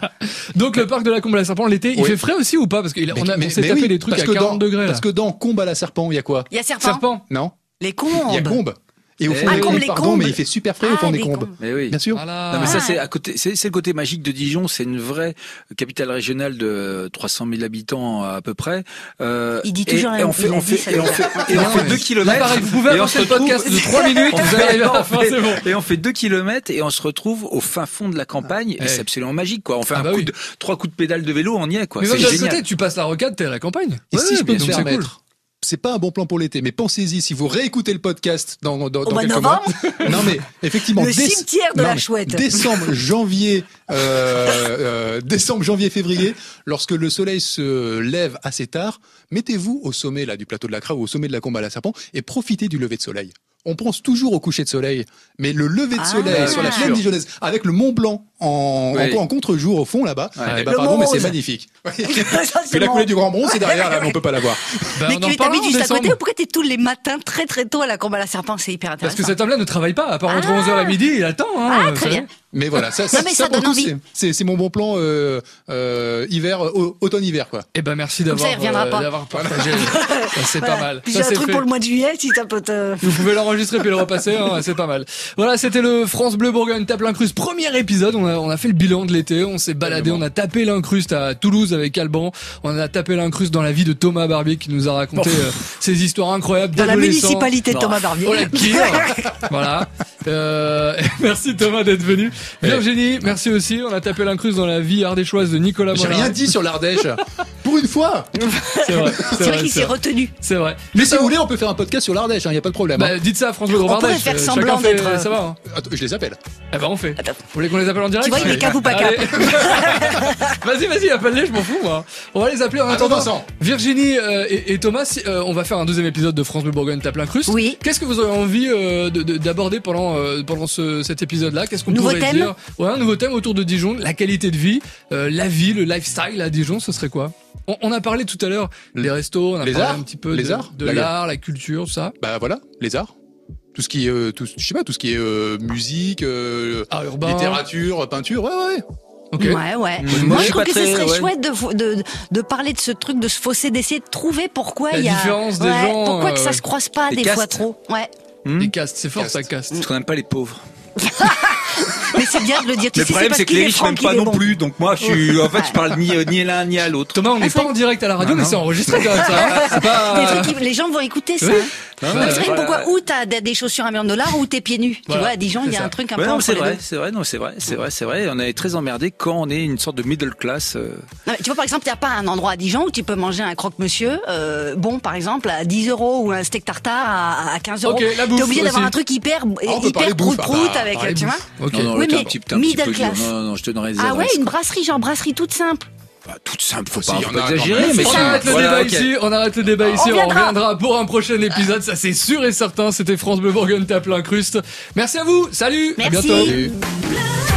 Speaker 1: donc le parc de la Combe à la Serpent l'été, il
Speaker 3: Oui.
Speaker 1: fait frais aussi ou pas Parce qu'on
Speaker 3: Mais-
Speaker 1: on a- on
Speaker 3: mais-
Speaker 1: s'est
Speaker 3: mais
Speaker 1: tapé
Speaker 3: oui,
Speaker 1: des trucs
Speaker 3: parce
Speaker 1: à
Speaker 3: que
Speaker 1: 40
Speaker 3: dans-
Speaker 1: degrés. là.
Speaker 3: Parce que dans Combe à la Serpent, il y a quoi
Speaker 2: Il y a serpent.
Speaker 1: Serpent.
Speaker 3: Non
Speaker 2: Les
Speaker 3: Il y a
Speaker 2: combes.
Speaker 3: Combe. Et au fond
Speaker 4: Ah,
Speaker 3: des
Speaker 2: Combe,
Speaker 3: combes,
Speaker 2: les
Speaker 3: pardon, mais
Speaker 2: Combes.
Speaker 3: il fait super frais au
Speaker 2: Ah,
Speaker 3: fond des
Speaker 2: les
Speaker 3: combes.
Speaker 2: Combes.
Speaker 4: Mais oui.
Speaker 3: Bien sûr.
Speaker 1: Voilà.
Speaker 4: Non, mais ça,
Speaker 2: Ah.
Speaker 4: c'est à côté, c'est c'est le côté magique de Dijon. C'est une vraie capitale régionale de 300 000 habitants à peu près. Euh,
Speaker 2: Il dit
Speaker 4: et-
Speaker 2: toujours la
Speaker 4: et on
Speaker 2: même
Speaker 4: fait,
Speaker 2: chose,
Speaker 4: on
Speaker 2: il dit
Speaker 4: fait,
Speaker 2: ça
Speaker 4: et on
Speaker 2: déjà.
Speaker 4: fait, et on
Speaker 1: Non,
Speaker 4: fait
Speaker 1: mais-
Speaker 4: deux
Speaker 1: Là,
Speaker 4: kilomètres.
Speaker 1: pareil, vous pouvez
Speaker 4: Et on
Speaker 1: avancer
Speaker 4: se
Speaker 1: le podcast
Speaker 4: retrouve-
Speaker 1: de 3 minutes,
Speaker 4: on
Speaker 1: vous arrivez à la fin,
Speaker 4: fait-
Speaker 1: c'est bon.
Speaker 4: Et on fait deux kilomètres et on se retrouve au fin fond de la campagne.
Speaker 1: Ouais.
Speaker 4: Et c'est absolument magique, quoi. On fait
Speaker 1: Ah
Speaker 4: un
Speaker 1: bah
Speaker 4: coup
Speaker 1: oui.
Speaker 4: de, trois coups de pédale de vélo, on y est, quoi.
Speaker 1: Mais
Speaker 4: C'est
Speaker 1: même d'un
Speaker 4: génial.
Speaker 1: côté, tu passes la rocade, t'es à la campagne.
Speaker 3: Et
Speaker 1: Ouais,
Speaker 3: si je peux
Speaker 1: donc
Speaker 3: me
Speaker 1: c'est cool.
Speaker 3: permettre, c'est pas un bon plan pour l'été. Mais pensez-y, si vous réécoutez le podcast dans, dans, dans
Speaker 2: mois de
Speaker 3: quelques
Speaker 2: novembre
Speaker 3: mois. Non, mais effectivement.
Speaker 2: Le
Speaker 3: déce-
Speaker 2: cimetière de la
Speaker 3: mais
Speaker 2: chouette.
Speaker 3: Décembre, janvier, euh, euh, décembre, janvier, février, lorsque le soleil se lève assez tard, mettez-vous au sommet là du plateau de la Crabe ou au sommet de la Combe à la Serpent et profitez du lever de soleil. On pense toujours au coucher de soleil, mais le lever de
Speaker 2: Ah,
Speaker 3: soleil sur la
Speaker 2: bien
Speaker 3: plaine
Speaker 4: sûr.
Speaker 3: dijonnaise, avec le Mont Blanc en,
Speaker 4: Oui.
Speaker 3: en- en contre-jour au fond là-bas,
Speaker 4: Ouais.
Speaker 3: eh ben,
Speaker 2: Le
Speaker 3: pardon,
Speaker 2: Mont
Speaker 3: mais c'est
Speaker 2: Rose.
Speaker 3: magnifique.
Speaker 2: Ça,
Speaker 3: Puis
Speaker 2: c'est
Speaker 3: la
Speaker 2: marrant.
Speaker 3: coulée du Grand Bronze, c'est derrière, là, mais on peut pas la voir.
Speaker 1: Bah,
Speaker 2: Mais
Speaker 1: on en
Speaker 2: tu
Speaker 1: parle
Speaker 2: t'habites
Speaker 1: en
Speaker 2: juste à
Speaker 1: décembre.
Speaker 2: côté, pourquoi t'es tous les matins très très tôt à la combat à la serpent C'est hyper
Speaker 1: Parce
Speaker 2: intéressant.
Speaker 1: que cet homme-là ne travaille pas, à part entre
Speaker 2: Ah.
Speaker 1: 11h et midi, il attend. hein,
Speaker 2: Ah, très
Speaker 1: vous
Speaker 2: bien.
Speaker 1: savez.
Speaker 3: Mais voilà, ça,
Speaker 2: mais ça
Speaker 3: pour le
Speaker 2: donne
Speaker 3: coup,
Speaker 2: envie.
Speaker 3: C'est c'est- c'est mon bon plan euh, euh, hiver, au- automne-hiver, quoi.
Speaker 1: Eh ben merci
Speaker 2: Comme ça,
Speaker 1: d'avoir
Speaker 2: il reviendra pas.
Speaker 1: d'avoir partagé. Ça, c'est
Speaker 2: Voilà.
Speaker 1: pas mal.
Speaker 2: Puis
Speaker 1: Ça,
Speaker 2: j'ai un
Speaker 1: c'est
Speaker 2: truc
Speaker 1: fait.
Speaker 2: pour le mois de juillet si ça peut te.
Speaker 1: Vous pouvez l'enregistrer puis le repasser, hein, c'est pas mal. Voilà, c'était le France Bleu Bourgogne tape l'incruste. Premier épisode, on a, on a fait le bilan de l'été, on s'est baladé, on a tapé l'incruste à Toulouse avec Alban, on a tapé l'incruste dans la vie de Thomas Barbier qui nous a raconté euh, ces histoires incroyables
Speaker 2: Dans la
Speaker 1: d'adolescents.
Speaker 2: municipalité de Thomas Barbier.
Speaker 1: Oh la pire Voilà. Euh, merci Thomas d'être venu. Virginie, merci aussi. On a tapé l'incruste dans la vie ardéchoise de Nicolas
Speaker 3: J'ai
Speaker 1: Mollard.
Speaker 3: rien dit sur l'Ardèche. Pour une fois.
Speaker 1: C'est vrai.
Speaker 2: C'est vrai Ah qu'il
Speaker 1: c'est
Speaker 2: s'est
Speaker 1: vrai.
Speaker 2: retenu.
Speaker 1: C'est vrai.
Speaker 3: Mais si vous voulez, on peut faire un podcast sur l'Ardèche, il n'y a pas de problème. hein.
Speaker 1: Bah, dites ça à France Bleu
Speaker 2: pourrait
Speaker 1: Bardèche,
Speaker 2: faire
Speaker 1: euh,
Speaker 2: semblant
Speaker 1: chacun fait,
Speaker 2: d'être,
Speaker 1: euh,
Speaker 2: euh,
Speaker 1: Ça va. hein.
Speaker 3: Attends, je les appelle.
Speaker 1: Eh ben on fait.
Speaker 2: Attends.
Speaker 1: Vous voulez qu'on les appelle en direct
Speaker 2: Tu vois, il est cap ou pas cap.
Speaker 1: Allez. Vas-y, vas-y, appelle-les, je m'en fous, moi. On va les appeler en
Speaker 3: Allô,
Speaker 1: attendant.
Speaker 3: Vincent.
Speaker 1: Virginie euh, et, et Thomas, si- euh, on va faire un deuxième épisode de France Bleu Bourgogne tape l'incruste.
Speaker 2: Oui.
Speaker 1: Qu'est-ce que vous aurez envie euh, de- de- d'aborder pendant euh, pendant ce, cet épisode-là Qu'est-ce qu'on
Speaker 2: Nouveau
Speaker 1: pourrait
Speaker 2: thème
Speaker 1: dire Ouais, un nouveau thème autour de Dijon, la qualité de vie, euh, la vie, le lifestyle à Dijon, ce serait quoi on, on a parlé tout à l'heure des restos, on a
Speaker 3: Les
Speaker 1: parlé
Speaker 3: arts
Speaker 1: un petit peu
Speaker 3: Les
Speaker 1: de,
Speaker 3: arts
Speaker 1: de
Speaker 3: La-
Speaker 1: l'art, la culture, tout ça.
Speaker 3: Bah voilà, les arts. Tout ce qui est, euh, tout, je sais pas, tout ce qui est euh, musique, euh,
Speaker 1: Art urbain.
Speaker 3: littérature, peinture, ouais, ouais.
Speaker 1: Ok.
Speaker 2: Ouais, ouais.
Speaker 4: Moi,
Speaker 2: Moi,
Speaker 4: je
Speaker 2: je
Speaker 4: suis
Speaker 2: trouve
Speaker 4: pas
Speaker 2: que ce
Speaker 4: très-
Speaker 2: serait
Speaker 4: ouais.
Speaker 2: chouette de, fo- de, de parler de ce truc, de se fausser, d'essayer de trouver pourquoi
Speaker 1: La
Speaker 2: il y a.
Speaker 1: différence des
Speaker 2: Ouais,
Speaker 1: gens,
Speaker 2: Pourquoi
Speaker 1: euh,
Speaker 2: que ça
Speaker 1: ouais.
Speaker 2: se croise pas
Speaker 4: Les
Speaker 2: des
Speaker 4: castes.
Speaker 2: fois trop. Ouais.
Speaker 1: Les castes, c'est fort
Speaker 3: Castes.
Speaker 1: ça, caste.
Speaker 2: Mmh.
Speaker 4: Parce qu'on n'aime pas les pauvres.
Speaker 2: Mais c'est bien de le dire. Tu
Speaker 4: le
Speaker 2: sais,
Speaker 4: problème,
Speaker 2: parce
Speaker 4: c'est que
Speaker 2: qu'il
Speaker 4: les
Speaker 2: est
Speaker 4: riches
Speaker 2: franc
Speaker 4: n'aiment
Speaker 2: qu'il
Speaker 4: pas
Speaker 2: est
Speaker 4: non
Speaker 2: bon.
Speaker 4: plus. Donc moi, je suis, en fait, je parle ni, euh, ni l'un ni à l'autre.
Speaker 1: Thomas, on
Speaker 2: Ah,
Speaker 1: n'est pas en direct à la radio, mais c'est enregistré quand même, ça. hein. C'est
Speaker 2: Des
Speaker 1: pas.
Speaker 2: trucs qui- les gens vont écouter ça.
Speaker 1: Oui.
Speaker 2: hein.
Speaker 4: Non,
Speaker 1: Ouais,
Speaker 2: Mais c'est vrai que
Speaker 4: voilà.
Speaker 2: pourquoi ou t'as des des chaussures à million de dollars ou t'es pieds nus. Tu
Speaker 1: Voilà,
Speaker 2: vois, à Dijon, il y
Speaker 1: c'est
Speaker 2: a
Speaker 1: ça.
Speaker 2: un truc un
Speaker 4: Ouais,
Speaker 2: peu
Speaker 4: non,
Speaker 2: entre
Speaker 4: c'est
Speaker 2: les deux.
Speaker 4: vrai, c'est vrai, non, c'est vrai, c'est vrai, c'est vrai. On est très emmerdé quand on est une sorte de middle class. euh,
Speaker 2: Non, mais tu vois, par exemple, il n'y a pas un endroit à Dijon où tu peux manger un croque-monsieur, euh, bon, par exemple, à 10 euros ou un steak tartare à, à 15 euros.
Speaker 1: Ok, la bouffe
Speaker 2: T'es obligé d'avoir
Speaker 1: aussi.
Speaker 2: un truc hyper,
Speaker 3: on peut parler
Speaker 2: hyper
Speaker 3: bouffe,
Speaker 2: prout-prout
Speaker 3: ah bah,
Speaker 2: avec,
Speaker 1: Parlez
Speaker 2: tu vois.
Speaker 1: bouffe. Ok.
Speaker 4: Non, non,
Speaker 2: Oui,
Speaker 4: t'es un
Speaker 2: mais
Speaker 4: petit, t'es un petit
Speaker 2: middle
Speaker 4: peu dur.
Speaker 2: class.
Speaker 4: Non, non, non, je te donnerai les
Speaker 2: Ah ouais,
Speaker 4: adresses.
Speaker 2: une brasserie, genre brasserie toute simple.
Speaker 4: Bah, toute simple, faut
Speaker 3: Si,
Speaker 4: pas,
Speaker 3: y
Speaker 4: faut
Speaker 3: en
Speaker 4: pas
Speaker 3: a,
Speaker 4: exagérer,
Speaker 3: quand même.
Speaker 4: mais
Speaker 1: on
Speaker 4: quand même.
Speaker 1: arrête le
Speaker 4: Voilà,
Speaker 1: débat
Speaker 4: ok.
Speaker 1: ici, on arrête le débat ici, on
Speaker 2: reviendra.
Speaker 1: reviendra pour un prochain épisode, ça c'est sûr et certain, c'était France Bleu Bourgogne tape l'incruste. Merci à vous, salut, à
Speaker 2: Merci. Salut.
Speaker 1: bientôt.
Speaker 3: Salut.
Speaker 2: Bleu,